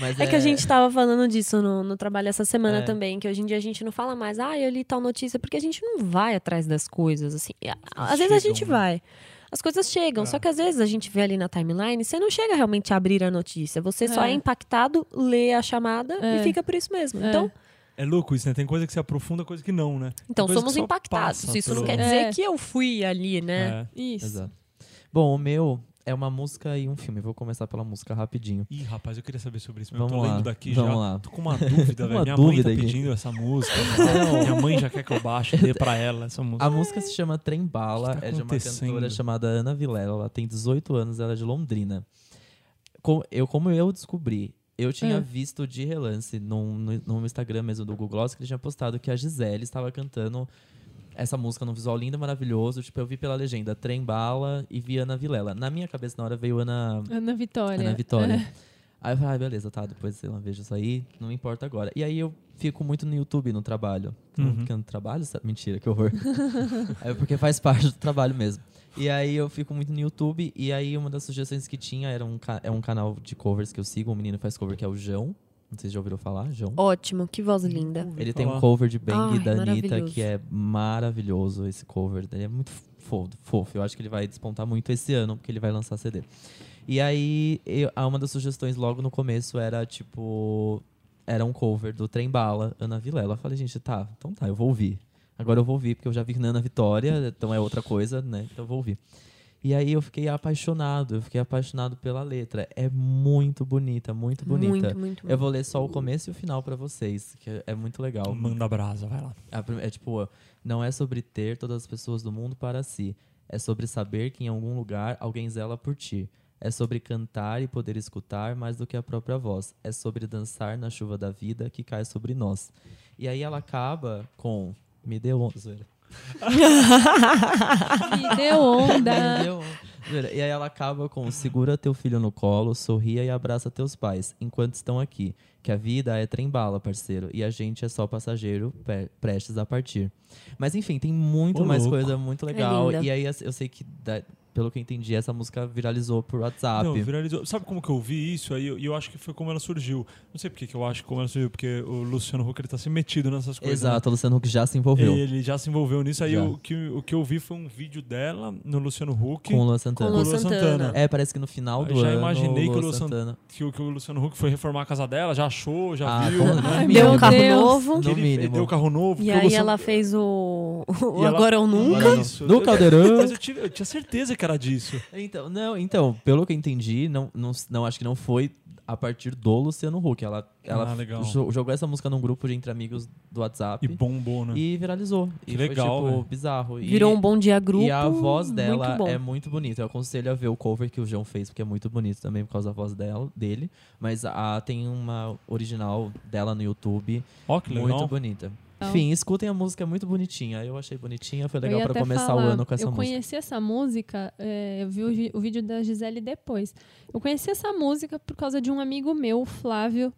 Speaker 2: Mas
Speaker 3: É que a gente tava falando disso no, no trabalho essa semana
Speaker 2: É.
Speaker 3: também, que hoje em dia a gente não fala mais, ah, eu li tal notícia, porque a gente não vai atrás das coisas, assim. E a- Às vezes a
Speaker 4: chegam,
Speaker 3: gente
Speaker 4: né? É.
Speaker 3: vai. As coisas chegam, só que às vezes a gente vê ali na timeline, você não chega realmente a abrir a notícia. Você só
Speaker 1: É.
Speaker 3: é impactado, lê a chamada
Speaker 1: É.
Speaker 3: e fica por isso mesmo.
Speaker 1: É.
Speaker 3: Então,
Speaker 4: É louco isso, né? Tem coisa que se aprofunda, coisa que não, né?
Speaker 3: então
Speaker 4: Tem coisa
Speaker 3: somos
Speaker 4: que só
Speaker 3: impactados.
Speaker 4: passa
Speaker 3: Isso não
Speaker 4: pelo-
Speaker 3: quer dizer
Speaker 1: É.
Speaker 3: que eu fui ali, né?
Speaker 4: É.
Speaker 1: Isso.
Speaker 2: Exato. Bom, o meu é uma música e um filme. Vou começar pela música rapidinho.
Speaker 4: Ih, rapaz, eu queria saber sobre isso, mas eu tô
Speaker 2: Vamos lá.
Speaker 4: lendo daqui
Speaker 2: Vamos
Speaker 4: já.
Speaker 2: lá.
Speaker 4: Tô com uma
Speaker 2: <laughs>
Speaker 4: dúvida, velho.
Speaker 2: Uma
Speaker 4: Minha
Speaker 2: dúvida
Speaker 4: mãe
Speaker 2: aqui.
Speaker 4: tá pedindo essa música. cara. Minha mãe já quer que eu baixe, dê pra ela essa música.
Speaker 2: A música se chama Trem Bala,
Speaker 4: O que tá
Speaker 2: é de uma
Speaker 4: acontecendo?
Speaker 2: cantora chamada Ana Vilela, ela tem 18 anos, ela é de Londrina. Com- eu, como eu descobri, eu tinha
Speaker 1: Ah.
Speaker 2: visto de relance num, no, no Instagram mesmo do Google Gloss, que ele tinha postado que a Gisele estava cantando essa música num visual lindo, maravilhoso. Tipo, eu vi pela legenda Trem Bala e vi Ana Vilela. Na minha cabeça, na hora, veio Ana...
Speaker 1: Ana Vitória.
Speaker 2: Ana Tá Vitória. Aí eu falei, ah, beleza, tá, depois sei lá, vejo isso aí, não me importa agora. E aí eu fico muito no YouTube no trabalho.
Speaker 4: Uhum.
Speaker 2: Porque no trabalho, sabe? mentira, que horror. é porque faz parte do trabalho mesmo. E aí eu fico muito no YouTube, e aí uma das sugestões que tinha era um, ca- é um canal de covers que eu sigo, um menino faz cover que é o João. Não sei se já ouviram falar, João.
Speaker 3: Ótimo, que voz linda.
Speaker 2: Ele tem um
Speaker 4: falar.
Speaker 2: cover de Bang
Speaker 3: Uhum. Ai,
Speaker 2: da Anitta
Speaker 3: maravilhoso.
Speaker 2: que é maravilhoso esse cover. Ele é muito fofo, fofo. Eu acho que ele vai despontar muito esse ano, porque ele vai lançar CD. E aí, eu, ah, uma das sugestões logo no começo era tipo. Era um cover do Trem Bala, Ana Vilela. Eu falei, gente, tá, então tá, eu vou ouvir. Agora eu vou ouvir, porque eu já vi na Ana Vitória, então é outra coisa, né? Então eu vou ouvir. E aí eu fiquei apaixonado, eu fiquei apaixonado pela letra. É muito bonita, muito bonita.
Speaker 3: Muito, muito,
Speaker 2: Eu
Speaker 3: muito.
Speaker 2: vou ler só o começo e o final pra vocês, que é- é muito legal.
Speaker 4: Manda brasa, vai lá.
Speaker 2: A prim- É tipo, não é sobre ter todas as pessoas do mundo para si. É sobre saber que em algum lugar alguém zela por ti. É sobre cantar e poder escutar mais do que a própria voz. É sobre dançar na chuva da vida que cai sobre nós. E aí ela acaba com. Me deu on- zoeira.
Speaker 1: Me deu
Speaker 2: <laughs>
Speaker 1: onda.
Speaker 2: Me deu on- zoeira. E aí ela acaba com segura teu filho no colo, sorria e abraça teus pais, enquanto estão aqui. Que a vida é trem-bala, parceiro, e a gente é só passageiro pe- prestes a partir. Mas enfim, tem muito
Speaker 4: Ô,
Speaker 2: mais
Speaker 4: louco.
Speaker 2: coisa muito legal.
Speaker 3: linda.
Speaker 2: e aí as- eu sei que, da- pelo que eu entendi, essa música viralizou por WhatsApp.
Speaker 4: Não, viralizou. Sabe como que eu vi isso? Aí eu- e eu, acho que foi como ela surgiu. Não sei porque que eu acho como ela surgiu, porque o Luciano Huck ele tá se metido nessas coisas. né?
Speaker 2: Exato, o Luciano Huck já se envolveu
Speaker 4: Ele já se envolveu nisso. Aí
Speaker 2: Já.
Speaker 4: o que, o que eu vi foi um vídeo dela no Luciano Huck.
Speaker 2: com o Luan
Speaker 3: Com
Speaker 2: Santana.
Speaker 3: Luan
Speaker 4: Lua
Speaker 3: Santana.
Speaker 4: Santana.
Speaker 2: É, parece que no final
Speaker 4: Eu
Speaker 2: do
Speaker 4: já
Speaker 2: ano.
Speaker 4: imaginei que o
Speaker 2: Luan
Speaker 4: Luan San-
Speaker 2: Santana.
Speaker 4: Que, o- que o Luciano Huck foi reformar a casa dela, já achou, já
Speaker 2: Ah,
Speaker 4: viu.
Speaker 2: com-
Speaker 4: né?
Speaker 2: no
Speaker 3: Deu
Speaker 2: mínimo.
Speaker 3: um carro
Speaker 1: Deus.
Speaker 3: novo.
Speaker 2: No
Speaker 4: Que ele
Speaker 2: mínimo.
Speaker 4: deu carro novo.
Speaker 3: E
Speaker 4: porque o
Speaker 3: aí
Speaker 4: Luciano- <laughs>
Speaker 3: ela fez o, o
Speaker 4: E ela-
Speaker 3: Agora ou Nunca.
Speaker 2: Agora não.
Speaker 4: Isso,
Speaker 2: No
Speaker 4: eu-
Speaker 2: caldeirão.
Speaker 4: Mas eu, tive- eu tinha certeza que era disso.
Speaker 2: Então, não, então, pelo que eu entendi, não, não, não acho que não foi a partir do Luciano Huck. Ela, ela
Speaker 4: Ah, legal.
Speaker 2: jo- jogou essa música num grupo de entre amigos do WhatsApp
Speaker 4: E
Speaker 2: e,
Speaker 4: bombou, né?
Speaker 2: viralizou.
Speaker 4: Que
Speaker 2: e foi,
Speaker 4: legal,
Speaker 2: tipo,
Speaker 4: velho.
Speaker 2: bizarro. E-
Speaker 3: Virou um bom dia grupo.
Speaker 2: E a voz dela
Speaker 3: muito bom.
Speaker 2: é muito bonita. Eu aconselho a ver o cover que o João fez, porque é muito bonito também por causa da voz dela, dele. Mas a, tem uma original dela no YouTube,
Speaker 4: Ó, que legal.
Speaker 2: muito bonita. Enfim, escutem a música, é muito bonitinha. Eu achei bonitinha, foi
Speaker 1: Eu
Speaker 2: legal
Speaker 1: ia
Speaker 2: pra
Speaker 1: até
Speaker 2: começar
Speaker 1: falar,
Speaker 2: o ano com essa
Speaker 1: eu
Speaker 2: música.
Speaker 1: conheci essa música, é, eu vi o, vi- o vídeo da Gisele depois. Eu conheci essa música por causa de um amigo meu, o Flávio,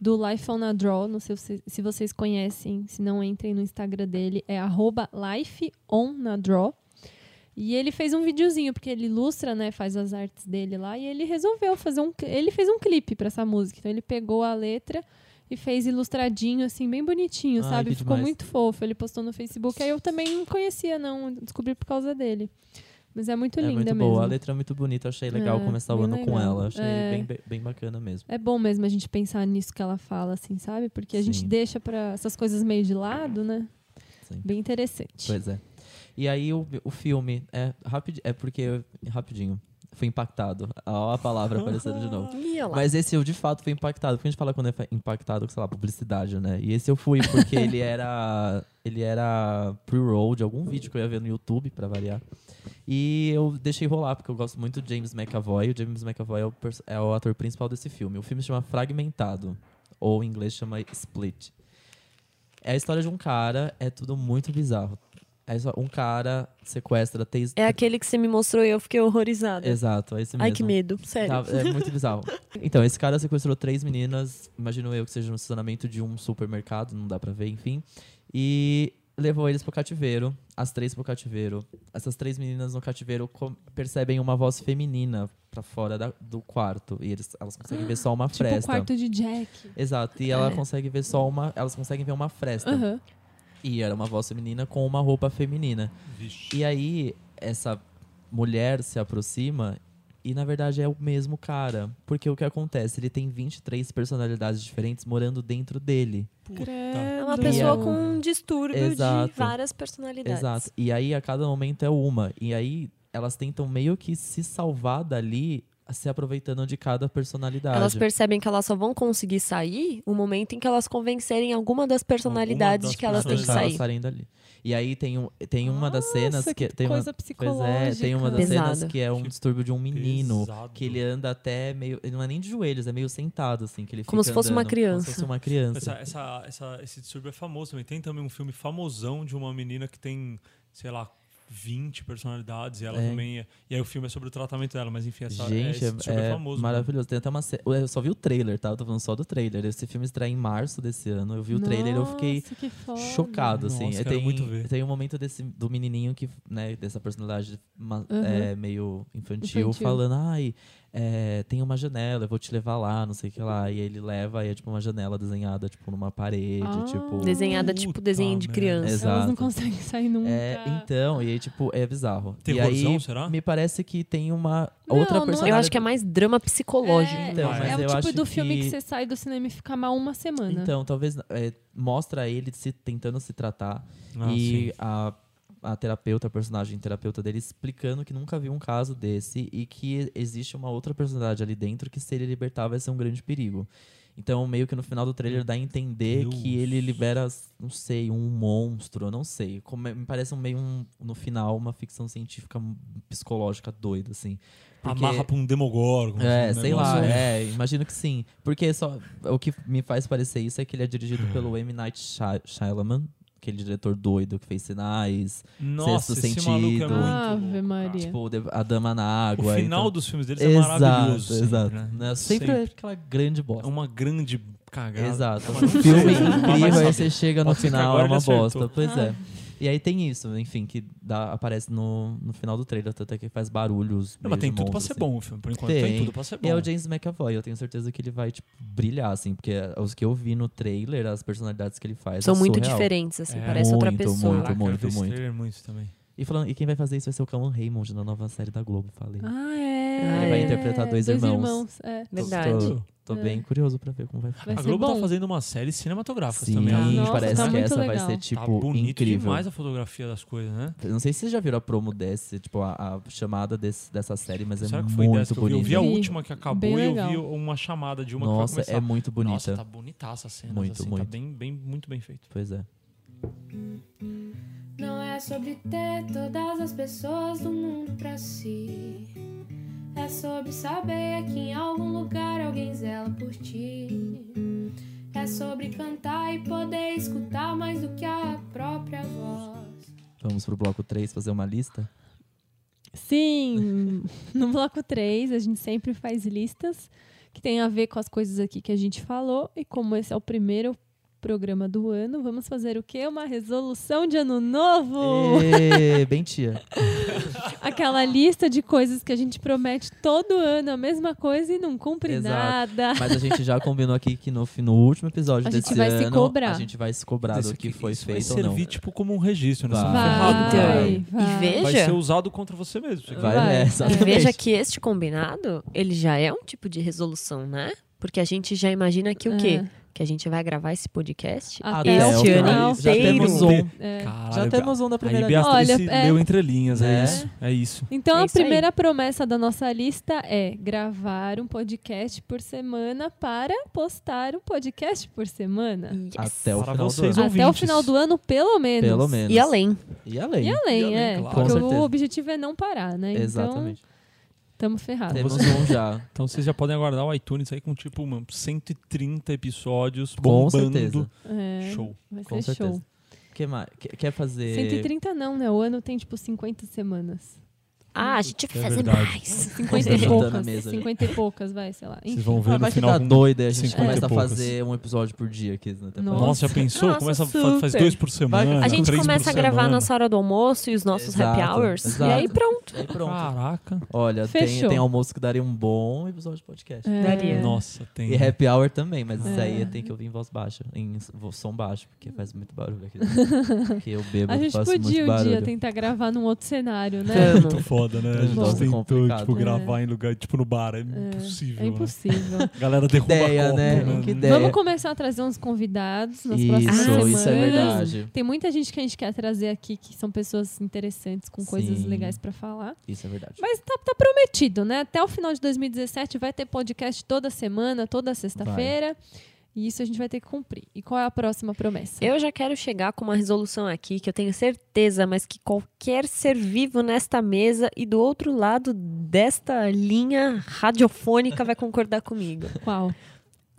Speaker 1: do Life on a Draw. Não sei se, se vocês conhecem, se não entrem no Instagram dele, é arroba Life on a Draw. E ele fez um videozinho, porque ele ilustra, né? Faz as artes dele lá. E ele resolveu fazer um. cli- Ele fez um clipe pra essa música. Então ele pegou a letra e fez ilustradinho, assim, bem bonitinho,
Speaker 2: Ai,
Speaker 1: sabe?
Speaker 2: que
Speaker 1: Ficou
Speaker 2: demais.
Speaker 1: muito fofo. Ele postou no Facebook. Aí eu também não conhecia, não. Descobri por causa dele. Mas é muito
Speaker 2: é
Speaker 1: linda
Speaker 2: muito
Speaker 1: mesmo.
Speaker 2: boa, a letra é muito bonita, achei legal
Speaker 1: É,
Speaker 2: começar o
Speaker 1: bem
Speaker 2: ano com
Speaker 1: legal.
Speaker 2: ela. Achei
Speaker 1: É.
Speaker 2: bem, bem- bem bacana mesmo.
Speaker 1: É bom mesmo a gente pensar nisso que ela fala, assim, sabe? Porque a gente
Speaker 2: Sim.
Speaker 1: deixa pra essas coisas meio de lado, né?
Speaker 2: Sim.
Speaker 1: Bem interessante.
Speaker 2: assim. Pois é. E aí o, o filme é rapid, é porque eu- rapidinho. Fui impactado. Ó, a palavra aparecendo
Speaker 1: <laughs>
Speaker 2: de novo.
Speaker 3: Ih, olha lá.
Speaker 2: Mas esse eu de fato fui impactado. Porque a gente fala quando é fa- impactado, sei lá, publicidade, né? E esse eu fui, porque
Speaker 3: <laughs>
Speaker 2: ele era. Ele era pre-roll de algum vídeo que eu ia ver no YouTube, pra variar. E eu deixei rolar, porque eu gosto muito do James McAvoy. O James McAvoy é o, pers- é o ator principal desse filme. O filme se chama Fragmentado, ou em inglês chama Split. É a história de um cara, é tudo muito bizarro. Aí só um cara sequestra três.
Speaker 3: É aquele que você me mostrou e eu fiquei horrorizada.
Speaker 2: Exato, é esse mesmo.
Speaker 3: Ai, que medo. Sério.
Speaker 2: Tá, é muito
Speaker 1: <laughs>
Speaker 2: bizarro. Então, esse cara sequestrou três meninas, imagino eu que seja no estacionamento de um supermercado, não dá pra ver, enfim. E levou eles pro cativeiro, as três pro cativeiro. Essas três meninas no cativeiro com- percebem uma voz feminina pra fora da- do quarto. E eles, elas conseguem ver só uma
Speaker 1: Tipo o
Speaker 2: fresta.
Speaker 1: quarto de Jack.
Speaker 2: Exato, e ela
Speaker 3: É.
Speaker 2: consegue ver só uma. Elas conseguem ver uma fresta.
Speaker 1: Aham.
Speaker 2: E era uma voz feminina com uma roupa feminina.
Speaker 4: Vixe.
Speaker 2: E aí, essa mulher se aproxima e, na verdade, é o mesmo cara. Porque o que acontece? Ele tem 23 personalidades diferentes morando dentro dele.
Speaker 3: É uma
Speaker 1: Credo.
Speaker 3: pessoa com um distúrbio
Speaker 2: Exato.
Speaker 3: de várias personalidades.
Speaker 2: Exato. E aí, a cada momento é uma. E aí, elas tentam meio que se salvar dali, se aproveitando de cada personalidade.
Speaker 3: Elas percebem que elas só vão conseguir sair o momento em que elas convencerem alguma das personalidades
Speaker 4: Alguma das
Speaker 3: de que elas têm que
Speaker 2: Deixar
Speaker 4: personalidades.
Speaker 3: sair.
Speaker 2: saírem dali. E aí, tem, um, tem uma das
Speaker 1: Nossa,
Speaker 2: cenas que. tem uma,
Speaker 1: coisa
Speaker 2: Pois
Speaker 1: psicológica.
Speaker 2: é, tem uma das
Speaker 3: Pesado.
Speaker 2: cenas que é um
Speaker 4: Que
Speaker 2: distúrbio de um menino.
Speaker 4: Pesado.
Speaker 2: Que ele anda até meio. Ele não é nem de joelhos, é meio sentado, assim. Que ele
Speaker 3: Como
Speaker 2: fica
Speaker 3: se fosse uma
Speaker 2: andando, Como
Speaker 3: criança.
Speaker 2: se fosse uma criança.
Speaker 4: Essa, essa, essa- esse distúrbio é famoso também. Tem também um filme famosão de uma menina que tem, sei lá, 20 personalidades. E ela
Speaker 2: É.
Speaker 4: também é, E aí o filme é sobre o tratamento dela, mas enfim, essa,
Speaker 2: Gente,
Speaker 4: é, esse
Speaker 2: é,
Speaker 4: distúrbio é famoso.
Speaker 2: maravilhoso. Tem até uma ce- Eu só vi o trailer, tá? Eu tô falando só do trailer. Esse filme estreia em março desse ano. Eu vi o trailer e eu fiquei
Speaker 1: Nossa, que foda.
Speaker 2: chocado, assim.
Speaker 4: Nossa,
Speaker 2: É,
Speaker 4: quero
Speaker 2: tem,
Speaker 4: muito ver.
Speaker 2: tem um momento desse, do menininho que, né, dessa personalidade ma-
Speaker 1: Uhum.
Speaker 2: é, meio infantil,
Speaker 1: Infantil.
Speaker 2: falando, ai, é, tem uma janela, eu vou te levar lá, não sei o que lá. E aí ele leva e é tipo uma janela desenhada, tipo, numa parede,
Speaker 1: Ah.
Speaker 2: tipo.
Speaker 3: Desenhada tipo
Speaker 4: Puta
Speaker 3: desenho de
Speaker 4: merda.
Speaker 3: criança.
Speaker 2: Exato.
Speaker 1: Elas não conseguem sair nunca.
Speaker 2: É, então, e aí, tipo, é bizarro. e
Speaker 4: Terrorzão,
Speaker 2: aí,
Speaker 4: será?
Speaker 2: Me parece que tem uma
Speaker 1: Não,
Speaker 2: outra
Speaker 1: não é.
Speaker 2: personagem.
Speaker 3: Eu acho que é mais drama psicológico.
Speaker 1: É,
Speaker 2: Então,
Speaker 1: é
Speaker 2: mas
Speaker 1: o
Speaker 2: eu
Speaker 1: tipo
Speaker 2: acho
Speaker 1: do filme que...
Speaker 2: que
Speaker 1: você sai do cinema e fica mal uma semana.
Speaker 2: Então, talvez é, mostra ele se tentando se tratar
Speaker 4: Ah,
Speaker 2: e
Speaker 4: sim.
Speaker 2: a, a terapeuta, a personagem terapeuta dele explicando que nunca viu um caso desse e que existe uma outra personalidade ali dentro que se ele libertar vai ser um grande perigo. Então, meio que no final do trailer dá a entender
Speaker 4: Deus.
Speaker 2: que ele libera, não sei, um monstro, eu não sei. Como é- me parece um meio, um- no final, uma ficção científica hum, psicológica doida, assim. Porque-
Speaker 4: Amarra pra um demogorgon.
Speaker 2: é,
Speaker 4: assim, um
Speaker 2: sei
Speaker 4: negócio-
Speaker 2: lá, é, imagino que sim. Porque só o que me faz parecer isso é que ele é dirigido pelo M. Night Shy- Shyamalan, aquele diretor doido que fez sinais,
Speaker 4: Nossa,
Speaker 2: Sexto
Speaker 4: esse maluco é
Speaker 2: Sentido.
Speaker 4: muito louco,
Speaker 1: Ave
Speaker 4: cara.
Speaker 1: Maria.
Speaker 2: tipo de- A Dama na
Speaker 4: O
Speaker 2: Água.
Speaker 4: final
Speaker 2: então-
Speaker 4: dos filmes deles
Speaker 2: Exato,
Speaker 4: é maravilhoso. sempre,
Speaker 2: exato.
Speaker 4: né?
Speaker 2: Né? Sempre, é aquela grande
Speaker 4: É
Speaker 2: bosta.
Speaker 4: uma grande cagada.
Speaker 2: Exato.
Speaker 4: Mas
Speaker 2: Um filme
Speaker 4: não sei, é nunca vai
Speaker 2: incrível, aí
Speaker 4: saber.
Speaker 2: você chega no
Speaker 4: Pode ser que
Speaker 2: final,
Speaker 4: agora
Speaker 2: é uma
Speaker 4: ele acertou.
Speaker 2: bosta. Pois é. E aí tem isso, enfim, que dá- aparece no, no final do trailer, tanto é que faz barulhos.
Speaker 4: Não,
Speaker 2: meio
Speaker 4: mas
Speaker 2: de
Speaker 4: tem tudo pra
Speaker 2: monstro,
Speaker 4: ser
Speaker 2: assim.
Speaker 4: bom o filme. Por enquanto
Speaker 2: Tem.
Speaker 4: tem, tudo pra ser bom.
Speaker 2: E é o James McAvoy, eu tenho certeza que ele vai, tipo, brilhar, assim, porque os que eu vi no trailer, as personalidades que ele faz.
Speaker 3: São
Speaker 2: é
Speaker 3: muito
Speaker 2: surreal.
Speaker 3: diferentes, assim,
Speaker 4: É,
Speaker 3: parece outra
Speaker 2: muito,
Speaker 3: pessoa.
Speaker 2: muito.
Speaker 4: Caraca, eu vi esse
Speaker 2: muito.
Speaker 4: trailer muito também.
Speaker 2: E, falando, e quem vai fazer isso vai ser o Cameron Raymond na nova série da Globo, falei.
Speaker 1: Ah, é.
Speaker 3: Ele vai
Speaker 2: interpretar dois irmãos.
Speaker 1: é.
Speaker 3: Verdade.
Speaker 2: Tô, tô
Speaker 1: É.
Speaker 2: bem curioso pra ver como vai ficar.
Speaker 1: Vai
Speaker 4: a
Speaker 1: ser
Speaker 4: Globo
Speaker 1: bom.
Speaker 4: tá fazendo uma série cinematográfica
Speaker 2: Sim,
Speaker 4: também. né?
Speaker 1: Nossa,
Speaker 2: parece
Speaker 1: tá
Speaker 2: que
Speaker 1: muito
Speaker 2: essa
Speaker 1: legal.
Speaker 2: vai ser,
Speaker 4: tá
Speaker 2: tipo,
Speaker 4: bonito
Speaker 2: incrível.
Speaker 4: demais a fotografia das coisas, né?
Speaker 2: Não sei se vocês já viram a promo desse, tipo, a, a chamada desse- dessa série, mas é
Speaker 4: Será que foi
Speaker 2: muito
Speaker 4: dessa que eu vi? Eu vi a
Speaker 2: bonita.
Speaker 1: Vi.
Speaker 4: última que acabou
Speaker 1: Bem
Speaker 4: e eu
Speaker 1: legal.
Speaker 4: vi uma chamada de uma
Speaker 2: Nossa,
Speaker 4: que
Speaker 2: é
Speaker 4: vai começar.
Speaker 2: muito bonita.
Speaker 4: Nossa, tá bonitaça a cena.
Speaker 2: Muito,
Speaker 4: assim,
Speaker 2: muito.
Speaker 4: Tá bem, bem, muito bem feito.
Speaker 2: Pois é.
Speaker 6: Não é sobre ter todas as pessoas do mundo pra si. É sobre saber que em algum lugar alguém zela por ti. É sobre cantar e poder escutar mais do que a própria voz.
Speaker 2: Vamos pro bloco 3 fazer uma lista?
Speaker 1: Sim, <laughs> no bloco 3 a gente sempre faz listas que tem a ver com as coisas aqui que a gente falou e como esse é o primeiro programa do ano, vamos fazer o quê? Uma resolução de ano novo.
Speaker 2: É. Ê, bem tia.
Speaker 1: Aquela lista de coisas que a gente promete todo ano, a mesma coisa e não cumpre
Speaker 2: Exato.
Speaker 1: nada.
Speaker 2: Mas a gente já combinou aqui que no, fi- no último episódio
Speaker 1: A gente
Speaker 2: desse
Speaker 1: vai se
Speaker 2: ano
Speaker 1: cobrar.
Speaker 2: a gente vai se cobrar
Speaker 4: Isso
Speaker 2: do que
Speaker 4: aqui-
Speaker 2: foi
Speaker 4: isso
Speaker 2: feito
Speaker 4: vai
Speaker 2: ou não.
Speaker 4: servir tipo como um registro, né? Você
Speaker 2: Vai.
Speaker 4: tá ferrado, cara.
Speaker 1: Vai, então, vai.
Speaker 3: E veja-
Speaker 4: Vai ser usado contra você mesmo. Você
Speaker 2: Vai,
Speaker 1: Vai, é.
Speaker 2: né? Exatamente.
Speaker 3: Veja que este combinado, ele já é um tipo de resolução, né? Porque a gente já imagina que o quê? Que a gente vai gravar esse podcast
Speaker 1: Até
Speaker 2: Até o
Speaker 3: este ano
Speaker 2: final, já temos
Speaker 3: inteiro.
Speaker 2: um.
Speaker 1: É.
Speaker 4: Caralho,
Speaker 2: Já temos um da
Speaker 4: Aí
Speaker 2: primeira lista.
Speaker 4: Beatriz
Speaker 1: Olha,
Speaker 4: se
Speaker 1: é-
Speaker 4: leu entre linhas, é,
Speaker 2: É.
Speaker 4: isso. É isso.
Speaker 1: Então
Speaker 3: É
Speaker 1: a
Speaker 3: isso aí.
Speaker 1: primeira promessa da nossa lista é gravar um podcast por semana para postar um podcast por semana.
Speaker 3: Yes.
Speaker 2: Até o
Speaker 4: Para
Speaker 2: final do
Speaker 4: vocês
Speaker 2: ano.
Speaker 1: Até o
Speaker 4: ouvintes.
Speaker 1: final do ano, pelo menos.
Speaker 2: Pelo menos.
Speaker 3: E além.
Speaker 2: E além.
Speaker 1: E além,
Speaker 4: E além,
Speaker 1: é.
Speaker 4: claro.
Speaker 2: Com
Speaker 1: Porque o
Speaker 2: certeza.
Speaker 1: objetivo é não parar, né?
Speaker 2: Exatamente.
Speaker 1: Então, estamos ferrados.
Speaker 2: Temos um já.
Speaker 4: Então vocês já podem aguardar o iTunes aí com tipo mano, 130 episódios
Speaker 2: Com
Speaker 4: bombando.
Speaker 2: certeza.
Speaker 1: É,
Speaker 4: um Show.
Speaker 1: Vai ser
Speaker 2: Com certeza.
Speaker 1: é show.
Speaker 2: que mais? Que- Quer fazer.
Speaker 1: 130 não, né? O ano tem tipo 50 semanas.
Speaker 3: Ah, a gente vai
Speaker 4: É
Speaker 3: fazer
Speaker 4: verdade.
Speaker 3: mais.
Speaker 1: 50
Speaker 2: Vamos
Speaker 1: e
Speaker 2: ajudar na
Speaker 1: poucas.
Speaker 2: mesa, gente.
Speaker 1: 50 e poucas, vai, sei lá.
Speaker 4: Vocês
Speaker 1: Enfim.
Speaker 4: vão ver
Speaker 2: Ah,
Speaker 4: no
Speaker 2: vai que
Speaker 4: final.
Speaker 2: dá
Speaker 4: com-
Speaker 2: doida e a gente
Speaker 4: 50
Speaker 1: e
Speaker 2: começa a
Speaker 4: poucas.
Speaker 2: fazer um episódio por dia aqui. Né? Tá
Speaker 1: Nossa.
Speaker 2: bom.
Speaker 4: Nossa, já pensou?
Speaker 3: Nossa,
Speaker 4: começa a fa- faz
Speaker 3: super.
Speaker 4: dois por semana.
Speaker 2: Vai-
Speaker 3: A gente
Speaker 4: três
Speaker 3: começa
Speaker 4: por
Speaker 3: a gravar
Speaker 4: semana.
Speaker 3: nossa hora do almoço e os nossos happy
Speaker 2: Exato,
Speaker 3: hours.
Speaker 2: exato.
Speaker 3: E aí pronto.
Speaker 2: Aí pronto.
Speaker 4: Caraca.
Speaker 2: Olha, tem,
Speaker 1: Fechou.
Speaker 2: tem almoço que daria um bom episódio de podcast.
Speaker 1: É.
Speaker 3: Daria.
Speaker 4: Nossa, tem.
Speaker 2: E happy hour também, mas isso aí
Speaker 1: É. Hum.
Speaker 2: tem que ouvir em voz baixa, em vo- som baixo, porque faz muito barulho
Speaker 1: <laughs>
Speaker 2: aqui. Porque eu bebo,
Speaker 1: A gente
Speaker 2: faço
Speaker 1: podia
Speaker 2: muito
Speaker 1: um
Speaker 2: barulho.
Speaker 1: dia tentar gravar num outro cenário, né?
Speaker 3: É.
Speaker 4: Muito
Speaker 2: <laughs>
Speaker 4: foda, né? A gente
Speaker 1: Nossa,
Speaker 4: tentou,
Speaker 2: complicado.
Speaker 4: tipo,
Speaker 1: É.
Speaker 4: gravar em lugar, tipo, no bar. É, impossível,
Speaker 1: É
Speaker 2: <laughs>
Speaker 4: né?
Speaker 1: impossível.
Speaker 4: A galera derruba
Speaker 2: Ideia,
Speaker 4: copo,
Speaker 2: né?
Speaker 4: né?
Speaker 2: Que
Speaker 4: Não-
Speaker 2: ideia.
Speaker 1: Vamos começar a trazer uns convidados nas próximas
Speaker 2: Isso,
Speaker 1: semanas.
Speaker 2: isso é verdade.
Speaker 1: Tem muita gente que a gente quer trazer aqui que são pessoas interessantes com coisas
Speaker 2: Sim.
Speaker 1: legais pra falar.
Speaker 2: Isso é verdade.
Speaker 1: Mas tá, tá prometido, né? Até o final de 2017 vai ter podcast toda semana, toda sexta-feira. E isso a gente vai ter que cumprir. E qual é a próxima promessa?
Speaker 3: Eu já quero chegar com uma resolução aqui que eu tenho certeza, mas que qualquer ser vivo nesta mesa e do outro lado desta linha radiofônica vai concordar comigo.
Speaker 1: Qual?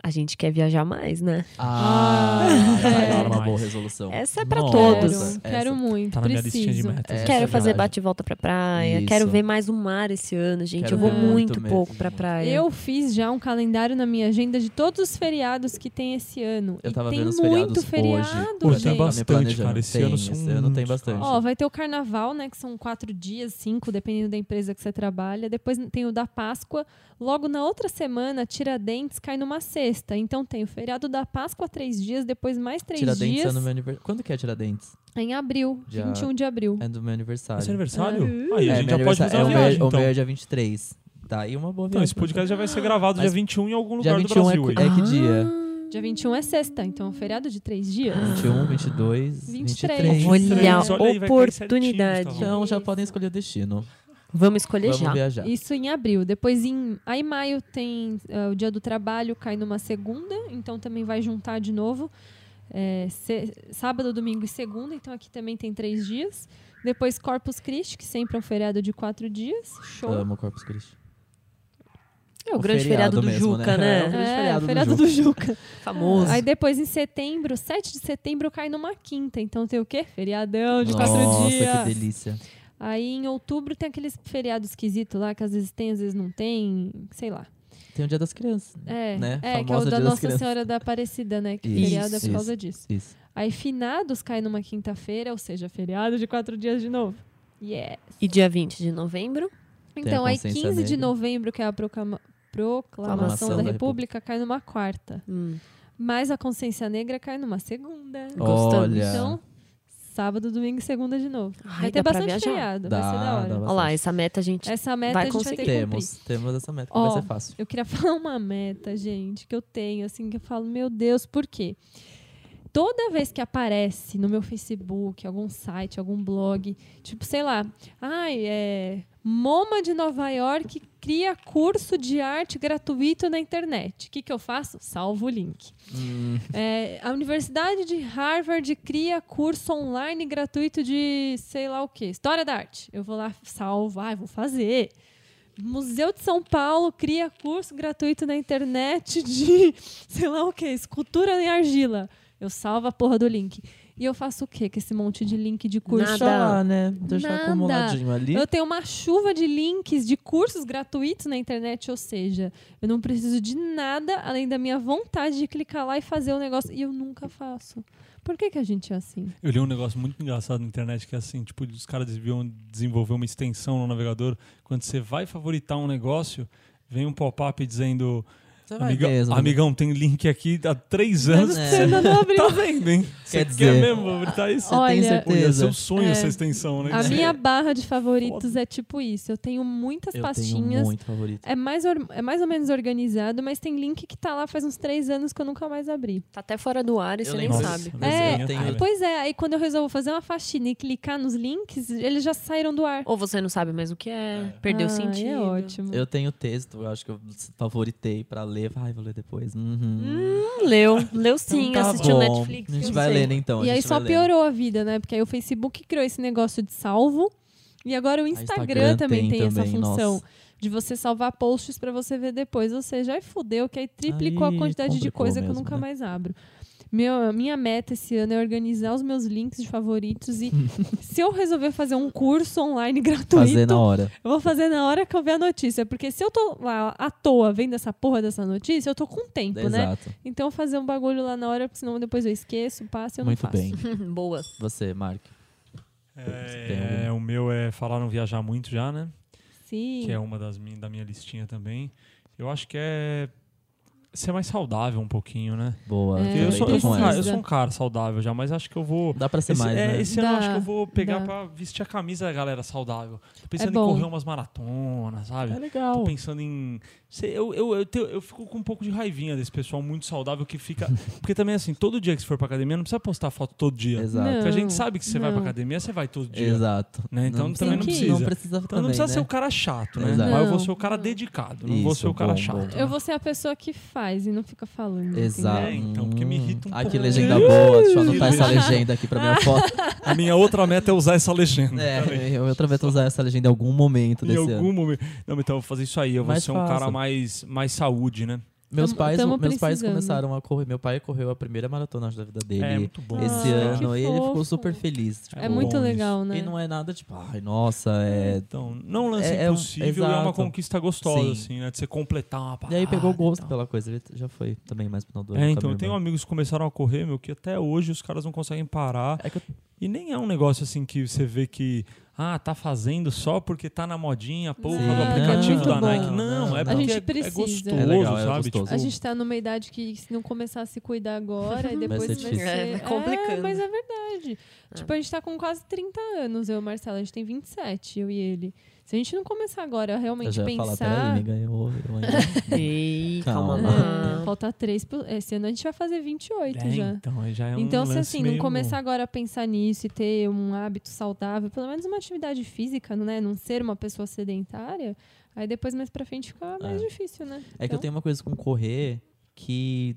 Speaker 3: A gente quer viajar mais, né?
Speaker 2: Ah,
Speaker 1: é.
Speaker 2: é. uma boa resolução.
Speaker 3: Essa é pra
Speaker 4: Nossa.
Speaker 3: todos.
Speaker 1: Quero, quero
Speaker 2: Essa.
Speaker 1: muito,
Speaker 4: Tá na minha listinha de
Speaker 1: preciso.
Speaker 4: metas.
Speaker 2: É.
Speaker 3: Quero
Speaker 2: Essa
Speaker 3: fazer
Speaker 2: verdade.
Speaker 3: bate e volta pra praia.
Speaker 2: Isso.
Speaker 3: Quero ver mais o mar esse ano, gente.
Speaker 2: Quero
Speaker 3: eu vou
Speaker 1: ver
Speaker 3: muito,
Speaker 2: muito mesmo,
Speaker 3: pouco pra praia.
Speaker 1: Eu fiz já um calendário na minha agenda de todos os feriados que tem esse ano.
Speaker 2: Eu
Speaker 1: e
Speaker 2: tava
Speaker 1: tem
Speaker 2: vendo os
Speaker 1: muito
Speaker 2: feriados
Speaker 1: feriado,
Speaker 4: Hoje
Speaker 2: hoje.
Speaker 4: tem
Speaker 1: gente.
Speaker 4: bastante, cara. Esse
Speaker 2: Esse
Speaker 4: ano um,
Speaker 2: ano
Speaker 4: são
Speaker 2: esse ano Tá tem
Speaker 4: muitos, cara.
Speaker 2: bastante.
Speaker 1: Ó, vai ter o carnaval, né? Que são quatro dias, cinco, dependendo da empresa que você trabalha. Depois tem o da Páscoa. Logo na outra semana, Tiradentes cai numa sexta. Então tem o feriado da Páscoa, três dias, depois mais três
Speaker 2: Tiradentes é
Speaker 1: dias.
Speaker 2: no meu aniversário. Quando que é Tiradentes?
Speaker 1: Em abril,
Speaker 2: Dia-
Speaker 1: 21 de abril.
Speaker 2: É do meu aniversário.
Speaker 4: É seu aniversário? Aí, a gente
Speaker 2: meu
Speaker 4: já pode
Speaker 2: aniversário-
Speaker 4: fazer
Speaker 2: é
Speaker 4: uma
Speaker 2: o meu-
Speaker 4: viagem,
Speaker 2: O meu
Speaker 4: então.
Speaker 2: é dia 23. Tá aí uma boa viagem.
Speaker 4: Então, esse podcast já vai ser gravado dia
Speaker 2: Mas-
Speaker 4: 21 em algum
Speaker 2: Dia
Speaker 4: lugar do
Speaker 2: 21 é,
Speaker 4: Brasil. aí.
Speaker 2: que- é que dia?
Speaker 1: Dia 21 é sexta, então é um feriado de três dias.
Speaker 2: 21, 22,
Speaker 1: 23.
Speaker 2: 23.
Speaker 3: Ah, Olha a
Speaker 4: Três, olha aí, vai cair
Speaker 3: oportunidade.
Speaker 4: certinho, então.
Speaker 2: Então já podem escolher o destino.
Speaker 3: Vamos escolher
Speaker 2: Vamos
Speaker 3: já.
Speaker 2: viajar.
Speaker 1: Isso em abril. Depois em aí em maio tem ah, o dia do trabalho, cai numa segunda, então também vai juntar de novo. É, se- sábado, domingo e segunda, então aqui também tem três dias. Depois Corpus Christi, que sempre é um feriado de quatro dias. Show.
Speaker 2: Amo Corpus Christi.
Speaker 3: É o
Speaker 2: O
Speaker 3: grande
Speaker 2: feriado
Speaker 3: feriado, do
Speaker 2: mesmo, né?
Speaker 3: Juca, né?
Speaker 2: grande
Speaker 1: É,
Speaker 2: feriado do
Speaker 1: feriado do Juca.
Speaker 3: Famoso.
Speaker 1: Aí depois em setembro, 7 de setembro, cai numa quinta. Então tem o quê? Feriadão de quatro
Speaker 2: Nossa,
Speaker 1: dias.
Speaker 2: que delícia.
Speaker 1: Aí em outubro tem aqueles feriado esquisito lá, que às vezes tem, às vezes não tem, sei lá.
Speaker 2: Tem o Dia das Crianças.
Speaker 1: É,
Speaker 2: né?
Speaker 1: é que é o
Speaker 2: Famosa
Speaker 1: da
Speaker 2: Dia das
Speaker 1: Nossa
Speaker 2: Crianças.
Speaker 1: Senhora da Aparecida, né? Que
Speaker 2: Isso,
Speaker 1: feriado é por
Speaker 2: isso.
Speaker 1: causa disso.
Speaker 2: Isso.
Speaker 1: Aí finados cai numa quinta-feira, ou seja, feriado de quatro dias de novo. Yeah.
Speaker 3: E dia 20 de novembro.
Speaker 1: Então,
Speaker 2: a
Speaker 1: aí
Speaker 2: consciência
Speaker 1: 15 de
Speaker 2: negra.
Speaker 1: novembro, que é a proclama-
Speaker 3: Proclamação
Speaker 1: proclamação da,
Speaker 2: da
Speaker 1: República, cai numa quarta.
Speaker 3: Hum,
Speaker 1: Mas a consciência negra cai numa segunda.
Speaker 3: gostamos.
Speaker 2: Olha.
Speaker 1: Então, sábado, domingo e segunda de novo.
Speaker 3: Ai,
Speaker 1: vai
Speaker 3: dá
Speaker 1: ter
Speaker 3: pra
Speaker 1: bastante
Speaker 3: viajar.
Speaker 1: feriado,
Speaker 2: Dá,
Speaker 1: vai ser da
Speaker 2: dá
Speaker 1: hora.
Speaker 2: bastante.
Speaker 3: Olha lá, essa meta a gente.
Speaker 1: Essa meta
Speaker 3: Vai
Speaker 1: a gente vai ter
Speaker 3: conseguir.
Speaker 1: que cumprir.
Speaker 2: Temos, temos essa meta que
Speaker 1: Ó,
Speaker 2: vai ser fácil.
Speaker 1: Eu queria <laughs> falar uma meta, gente, que eu tenho, assim, que eu falo, meu Deus, por quê? Toda vez que aparece no meu Facebook, algum site, algum blog, tipo, sei lá, ai, é. MoMA de Nova York cria curso de arte gratuito na internet. O que, que eu faço? Salvo o link. É, a Universidade de Harvard cria curso online gratuito de sei lá o quê. História da arte. Eu vou lá, salvo, ai, vou fazer. Museu de São Paulo cria curso gratuito na internet de, <laughs> sei lá o que, escultura em argila. Eu salvo a porra do link. E eu faço o quê com esse monte de link de curso?
Speaker 3: Nada.
Speaker 2: Deixa lá, né? Deixa
Speaker 1: Nada.
Speaker 2: acumuladinho ali.
Speaker 1: Eu tenho uma chuva de links de cursos gratuitos na internet, ou seja, eu não preciso de nada além da minha vontade de clicar lá e fazer o negócio. E eu nunca faço. Por que, que a gente é assim?
Speaker 4: Eu li um negócio muito engraçado na internet que é assim, tipo, os caras deviam desenvolver uma extensão no navegador. Quando você vai favoritar um negócio, vem um pop-up dizendo
Speaker 2: Você vai
Speaker 4: Amiga,
Speaker 2: é mesmo. né?
Speaker 4: amigão, tem link aqui há três anos.
Speaker 2: É.
Speaker 4: que
Speaker 1: Você ainda não
Speaker 2: <laughs>
Speaker 1: abriu.
Speaker 4: Tá vendo, hein? Você
Speaker 2: Quer
Speaker 4: quer,
Speaker 2: dizer-
Speaker 4: mesmo favoritar isso?
Speaker 1: Olha,
Speaker 2: tem
Speaker 4: Pô, ia ser
Speaker 2: certeza.
Speaker 4: um sonho
Speaker 1: É.
Speaker 4: essa extensão, né?
Speaker 1: A
Speaker 4: Você-
Speaker 1: minha barra de favoritos é tipo isso. Eu tenho muitas
Speaker 2: Eu tenho
Speaker 1: pastinhas.
Speaker 2: muito favorito.
Speaker 1: É mais, or- é mais ou menos organizado, mas tem link que tá lá faz uns três anos que eu nunca mais abri.
Speaker 3: Tá até fora do ar e você nem
Speaker 2: lembro.
Speaker 3: sabe.
Speaker 2: Nossa,
Speaker 1: É,
Speaker 2: eu tenho-
Speaker 1: Pois é, aí quando eu resolvo fazer uma faxina e clicar nos links, eles já saíram do ar.
Speaker 3: Ou você não sabe mais o que é, perdeu o
Speaker 1: Ah,
Speaker 3: sentido.
Speaker 1: É ótimo.
Speaker 2: Eu tenho texto, eu acho que eu favoritei pra ler. Ai, vou ler depois. Uhum.
Speaker 3: Hum, Leu, leu sim,
Speaker 2: Então tá
Speaker 3: assistiu
Speaker 2: bom.
Speaker 3: Netflix.
Speaker 2: A gente
Speaker 3: eu
Speaker 2: vai
Speaker 3: sei.
Speaker 2: lendo então. a
Speaker 1: E aí
Speaker 2: gente
Speaker 1: só
Speaker 2: vai lendo.
Speaker 1: piorou a vida, né? Porque aí o Facebook criou esse negócio de salvo. E agora o Instagram,
Speaker 2: Instagram
Speaker 1: também tem,
Speaker 2: tem
Speaker 1: essa
Speaker 2: também,
Speaker 1: função
Speaker 2: nossa.
Speaker 1: de você salvar posts pra você ver depois. Ou seja, aí fudeu, que aí triplicou a
Speaker 2: Aí
Speaker 1: quantidade de
Speaker 2: complicou
Speaker 1: coisa que eu
Speaker 2: mesmo,
Speaker 1: nunca
Speaker 2: né?
Speaker 1: mais abro. Meu, minha meta esse ano é organizar os meus links de favoritos
Speaker 2: <laughs>
Speaker 1: e se eu resolver fazer um curso online <laughs> gratuito,
Speaker 2: Fazer na hora.
Speaker 1: eu vou fazer na hora que eu ver a notícia. Porque se eu tô lá à toa vendo essa porra dessa notícia, eu tô com tempo, né?
Speaker 2: Exato.
Speaker 1: Então fazer um bagulho lá na hora, porque senão depois eu esqueço, passo e eu
Speaker 2: Muito
Speaker 1: não faço.
Speaker 2: bem.
Speaker 3: <laughs> Boa.
Speaker 2: Você, Mark.
Speaker 4: É, o meu é falar não viajar muito já, né?
Speaker 1: Sim.
Speaker 4: Que é uma das min- da minha listinha também. Eu acho que é ser mais saudável um pouquinho, né?
Speaker 2: Boa.
Speaker 1: É,
Speaker 4: Porque eu,
Speaker 2: também
Speaker 4: sou,
Speaker 2: tô
Speaker 4: eu, sou um
Speaker 2: com
Speaker 4: cara, eu
Speaker 2: essa.
Speaker 4: sou um cara saudável já, mas acho que eu vou.
Speaker 2: Dá pra ser
Speaker 4: esse,
Speaker 2: mais,
Speaker 4: é,
Speaker 2: né?
Speaker 4: esse ano eu
Speaker 1: Dá,
Speaker 4: acho que eu vou pegar
Speaker 1: dá.
Speaker 4: pra vestir a camisa da galera saudável. Tô
Speaker 1: É
Speaker 4: pensando em
Speaker 1: bom.
Speaker 4: correr umas maratonas, sabe?
Speaker 2: É legal.
Speaker 4: Tô pensando em. sei, Eu, eu, eu, tenho- eu fico com um pouco de raivinha desse pessoal muito saudável
Speaker 2: <laughs>
Speaker 4: que fica. Porque também, assim, todo dia que você for pra academia, não precisa postar foto todo dia.
Speaker 2: Exato.
Speaker 1: Não.
Speaker 4: Porque a gente sabe que você vai pra
Speaker 1: não.
Speaker 4: academia, você vai todo dia.
Speaker 2: Exato.
Speaker 4: Né? Então também não
Speaker 1: precisa.
Speaker 2: Não precisa
Speaker 4: Então não
Speaker 2: também,
Speaker 4: precisa
Speaker 2: né?
Speaker 4: ser o cara chato, né?
Speaker 2: Exato.
Speaker 4: Mas eu
Speaker 1: Não,
Speaker 4: vou ser o cara
Speaker 1: não.
Speaker 4: dedicado, não vou
Speaker 2: Isso,
Speaker 4: ser o cara
Speaker 2: bom,
Speaker 4: chato.
Speaker 2: bom.
Speaker 1: Eu vou ser a pessoa que faz e não fica falando. entendeu?
Speaker 2: Exato.
Speaker 4: É, então, porque me irrita um
Speaker 2: Ai,
Speaker 4: pouco.
Speaker 2: que legenda boa. Deixa eu anotar
Speaker 4: <laughs>
Speaker 2: essa legenda aqui pra minha foto.
Speaker 4: A minha outra meta é usar essa legenda.
Speaker 2: É, eu prometo usar essa legenda em algum momento
Speaker 4: Em
Speaker 2: desse
Speaker 4: algum
Speaker 2: ano.
Speaker 4: momento. Não, mas então eu vou fazer isso aí. Eu vou
Speaker 2: Mas
Speaker 4: ser um
Speaker 2: faça.
Speaker 4: cara mais, mais saúde, né?
Speaker 2: Meus,
Speaker 1: Tamo-
Speaker 2: pais,
Speaker 1: tamo
Speaker 2: meus pais
Speaker 1: precisando.
Speaker 2: começaram a correr. Meu pai correu a primeira maratona acho, da vida dele
Speaker 4: É muito bom.
Speaker 2: esse
Speaker 1: Ah, que
Speaker 2: ano. E ele ficou
Speaker 1: fofo.
Speaker 2: super feliz. Tipo,
Speaker 1: É muito
Speaker 4: bom
Speaker 1: legal, né?
Speaker 2: E não é nada tipo, ai, nossa, é.
Speaker 4: Então, não um lance
Speaker 2: É- é um-
Speaker 4: impossível e é uma
Speaker 2: exato.
Speaker 4: conquista gostosa,
Speaker 2: Sim.
Speaker 4: assim, né? De você completar uma
Speaker 2: E
Speaker 4: parada.
Speaker 2: aí pegou gosto
Speaker 4: tal.
Speaker 2: pela coisa. Ele já foi também mais pro final do ano.
Speaker 4: É,
Speaker 2: com a
Speaker 4: então, eu
Speaker 2: minha
Speaker 4: tenho
Speaker 2: irmã.
Speaker 4: amigos que começaram a correr, meu, que até hoje os caras não conseguem parar.
Speaker 2: É que eu-
Speaker 4: E nem é um negócio assim que você vê que, ah, tá fazendo só porque tá na modinha, porra,
Speaker 1: Sim.
Speaker 4: do
Speaker 1: É
Speaker 4: aplicativo
Speaker 1: muito
Speaker 4: da
Speaker 1: bom.
Speaker 4: Nike. Não, é
Speaker 2: A
Speaker 4: porque
Speaker 1: gente
Speaker 4: é- é
Speaker 1: precisa.
Speaker 4: gostoso,
Speaker 1: É
Speaker 2: legal, é
Speaker 4: sabe?
Speaker 2: gostoso.
Speaker 4: Tipo,
Speaker 1: A gente tá numa idade que se não começar a se cuidar
Speaker 2: <laughs>
Speaker 1: agora, e depois vai
Speaker 2: ser
Speaker 1: ser...
Speaker 2: difícil.
Speaker 3: É, vai complicando.
Speaker 1: É, mas é verdade. Tipo, a gente tá com quase 30 anos, eu e o Marcelo. A gente tem 27, eu e ele. Se a gente não começar agora a
Speaker 2: eu
Speaker 1: realmente
Speaker 2: já ia falar, peraí,
Speaker 1: pensar...
Speaker 2: me ganhou. eu ainda-
Speaker 3: Ei,
Speaker 2: Calma.
Speaker 1: É, <laughs> falta 3... Esse ano a gente vai fazer 28
Speaker 4: é,
Speaker 1: tá já.
Speaker 4: então, aí já é um
Speaker 1: Então, se
Speaker 4: lance
Speaker 1: assim, não
Speaker 4: meio-
Speaker 1: começar agora a pensar nisso e ter um hábito saudável, pelo menos uma atividade física, né? Não ser uma pessoa sedentária, aí depois mais pra frente fica mais
Speaker 2: É.
Speaker 1: difícil, né?
Speaker 2: É que eu tenho uma coisa com correr que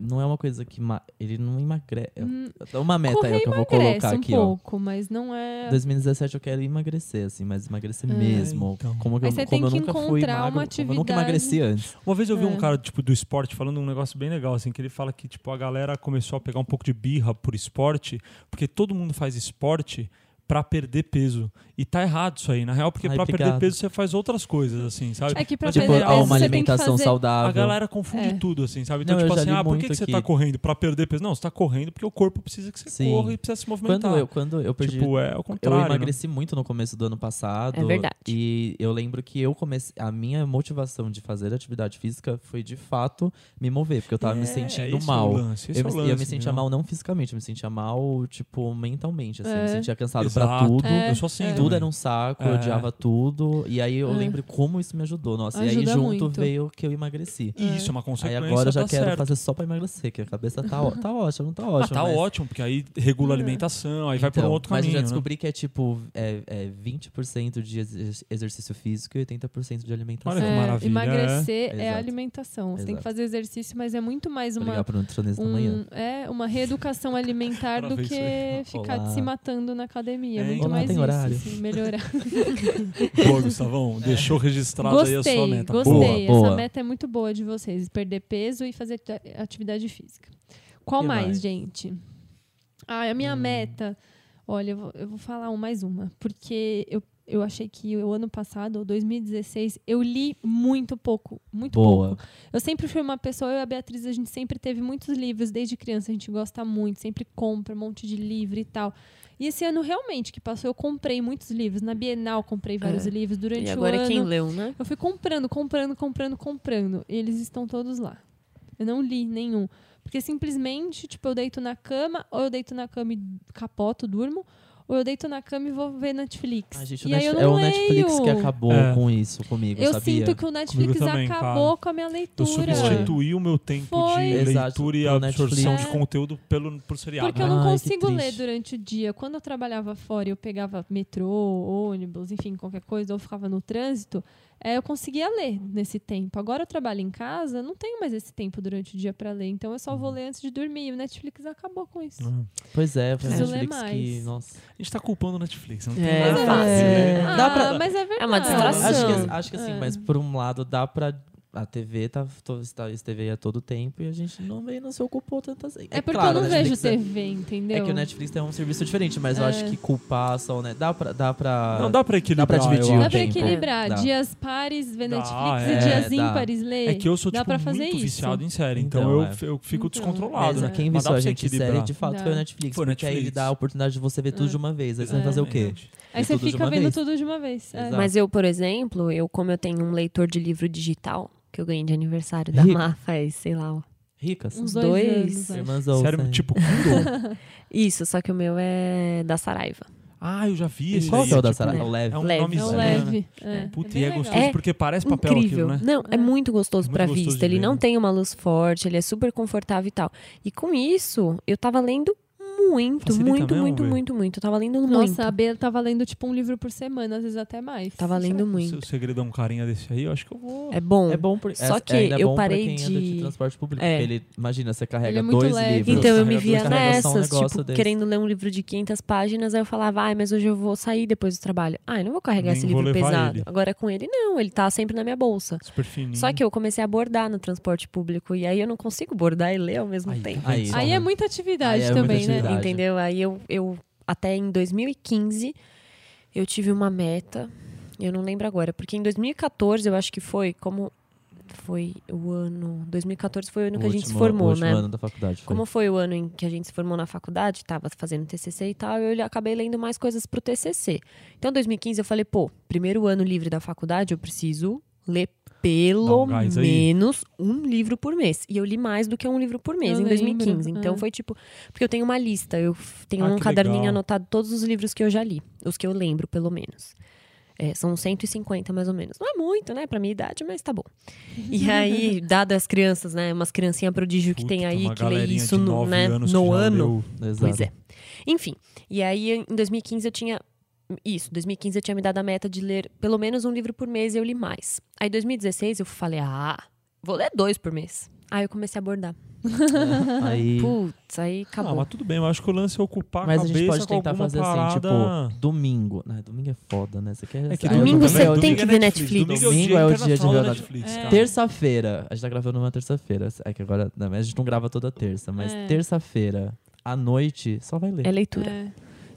Speaker 2: não é uma coisa que. ma- Ele não emagrece. É
Speaker 1: Hum,
Speaker 2: Uma meta aí
Speaker 1: correr
Speaker 2: que eu vou
Speaker 1: emagrece
Speaker 2: colocar
Speaker 1: um
Speaker 2: aqui, ó.
Speaker 1: pouco, mas não é.
Speaker 2: 2017 eu quero emagrecer, assim, mas emagrecer
Speaker 1: Ah.
Speaker 2: mesmo.
Speaker 4: Então.
Speaker 2: Como, que
Speaker 1: Aí
Speaker 2: eu,
Speaker 1: você
Speaker 2: como eu
Speaker 1: tem que
Speaker 2: nunca fui
Speaker 1: encontrar
Speaker 2: magro,
Speaker 1: uma
Speaker 2: como eu nunca
Speaker 1: atividade.
Speaker 2: emagreci antes.
Speaker 4: Uma vez eu vi
Speaker 1: É.
Speaker 4: um cara, tipo, do esporte falando um negócio bem legal, assim, que ele fala que, tipo, a galera começou a pegar um pouco de birra por esporte, porque todo mundo faz esporte pra perder peso. E tá errado isso aí, na real, porque
Speaker 2: Ai,
Speaker 4: pra
Speaker 2: obrigado.
Speaker 4: perder peso você faz outras coisas, assim, sabe?
Speaker 1: É que pra
Speaker 4: Mas,
Speaker 2: Tipo,
Speaker 1: perder
Speaker 2: ah,
Speaker 1: peso,
Speaker 2: uma
Speaker 1: você tem que
Speaker 2: alimentação
Speaker 1: fazer-
Speaker 2: saudável.
Speaker 4: A galera confunde
Speaker 1: É.
Speaker 4: tudo, assim, sabe? Então,
Speaker 2: Não, eu
Speaker 4: tipo
Speaker 2: já
Speaker 4: assim,
Speaker 2: li
Speaker 4: ah, por que,
Speaker 2: muito
Speaker 4: que você
Speaker 2: que-
Speaker 4: tá correndo? Pra perder peso? Não, você tá correndo porque o corpo precisa que você
Speaker 2: Sim.
Speaker 4: corra e precisa se movimentar.
Speaker 2: Quando eu, quando eu perdi.
Speaker 4: Tipo, é o contrário.
Speaker 2: eu
Speaker 4: né?
Speaker 2: emagreci muito no começo do ano passado.
Speaker 3: É verdade.
Speaker 2: E eu lembro que eu comecei. A minha motivação de fazer atividade física foi de fato me mover, porque eu tava
Speaker 4: É,
Speaker 2: me sentindo
Speaker 4: esse é o
Speaker 2: mal.
Speaker 4: lance, esse
Speaker 2: eu,
Speaker 4: é o
Speaker 2: me, eu
Speaker 4: lance,
Speaker 2: me sentia
Speaker 4: entendeu?
Speaker 2: mal não fisicamente, eu me sentia mal, tipo, mentalmente, assim. Eu me
Speaker 1: É.
Speaker 2: sentia cansado pra
Speaker 4: Exato.
Speaker 2: tudo.
Speaker 1: É,
Speaker 4: eu sou assim.
Speaker 1: é.
Speaker 2: Tudo
Speaker 4: também.
Speaker 2: era um saco, eu
Speaker 4: É.
Speaker 2: odiava tudo. E aí eu
Speaker 1: É.
Speaker 2: lembro como isso me ajudou. Nossa, e aí
Speaker 1: Ajuda
Speaker 2: junto
Speaker 1: muito.
Speaker 2: veio que eu emagreci.
Speaker 4: Isso, é uma
Speaker 2: Aí
Speaker 4: consequência.
Speaker 2: agora eu já
Speaker 4: tá
Speaker 2: quero
Speaker 4: certo.
Speaker 2: fazer só pra emagrecer, que a cabeça tá, ó- tá ótima, não tá
Speaker 4: Ah,
Speaker 2: ótima.
Speaker 4: tá
Speaker 2: mas-
Speaker 4: ótimo, porque aí regula a
Speaker 1: Uhum.
Speaker 4: alimentação, aí vai por
Speaker 2: Então,
Speaker 4: um outro
Speaker 2: mas eu
Speaker 4: caminho.
Speaker 2: já
Speaker 4: né?
Speaker 2: descobri que é tipo é, é 20% de ex- exercício físico e 80% de alimentação.
Speaker 4: Olha que
Speaker 1: É,
Speaker 4: maravilha,
Speaker 1: Emagrecer é,
Speaker 2: Exato.
Speaker 1: alimentação. Você tem
Speaker 2: Exato.
Speaker 1: que fazer exercício, mas é muito mais uma.
Speaker 2: Obrigado pro nutricionista da manhã.
Speaker 1: um- é uma reeducação
Speaker 2: <laughs>
Speaker 1: alimentar do
Speaker 4: Pra ver isso
Speaker 1: que
Speaker 4: aí.
Speaker 1: ficar
Speaker 2: Olá. então,
Speaker 1: se matando na academia.
Speaker 4: É,
Speaker 1: muito
Speaker 4: olá,
Speaker 1: mais
Speaker 2: tem
Speaker 1: isso.
Speaker 2: horário?
Speaker 1: assim, melhorar.
Speaker 2: <laughs>
Speaker 4: Boa,
Speaker 2: É.
Speaker 4: Gustavão. Deixou registrado aí a sua
Speaker 1: gostei,
Speaker 4: meta.
Speaker 1: gostei.
Speaker 4: Boa.
Speaker 1: Essa
Speaker 2: boa.
Speaker 1: meta é muito boa de vocês. Perder peso e fazer ati- atividade física. Qual
Speaker 4: E
Speaker 1: mais,
Speaker 4: mais?
Speaker 1: gente? Ah, a minha meta. Olha, eu vou, eu vou falar um, mais uma. Porque eu, eu achei que o ano passado, ou 2016, eu li muito pouco. Muito pouco.
Speaker 2: Boa.
Speaker 1: Eu sempre fui uma pessoa, eu e a Beatriz, a gente sempre teve muitos livros desde criança, a gente gosta muito, sempre compra um monte de livro e tal. E esse ano realmente que passou, eu comprei muitos livros. Na Bienal comprei vários
Speaker 3: É.
Speaker 1: livros durante
Speaker 3: E agora
Speaker 1: o ano.
Speaker 3: quem leu, né?
Speaker 1: Eu fui comprando, comprando, comprando, comprando. E eles estão todos lá. Eu não li nenhum. Porque simplesmente, tipo, eu deito na cama, ou eu deito na cama e capoto, durmo, ou eu deito na cama e vou ver Netflix.
Speaker 2: Ai, gente, o
Speaker 1: e aí
Speaker 2: Netflix-
Speaker 1: eu não
Speaker 2: é o
Speaker 1: leio.
Speaker 2: Netflix que acabou
Speaker 4: É.
Speaker 2: com isso comigo,
Speaker 1: Eu
Speaker 2: sabia?
Speaker 1: sinto que o Netflix
Speaker 4: também, cara.
Speaker 1: acabou com a minha
Speaker 4: Eu
Speaker 1: leitura.
Speaker 4: substituí o meu tempo
Speaker 1: Foi.
Speaker 4: de
Speaker 2: Exato,
Speaker 4: leitura e
Speaker 2: pelo
Speaker 4: absorção
Speaker 1: Netflix.
Speaker 4: de conteúdo pelo, por seriado.
Speaker 1: Porque
Speaker 4: né?
Speaker 1: eu não
Speaker 2: Ai, que
Speaker 1: consigo ler
Speaker 2: triste.
Speaker 1: durante o dia. Quando eu trabalhava fora e eu pegava metrô, ônibus, enfim, qualquer coisa, ou ficava no trânsito, eh, eu conseguia ler nesse tempo. Agora eu trabalho em casa, não tenho mais esse tempo durante o dia para ler. Então eu só
Speaker 2: Uhum.
Speaker 1: vou ler antes de dormir. E o Netflix acabou com isso.
Speaker 4: Hum.
Speaker 2: Pois é, foi o
Speaker 1: Preciso ler
Speaker 2: Netflix que...
Speaker 1: mais.
Speaker 2: Nossa.
Speaker 4: A gente tá culpando o Netflix. Não tem
Speaker 3: É,
Speaker 4: nada
Speaker 3: é
Speaker 4: a ver,
Speaker 3: fácil,
Speaker 4: né?
Speaker 2: É. Dá
Speaker 1: Ah,
Speaker 2: pra-
Speaker 1: mas é verdade.
Speaker 3: uma distração.
Speaker 2: Acho que, acho que assim,
Speaker 1: É.
Speaker 2: mas por um lado dá pra a TV tá, to- está- esteve aí a todo tempo e a gente não veio não se ocupou tanto assim.
Speaker 1: É porque
Speaker 2: claro,
Speaker 1: eu não
Speaker 2: a
Speaker 1: vejo
Speaker 2: Netflix é-
Speaker 1: TV, entendeu?
Speaker 2: É que o Netflix tem um serviço diferente, mas eu acho
Speaker 1: É.
Speaker 2: que culpar só, né? Dá pra. Dá pra...
Speaker 4: Não dá pra equilibrar.
Speaker 2: pra dividir
Speaker 4: eu
Speaker 2: o
Speaker 1: Dá
Speaker 4: acho.
Speaker 1: pra
Speaker 2: é tempo.
Speaker 1: equilibrar.
Speaker 2: Dá.
Speaker 1: Dias pares ver
Speaker 4: Dá,
Speaker 1: Netflix
Speaker 4: é,
Speaker 1: e dias
Speaker 2: dá.
Speaker 1: ímpares ler.
Speaker 4: É que eu sou,
Speaker 1: Dá
Speaker 4: tipo,
Speaker 1: pra fazer
Speaker 4: muito
Speaker 1: isso.
Speaker 4: viciado em série. Então,
Speaker 2: Então,
Speaker 4: eu,
Speaker 2: é.
Speaker 4: eu fico
Speaker 1: Então,
Speaker 4: descontrolado,
Speaker 2: Mas
Speaker 4: né?
Speaker 1: é.
Speaker 2: quem
Speaker 4: Mas dá
Speaker 2: viciou
Speaker 4: pra
Speaker 2: a
Speaker 4: se
Speaker 2: gente de
Speaker 4: equilibrar.
Speaker 2: série, de fato,
Speaker 1: Dá.
Speaker 2: foi o Netflix.
Speaker 4: Foi o
Speaker 2: porque aí ele
Speaker 4: Netflix.
Speaker 2: dá a oportunidade de você ver tudo de uma vez. Aí você vai
Speaker 1: É.
Speaker 2: fazer o quê?
Speaker 1: Aí
Speaker 2: Ver
Speaker 1: você
Speaker 2: tudo de
Speaker 1: fica
Speaker 2: uma
Speaker 1: vendo
Speaker 2: vez.
Speaker 1: tudo de uma vez. É.
Speaker 2: Exato.
Speaker 3: Mas eu, por exemplo, eu como eu tenho um leitor de livro digital que eu ganhei de aniversário da
Speaker 2: Ih.
Speaker 3: Má faz, sei lá, ó.
Speaker 2: Ricas.
Speaker 1: Uns
Speaker 3: Os
Speaker 1: dois,
Speaker 3: dois
Speaker 1: anos, é. acho.
Speaker 2: Irmãs
Speaker 4: Sério,
Speaker 2: Olsen. <laughs>
Speaker 4: tipo, Kindle.
Speaker 3: Isso, só que o meu é da Saraiva.
Speaker 4: Ah, eu já vi esse.
Speaker 2: Qual
Speaker 4: aí,
Speaker 2: que é o da
Speaker 4: tipo,
Speaker 2: Saraiva?
Speaker 3: né?
Speaker 2: O leve.
Speaker 4: É um
Speaker 3: Leve.
Speaker 4: nome
Speaker 1: É o
Speaker 4: estranho, né?
Speaker 1: leve. É.
Speaker 4: Puta,
Speaker 1: É
Speaker 4: e é
Speaker 1: bem legal.
Speaker 4: gostoso porque parece papel
Speaker 3: Incrível.
Speaker 4: aquilo, né?
Speaker 3: Não, é,
Speaker 1: É.
Speaker 3: muito gostoso
Speaker 4: Muito
Speaker 3: pra
Speaker 4: gostoso de
Speaker 3: vista. Ele
Speaker 4: ver,
Speaker 3: não
Speaker 4: né?
Speaker 3: tem uma luz forte, ele é super confortável e tal. E com isso, eu tava lendo muito,
Speaker 4: Facilita
Speaker 3: muito,
Speaker 4: mesmo,
Speaker 3: muito,
Speaker 4: velho.
Speaker 3: muito, muito. Eu tava lendo muito. Tá
Speaker 1: Nossa, a Bia tava lendo tipo um livro por semana, às vezes até mais.
Speaker 3: Tava lendo
Speaker 4: Se
Speaker 3: muito.
Speaker 4: o segredo é um carinha desse aí, eu acho que eu vou.
Speaker 3: É bom.
Speaker 2: É bom por,
Speaker 3: Só
Speaker 2: é-
Speaker 3: que
Speaker 2: ainda é
Speaker 3: eu
Speaker 2: bom pra quem
Speaker 3: parei
Speaker 2: anda
Speaker 3: de-
Speaker 2: de transporte público.
Speaker 3: É.
Speaker 2: Ele, imagina, você carrega
Speaker 1: Ele é muito
Speaker 2: dois
Speaker 1: leve.
Speaker 2: livros.
Speaker 3: Então eu me
Speaker 4: é
Speaker 2: carrega
Speaker 3: via
Speaker 2: dois carregadores, só um
Speaker 3: nessas,
Speaker 2: negócio
Speaker 3: tipo,
Speaker 2: desse.
Speaker 3: querendo ler um livro de 500 páginas, aí eu falava, ai, mas hoje eu vou sair depois do trabalho. Ai, não vou carregar
Speaker 4: Nem
Speaker 3: esse
Speaker 4: vou
Speaker 3: livro
Speaker 4: levar
Speaker 3: pesado.
Speaker 4: ele. Uhum.
Speaker 3: Agora com ele, não, ele tá sempre na minha bolsa.
Speaker 4: Super fininho.
Speaker 3: Só que eu comecei a bordar no transporte público, e aí eu não consigo bordar e ler ao mesmo
Speaker 4: Aí,
Speaker 3: tempo.
Speaker 4: tá vendo
Speaker 2: Aí.
Speaker 4: só,
Speaker 1: Aí é
Speaker 4: né?
Speaker 1: muita atividade
Speaker 2: Aí é muita
Speaker 1: também, né?
Speaker 2: atividade. verdade.
Speaker 3: Entendeu? Aí eu, eu, até em 2015, eu tive uma meta, eu não lembro agora, porque em 2014 eu acho que foi, como foi o ano. 2014 foi o ano
Speaker 2: O
Speaker 3: que a gente se
Speaker 2: último-
Speaker 3: formou,
Speaker 2: o último
Speaker 3: né?
Speaker 2: ano da faculdade. foi.
Speaker 3: Como foi o ano em que a gente se formou na faculdade, tava fazendo TCC e tal, eu acabei lendo mais coisas pro TCC. Então, em 2015, eu falei, pô, primeiro ano livre da faculdade, eu preciso ler pelo
Speaker 4: Dá um gás aí.
Speaker 3: menos um livro por mês. E eu li mais do que um livro por mês
Speaker 1: Eu
Speaker 3: em 2015.
Speaker 1: lembro,
Speaker 3: Então,
Speaker 1: é.
Speaker 3: foi tipo... Porque eu tenho uma lista, eu f- tenho
Speaker 4: Ah,
Speaker 3: um
Speaker 4: que
Speaker 3: caderninho
Speaker 4: legal.
Speaker 3: anotado todos os livros que eu já li. Os que eu lembro, pelo menos. É, são 150, mais ou menos. Não é muito, né, pra minha idade, mas tá bom. E aí, dado as crianças, né, umas criancinhas prodígio que tem
Speaker 4: Puta,
Speaker 3: aí,
Speaker 4: uma
Speaker 3: que lê
Speaker 4: galerinha
Speaker 3: isso
Speaker 4: de
Speaker 3: no,
Speaker 4: nove
Speaker 3: né,
Speaker 4: anos que
Speaker 3: no
Speaker 4: já
Speaker 3: ano.
Speaker 4: leu.
Speaker 2: Exato.
Speaker 3: Pois é. Enfim, e aí em 2015 eu tinha. Isso, 2015 eu tinha me dado a meta de ler pelo menos um livro por mês e eu li mais. Aí em 2016 eu falei, ah, vou ler dois por mês. Aí eu comecei a abordar. <laughs>
Speaker 2: Aí...
Speaker 3: Putz, aí
Speaker 4: Ah,
Speaker 3: acabou.
Speaker 4: mas tudo bem, mas acho que o lance é ocupar
Speaker 2: Mas
Speaker 4: a
Speaker 2: a
Speaker 4: cabeça
Speaker 2: gente pode
Speaker 4: com
Speaker 2: tentar
Speaker 4: alguma
Speaker 2: fazer
Speaker 4: parada...
Speaker 2: assim, tipo, domingo. Não, domingo é foda, né? Você quer...
Speaker 4: É que
Speaker 2: Ah, eu
Speaker 3: domingo
Speaker 2: também-
Speaker 3: você
Speaker 2: eu
Speaker 3: tem que
Speaker 4: é
Speaker 3: ver Netflix.
Speaker 4: Domingo é o dia de
Speaker 2: ver
Speaker 4: ver
Speaker 2: o
Speaker 4: Netflix.
Speaker 1: É.
Speaker 4: cara.
Speaker 2: Terça-feira, a gente tá gravando uma terça-feira. É que agora, não, mas a gente não grava toda terça, mas
Speaker 1: É.
Speaker 2: terça-feira, à noite, só vai ler.
Speaker 3: É leitura.
Speaker 1: É.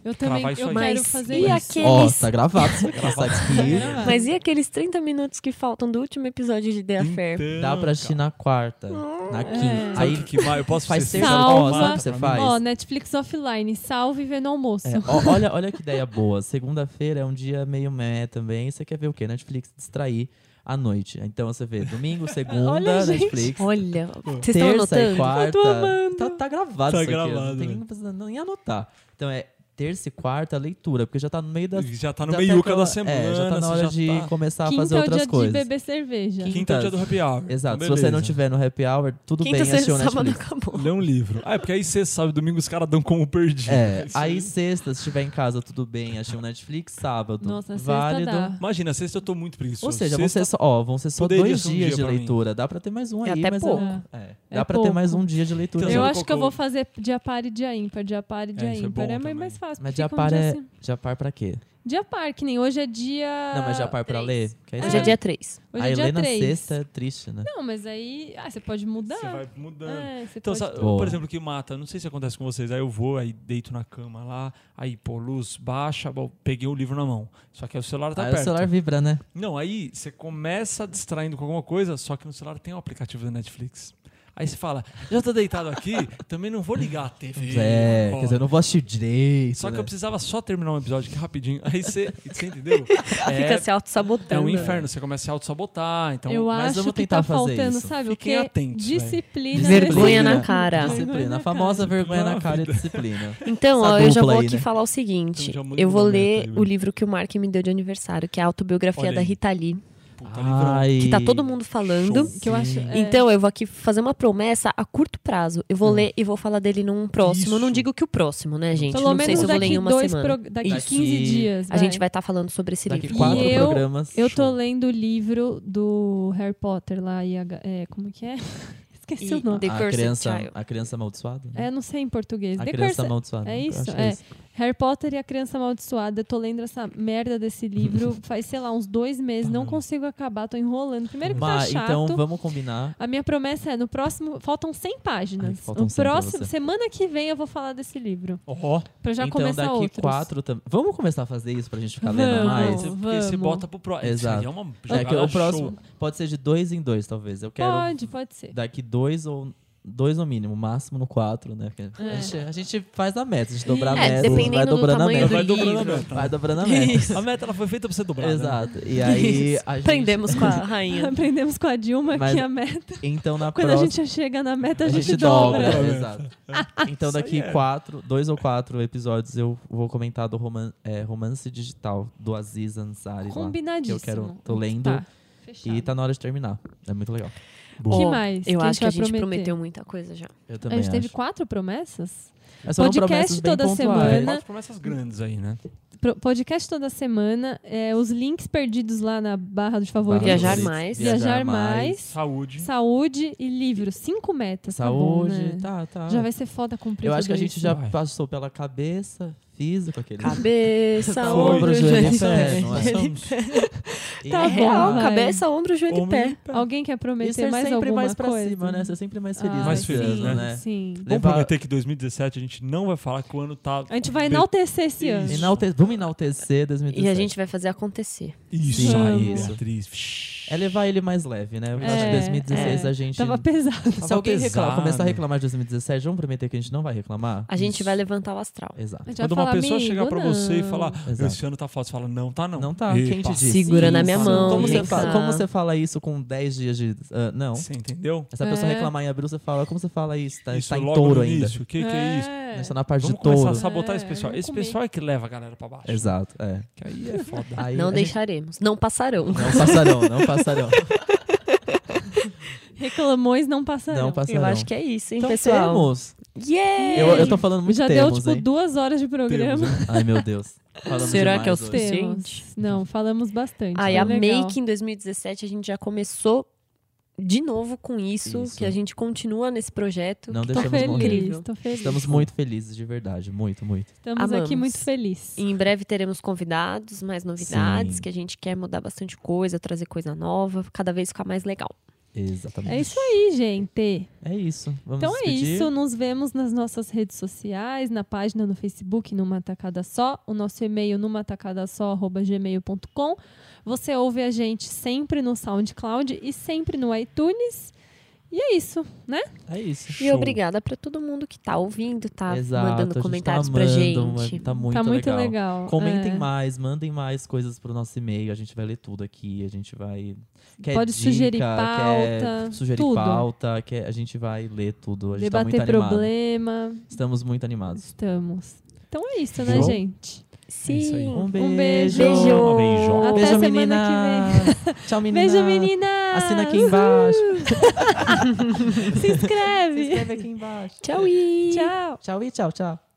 Speaker 2: Tipo,
Speaker 1: Eu
Speaker 4: Travar
Speaker 1: também
Speaker 4: isso
Speaker 1: eu
Speaker 4: aí.
Speaker 1: quero
Speaker 3: Mas
Speaker 1: fazer
Speaker 3: e
Speaker 1: isso.
Speaker 3: aqueles-
Speaker 2: Ó, tá gravado. isso aqui, isso aqui.
Speaker 1: Gravado.
Speaker 3: Mas e aqueles 30 minutos que faltam do último episódio de The Affair?
Speaker 4: Então,
Speaker 2: Dá pra assistir na quarta, na quinta.
Speaker 1: É.
Speaker 4: Sabe o
Speaker 2: Aí
Speaker 4: que que vai? Eu posso
Speaker 2: faz
Speaker 4: ser
Speaker 2: terça
Speaker 4: sincero?
Speaker 1: Salva.
Speaker 2: sabe o que você faz?
Speaker 1: Ó, Netflix offline, salve e vê no almoço.
Speaker 2: É, ó- olha, olha que ideia boa. Segunda-feira é um dia meio meh também. Você quer ver o quê? Netflix distrair à noite. Então você vê domingo, segunda,
Speaker 1: Olha, gente.
Speaker 2: Netflix.
Speaker 3: Olha, vocês estão
Speaker 2: terça e
Speaker 3: anotando?
Speaker 2: quarta.
Speaker 1: Eu tô amando.
Speaker 2: Tá, tá gravado
Speaker 4: Tá
Speaker 2: isso aqui.
Speaker 4: gravado,
Speaker 2: Não tem
Speaker 4: né?
Speaker 2: nem, precisa nem anotar. Então é terça e quarta leitura, porque já tá no meio da.
Speaker 4: Já tá no
Speaker 2: já
Speaker 4: meiuca
Speaker 2: aquela-
Speaker 4: da semana.
Speaker 2: É, já tá na
Speaker 4: você
Speaker 2: hora
Speaker 4: já
Speaker 2: de
Speaker 4: tá-
Speaker 2: começar a
Speaker 1: Quinta
Speaker 2: fazer
Speaker 1: é o
Speaker 2: outras
Speaker 1: dia
Speaker 2: coisas.
Speaker 1: de beber cerveja.
Speaker 4: Quinta é o dia do happy hour.
Speaker 2: Exato.
Speaker 4: Então,
Speaker 2: Se você não
Speaker 4: beleza.
Speaker 2: tiver no happy hour, tudo
Speaker 3: Quinta,
Speaker 2: bem assistir
Speaker 3: sexta,
Speaker 2: o
Speaker 3: sábado
Speaker 2: Netflix.
Speaker 3: acabou.
Speaker 4: Lê um livro. Ah, é porque aí sexta, sábado e domingo os caras dão como perdido.
Speaker 2: É,
Speaker 4: <laughs> Isso
Speaker 2: aí sexta, se estiver em casa, tudo bem, achei um Netflix, sábado.
Speaker 1: Nossa, sexta
Speaker 2: válido.
Speaker 1: dá.
Speaker 4: Imagina, sexta eu tô muito preguiçoso.
Speaker 2: Ou seja, vão
Speaker 4: sexta,
Speaker 2: ser só, ó, vão ser só
Speaker 4: poderia
Speaker 2: dois
Speaker 4: ser um
Speaker 2: dias
Speaker 4: dia
Speaker 2: de
Speaker 4: pra mim.
Speaker 2: leitura. Dá pra ter mais um
Speaker 3: É
Speaker 2: aí,
Speaker 3: até
Speaker 2: mas
Speaker 3: pouco.
Speaker 2: é- é.
Speaker 1: É
Speaker 2: Dá pra ter mais
Speaker 1: pouco.
Speaker 2: um dia de leitura.
Speaker 4: Então,
Speaker 1: Eu
Speaker 4: Sabe
Speaker 1: acho
Speaker 4: qual
Speaker 1: que eu
Speaker 4: que
Speaker 1: vou
Speaker 4: eu-
Speaker 1: fazer dia par e dia ímpar, dia par e dia
Speaker 4: É, isso é
Speaker 1: ímpar.
Speaker 4: bom
Speaker 1: É, mais-
Speaker 4: também.
Speaker 1: mais fácil.
Speaker 2: Mas
Speaker 1: porque
Speaker 2: dia
Speaker 1: fica um
Speaker 2: par é.
Speaker 1: assim.
Speaker 2: Dia par pra quê?
Speaker 1: Dia par, que nem hoje é dia.
Speaker 2: Não, mas dia par pra
Speaker 1: Ah, três.
Speaker 2: ler? Porque aí
Speaker 3: Hoje é
Speaker 2: você-
Speaker 3: dia 3.
Speaker 1: Hoje
Speaker 2: aí
Speaker 1: é dia
Speaker 2: ler na
Speaker 1: 3.
Speaker 2: sexta é triste, né?
Speaker 1: Não, mas aí. Ah, você pode mudar.
Speaker 4: Você vai mudando.
Speaker 1: É, você
Speaker 4: Então,
Speaker 1: pode...
Speaker 4: sabe,
Speaker 2: Boa.
Speaker 4: por exemplo, que mata, não sei se acontece com vocês, aí eu vou, aí deito na cama lá, aí, pô, luz baixa, bom, peguei o livro na mão. Só que aí o celular tá
Speaker 2: aí
Speaker 4: perto.
Speaker 2: o celular vibra, né?
Speaker 4: Não, aí você começa distraindo com alguma coisa, só que no celular tem um aplicativo da Netflix. Aí você fala, já tô deitado aqui, também não vou ligar a TV.
Speaker 2: é,
Speaker 4: ó.
Speaker 2: quer dizer, eu não vou assistir direito.
Speaker 4: Só que
Speaker 2: né?
Speaker 4: eu precisava só terminar um episódio aqui rapidinho. Aí você, você entendeu?
Speaker 3: Fica
Speaker 4: É,
Speaker 3: se auto-sabotando.
Speaker 4: é um inferno, você começa a se auto-sabotar. Então,
Speaker 1: eu
Speaker 2: mas
Speaker 1: acho
Speaker 2: vamos
Speaker 1: que
Speaker 2: tentar
Speaker 1: tá
Speaker 2: fazer
Speaker 1: faltando,
Speaker 2: isso.
Speaker 1: sabe
Speaker 4: Fiquem
Speaker 1: o quê?
Speaker 4: atentos, velho.
Speaker 1: Disciplina.
Speaker 3: Vergonha na
Speaker 1: nesse-
Speaker 3: cara.
Speaker 1: Vergonha
Speaker 2: Disciplina.
Speaker 1: na
Speaker 2: A famosa
Speaker 1: cara.
Speaker 2: vergonha na
Speaker 4: Não,
Speaker 2: cara e
Speaker 4: <laughs>
Speaker 2: disciplina.
Speaker 3: Então, ó,
Speaker 2: Essa
Speaker 3: eu já
Speaker 2: dupla
Speaker 3: vou
Speaker 2: aí,
Speaker 3: aqui
Speaker 2: né?
Speaker 3: falar o seguinte.
Speaker 4: Então já muda
Speaker 3: eu
Speaker 4: o
Speaker 3: vou
Speaker 4: momento
Speaker 3: ler
Speaker 4: aí,
Speaker 3: o
Speaker 4: Will.
Speaker 3: livro que o Mark me deu de aniversário, que é a autobiografia
Speaker 4: Olha
Speaker 3: da
Speaker 4: aí.
Speaker 3: Rita Lee,
Speaker 4: Puta, livrão.
Speaker 2: Ai,
Speaker 3: que tá todo mundo falando.
Speaker 4: Show.
Speaker 1: Que eu acho. é,
Speaker 3: Então, eu vou aqui fazer uma promessa a curto prazo. Eu vou
Speaker 2: Hum.
Speaker 3: ler e vou falar dele num próximo. Eu não
Speaker 4: Isso.
Speaker 3: digo que o próximo, né, gente?
Speaker 1: pelo
Speaker 3: não
Speaker 1: menos
Speaker 3: sei se eu vou ler
Speaker 1: daqui
Speaker 3: em uma
Speaker 1: dois
Speaker 3: semana.
Speaker 1: pro- daqui
Speaker 2: Isso.
Speaker 1: 15 dias.
Speaker 3: A gente vai estar falando sobre esse
Speaker 2: Daqui
Speaker 3: livro.
Speaker 2: Tá quatro
Speaker 1: E eu-
Speaker 2: programas.
Speaker 1: Eu tô lendo o livro do Harry Potter lá e a, ga- é, <laughs> como que é? esqueci
Speaker 3: E
Speaker 1: o nome.
Speaker 3: The
Speaker 2: a,
Speaker 3: Cursed
Speaker 2: criança,
Speaker 3: Child.
Speaker 2: a criança amaldiçoada? né?
Speaker 1: É, não sei em português.
Speaker 2: a
Speaker 1: The
Speaker 2: criança
Speaker 1: Cursed-
Speaker 2: amaldiçoada. né?
Speaker 1: é
Speaker 2: eu
Speaker 1: isso,
Speaker 2: acho que
Speaker 1: é. Harry Potter e a Criança Amaldiçoada. Eu tô lendo essa merda desse livro faz, sei lá, uns dois meses. Não consigo acabar, tô enrolando. Primeiro que
Speaker 2: Mas,
Speaker 1: tá chato.
Speaker 2: então vamos combinar.
Speaker 1: A minha promessa é, no próximo... Faltam 100 páginas.
Speaker 2: Ai, faltam
Speaker 1: no
Speaker 2: 100 pra
Speaker 1: próximo,
Speaker 2: você.
Speaker 1: semana que vem eu vou falar desse livro.
Speaker 2: Ó.
Speaker 1: Pra eu já
Speaker 2: então
Speaker 1: começar
Speaker 2: daqui
Speaker 1: outros.
Speaker 2: quatro também. Vamos começar a fazer isso pra gente ficar lendo
Speaker 1: Vamos.
Speaker 2: mais?
Speaker 4: Você, porque você
Speaker 1: vamos.
Speaker 4: bota pro próximo.
Speaker 2: Exato.
Speaker 4: É uma
Speaker 2: É que
Speaker 4: jogada
Speaker 2: o
Speaker 4: show.
Speaker 2: próximo pode ser de dois em dois, talvez. Eu quero
Speaker 1: Pode, pode <laughs> ser.
Speaker 2: daqui dois ou dois no mínimo, máximo no quatro, né?
Speaker 1: É.
Speaker 2: Porque A, gente, a gente faz a meta, a gente dobrar a
Speaker 3: É,
Speaker 2: meta, a gente
Speaker 3: dependendo
Speaker 2: vai
Speaker 3: do
Speaker 2: dobrando a
Speaker 3: tamanho
Speaker 2: meta.
Speaker 3: do
Speaker 2: vai dobrando a
Speaker 3: livro.
Speaker 2: meta. Vai dobrando a meta.
Speaker 4: A meta ela foi feita pra ser dobrada. né?
Speaker 2: Exato. E aí a gente,
Speaker 3: Prendemos com a rainha.
Speaker 1: Aprendemos com a Dilma
Speaker 2: Mas-
Speaker 1: que a meta...
Speaker 2: Então na
Speaker 1: Quando a
Speaker 2: próxima
Speaker 1: gente chega na meta, a, gente, dobra.
Speaker 2: Então dobra.
Speaker 4: <laughs>
Speaker 2: Exato. Então
Speaker 4: Isso aí
Speaker 2: daqui
Speaker 4: é.
Speaker 2: quatro, dois ou quatro episódios eu vou comentar do roman- é, romance digital do Aziz Ansari lá.
Speaker 1: Combinadíssimo.
Speaker 2: que eu quero- tô lendo
Speaker 1: Tá, fechado.
Speaker 2: E tá na hora de terminar. É muito legal.
Speaker 4: Bom,
Speaker 1: que mais?
Speaker 3: Eu
Speaker 1: que
Speaker 3: acho que a gente
Speaker 1: vai prometer?
Speaker 3: prometeu um muita coisa já.
Speaker 2: Eu
Speaker 1: A
Speaker 2: também
Speaker 1: gente teve
Speaker 2: acho.
Speaker 1: quatro promessas?
Speaker 2: Mas foram
Speaker 1: podcast
Speaker 2: promessas bem
Speaker 1: toda
Speaker 2: pontuais.
Speaker 1: semana.
Speaker 4: quatro promessas grandes aí, né?
Speaker 1: Pro- podcast toda semana, é, os links perdidos lá na barra dos favoritos.
Speaker 2: Barra dos
Speaker 3: Viajar
Speaker 2: favoritos.
Speaker 3: mais.
Speaker 1: Viajar,
Speaker 2: Tá, Viajar mais.
Speaker 1: mais.
Speaker 4: Saúde.
Speaker 1: Saúde e livro. Cinco metas.
Speaker 2: Saúde,
Speaker 1: Tá bom, né?
Speaker 2: tá, tá.
Speaker 1: Já vai ser foda cumprir
Speaker 2: Eu acho que a
Speaker 1: tudo
Speaker 2: gente
Speaker 1: isso.
Speaker 2: já
Speaker 4: Vai.
Speaker 2: passou pela cabeça, físico, aquele.
Speaker 1: Tá
Speaker 3: Cabeça,
Speaker 2: Ombro,
Speaker 3: ombro,
Speaker 2: joelho
Speaker 3: joelho
Speaker 2: e pé, não é?
Speaker 4: Passamos.
Speaker 2: E-
Speaker 1: Tá
Speaker 3: É real,
Speaker 1: bom, vai.
Speaker 3: cabeça, ombro, joelho e
Speaker 4: Homem
Speaker 3: pé.
Speaker 4: e pé.
Speaker 1: Alguém quer
Speaker 2: E
Speaker 1: prometer
Speaker 2: ser
Speaker 1: mais
Speaker 2: é sempre
Speaker 1: alguma
Speaker 2: mais pra
Speaker 1: coisa?
Speaker 2: cima, né? Ser sempre mais feliz.
Speaker 1: Ah,
Speaker 2: nesse
Speaker 4: Mais feliz,
Speaker 1: sim,
Speaker 2: ano,
Speaker 4: né?
Speaker 1: Sim.
Speaker 4: Vamos
Speaker 2: Levar-
Speaker 4: prometer que 2017 a gente não vai falar que o ano tá.
Speaker 1: A gente vai
Speaker 4: Be-
Speaker 1: enaltecer esse
Speaker 4: Isso.
Speaker 1: ano.
Speaker 2: Enalte- Vamos enaltecer 2017.
Speaker 3: E a gente vai fazer acontecer.
Speaker 4: Isso
Speaker 2: Sim.
Speaker 4: aí,
Speaker 2: Isso.
Speaker 4: Beatriz.
Speaker 2: É levar ele mais leve, né? Porque acho
Speaker 1: É,
Speaker 2: que 2016
Speaker 1: é.
Speaker 2: a gente.
Speaker 1: Tava pesado.
Speaker 2: Se alguém
Speaker 4: pesado.
Speaker 2: reclamar, começar a reclamar de 2017, vamos prometer que a gente não vai reclamar?
Speaker 3: A gente
Speaker 4: Isso.
Speaker 3: vai levantar o astral.
Speaker 2: Exato.
Speaker 1: A gente vai
Speaker 4: Quando uma
Speaker 1: falar,
Speaker 4: pessoa
Speaker 1: "Amigo,
Speaker 4: chegar pra você e
Speaker 1: não."
Speaker 4: falar,
Speaker 2: Exato.
Speaker 4: esse ano tá foda, você fala, não tá não.
Speaker 2: Não tá,
Speaker 4: Epa.
Speaker 2: quem te disse?
Speaker 3: Segura na minha
Speaker 2: Isso.
Speaker 3: mão,
Speaker 2: Como você,
Speaker 3: vem
Speaker 2: fala,
Speaker 3: cá.
Speaker 2: como você fala isso com 10 dias de. ah, não.
Speaker 4: Você entendeu?
Speaker 2: Essa pessoa
Speaker 1: É.
Speaker 2: reclamar em abril, você fala, como você fala isso? Tá,
Speaker 4: isso
Speaker 2: tá em
Speaker 4: logo
Speaker 2: touro
Speaker 4: no
Speaker 2: ainda.
Speaker 4: início. O que, que é isso?
Speaker 2: Nós tá na parte
Speaker 4: Vamos
Speaker 2: de touro.
Speaker 4: começar a sabotar esse
Speaker 1: É,
Speaker 4: pessoal.
Speaker 1: vamos
Speaker 4: Esse
Speaker 1: comer.
Speaker 4: pessoal é que leva a galera pra baixo.
Speaker 2: Exato, é.
Speaker 4: Que aí é foda.
Speaker 2: Aí
Speaker 3: Não
Speaker 2: a gente-
Speaker 3: deixaremos. Não passarão.
Speaker 2: Não passarão, não
Speaker 1: <laughs>
Speaker 2: passarão.
Speaker 1: Reclamões não passarão.
Speaker 2: não passarão.
Speaker 3: Eu acho que é isso, hein,
Speaker 2: então,
Speaker 3: pessoal?
Speaker 2: temos.
Speaker 3: Yeah!
Speaker 2: Eu, eu tô falando muito
Speaker 1: Já
Speaker 2: temos,
Speaker 1: deu, tipo,
Speaker 2: hein?
Speaker 1: duas horas de programa.
Speaker 4: Temos, hein?
Speaker 2: Ai, meu Deus. Falamos
Speaker 3: Será que é o
Speaker 2: demais hoje.
Speaker 3: suficiente?
Speaker 1: Temos. Não, falamos bastante.
Speaker 3: Ai,
Speaker 1: foi
Speaker 3: amei
Speaker 1: legal.
Speaker 3: que em 2017 a gente já começou de novo com isso,
Speaker 2: Isso.
Speaker 3: que a gente continua nesse projeto.
Speaker 2: Não
Speaker 3: que
Speaker 1: Tô
Speaker 2: deixamos
Speaker 1: feliz,
Speaker 2: morrer.
Speaker 3: Incrível.
Speaker 1: tô feliz.
Speaker 2: Estamos muito felizes, de verdade. Muito, muito.
Speaker 1: Estamos aqui
Speaker 3: Amamos.
Speaker 1: muito felizes.
Speaker 3: Em breve teremos convidados, mais novidades,
Speaker 2: Sim.
Speaker 3: que a gente quer mudar bastante coisa, trazer coisa nova, cada vez ficar mais legal.
Speaker 2: Exatamente.
Speaker 1: É isso aí, gente.
Speaker 2: É isso. Vamos
Speaker 1: Então é
Speaker 2: despedir.
Speaker 1: isso. Nos vemos nas nossas redes sociais, na página no Facebook, numa tacada só. O nosso e-mail, numa tacada só, arroba gmail.com. Você ouve a gente sempre no SoundCloud e sempre no iTunes. E é isso, né?
Speaker 2: É isso.
Speaker 3: E
Speaker 4: Show.
Speaker 3: obrigada pra todo mundo que tá ouvindo, tá
Speaker 2: Exato. a
Speaker 3: mandando
Speaker 2: gente
Speaker 3: comentários
Speaker 2: tá
Speaker 3: pra
Speaker 2: amando,
Speaker 3: gente.
Speaker 2: Tá muito,
Speaker 1: tá muito legal.
Speaker 2: Comentem
Speaker 1: É.
Speaker 2: mais, mandem mais coisas pro nosso e-mail. A gente vai ler tudo aqui. A gente vai. Quer
Speaker 1: Pode
Speaker 2: dica,
Speaker 1: sugerir pauta,
Speaker 2: Quer sugerir
Speaker 1: tudo.
Speaker 2: pauta. Quer... A gente vai ler tudo. A gente
Speaker 1: Debater
Speaker 2: tá muito animado.
Speaker 1: problema.
Speaker 2: Estamos muito animados.
Speaker 1: Estamos. Então é isso, né,
Speaker 4: Bom.
Speaker 1: gente?
Speaker 3: Sim.
Speaker 4: isso aí.
Speaker 2: Um beijo.
Speaker 1: Um beijo.
Speaker 3: Beijo.
Speaker 4: Um beijo.
Speaker 1: Até
Speaker 2: Beijo,
Speaker 1: semana
Speaker 2: meninas. Tchau, menina.
Speaker 1: Beijo, menina!
Speaker 2: Assina aqui embaixo.
Speaker 1: <laughs> Se inscreve!
Speaker 2: aqui embaixo.
Speaker 3: Tchau! e-
Speaker 1: Tchau!
Speaker 2: Tchau e tchau, tchau.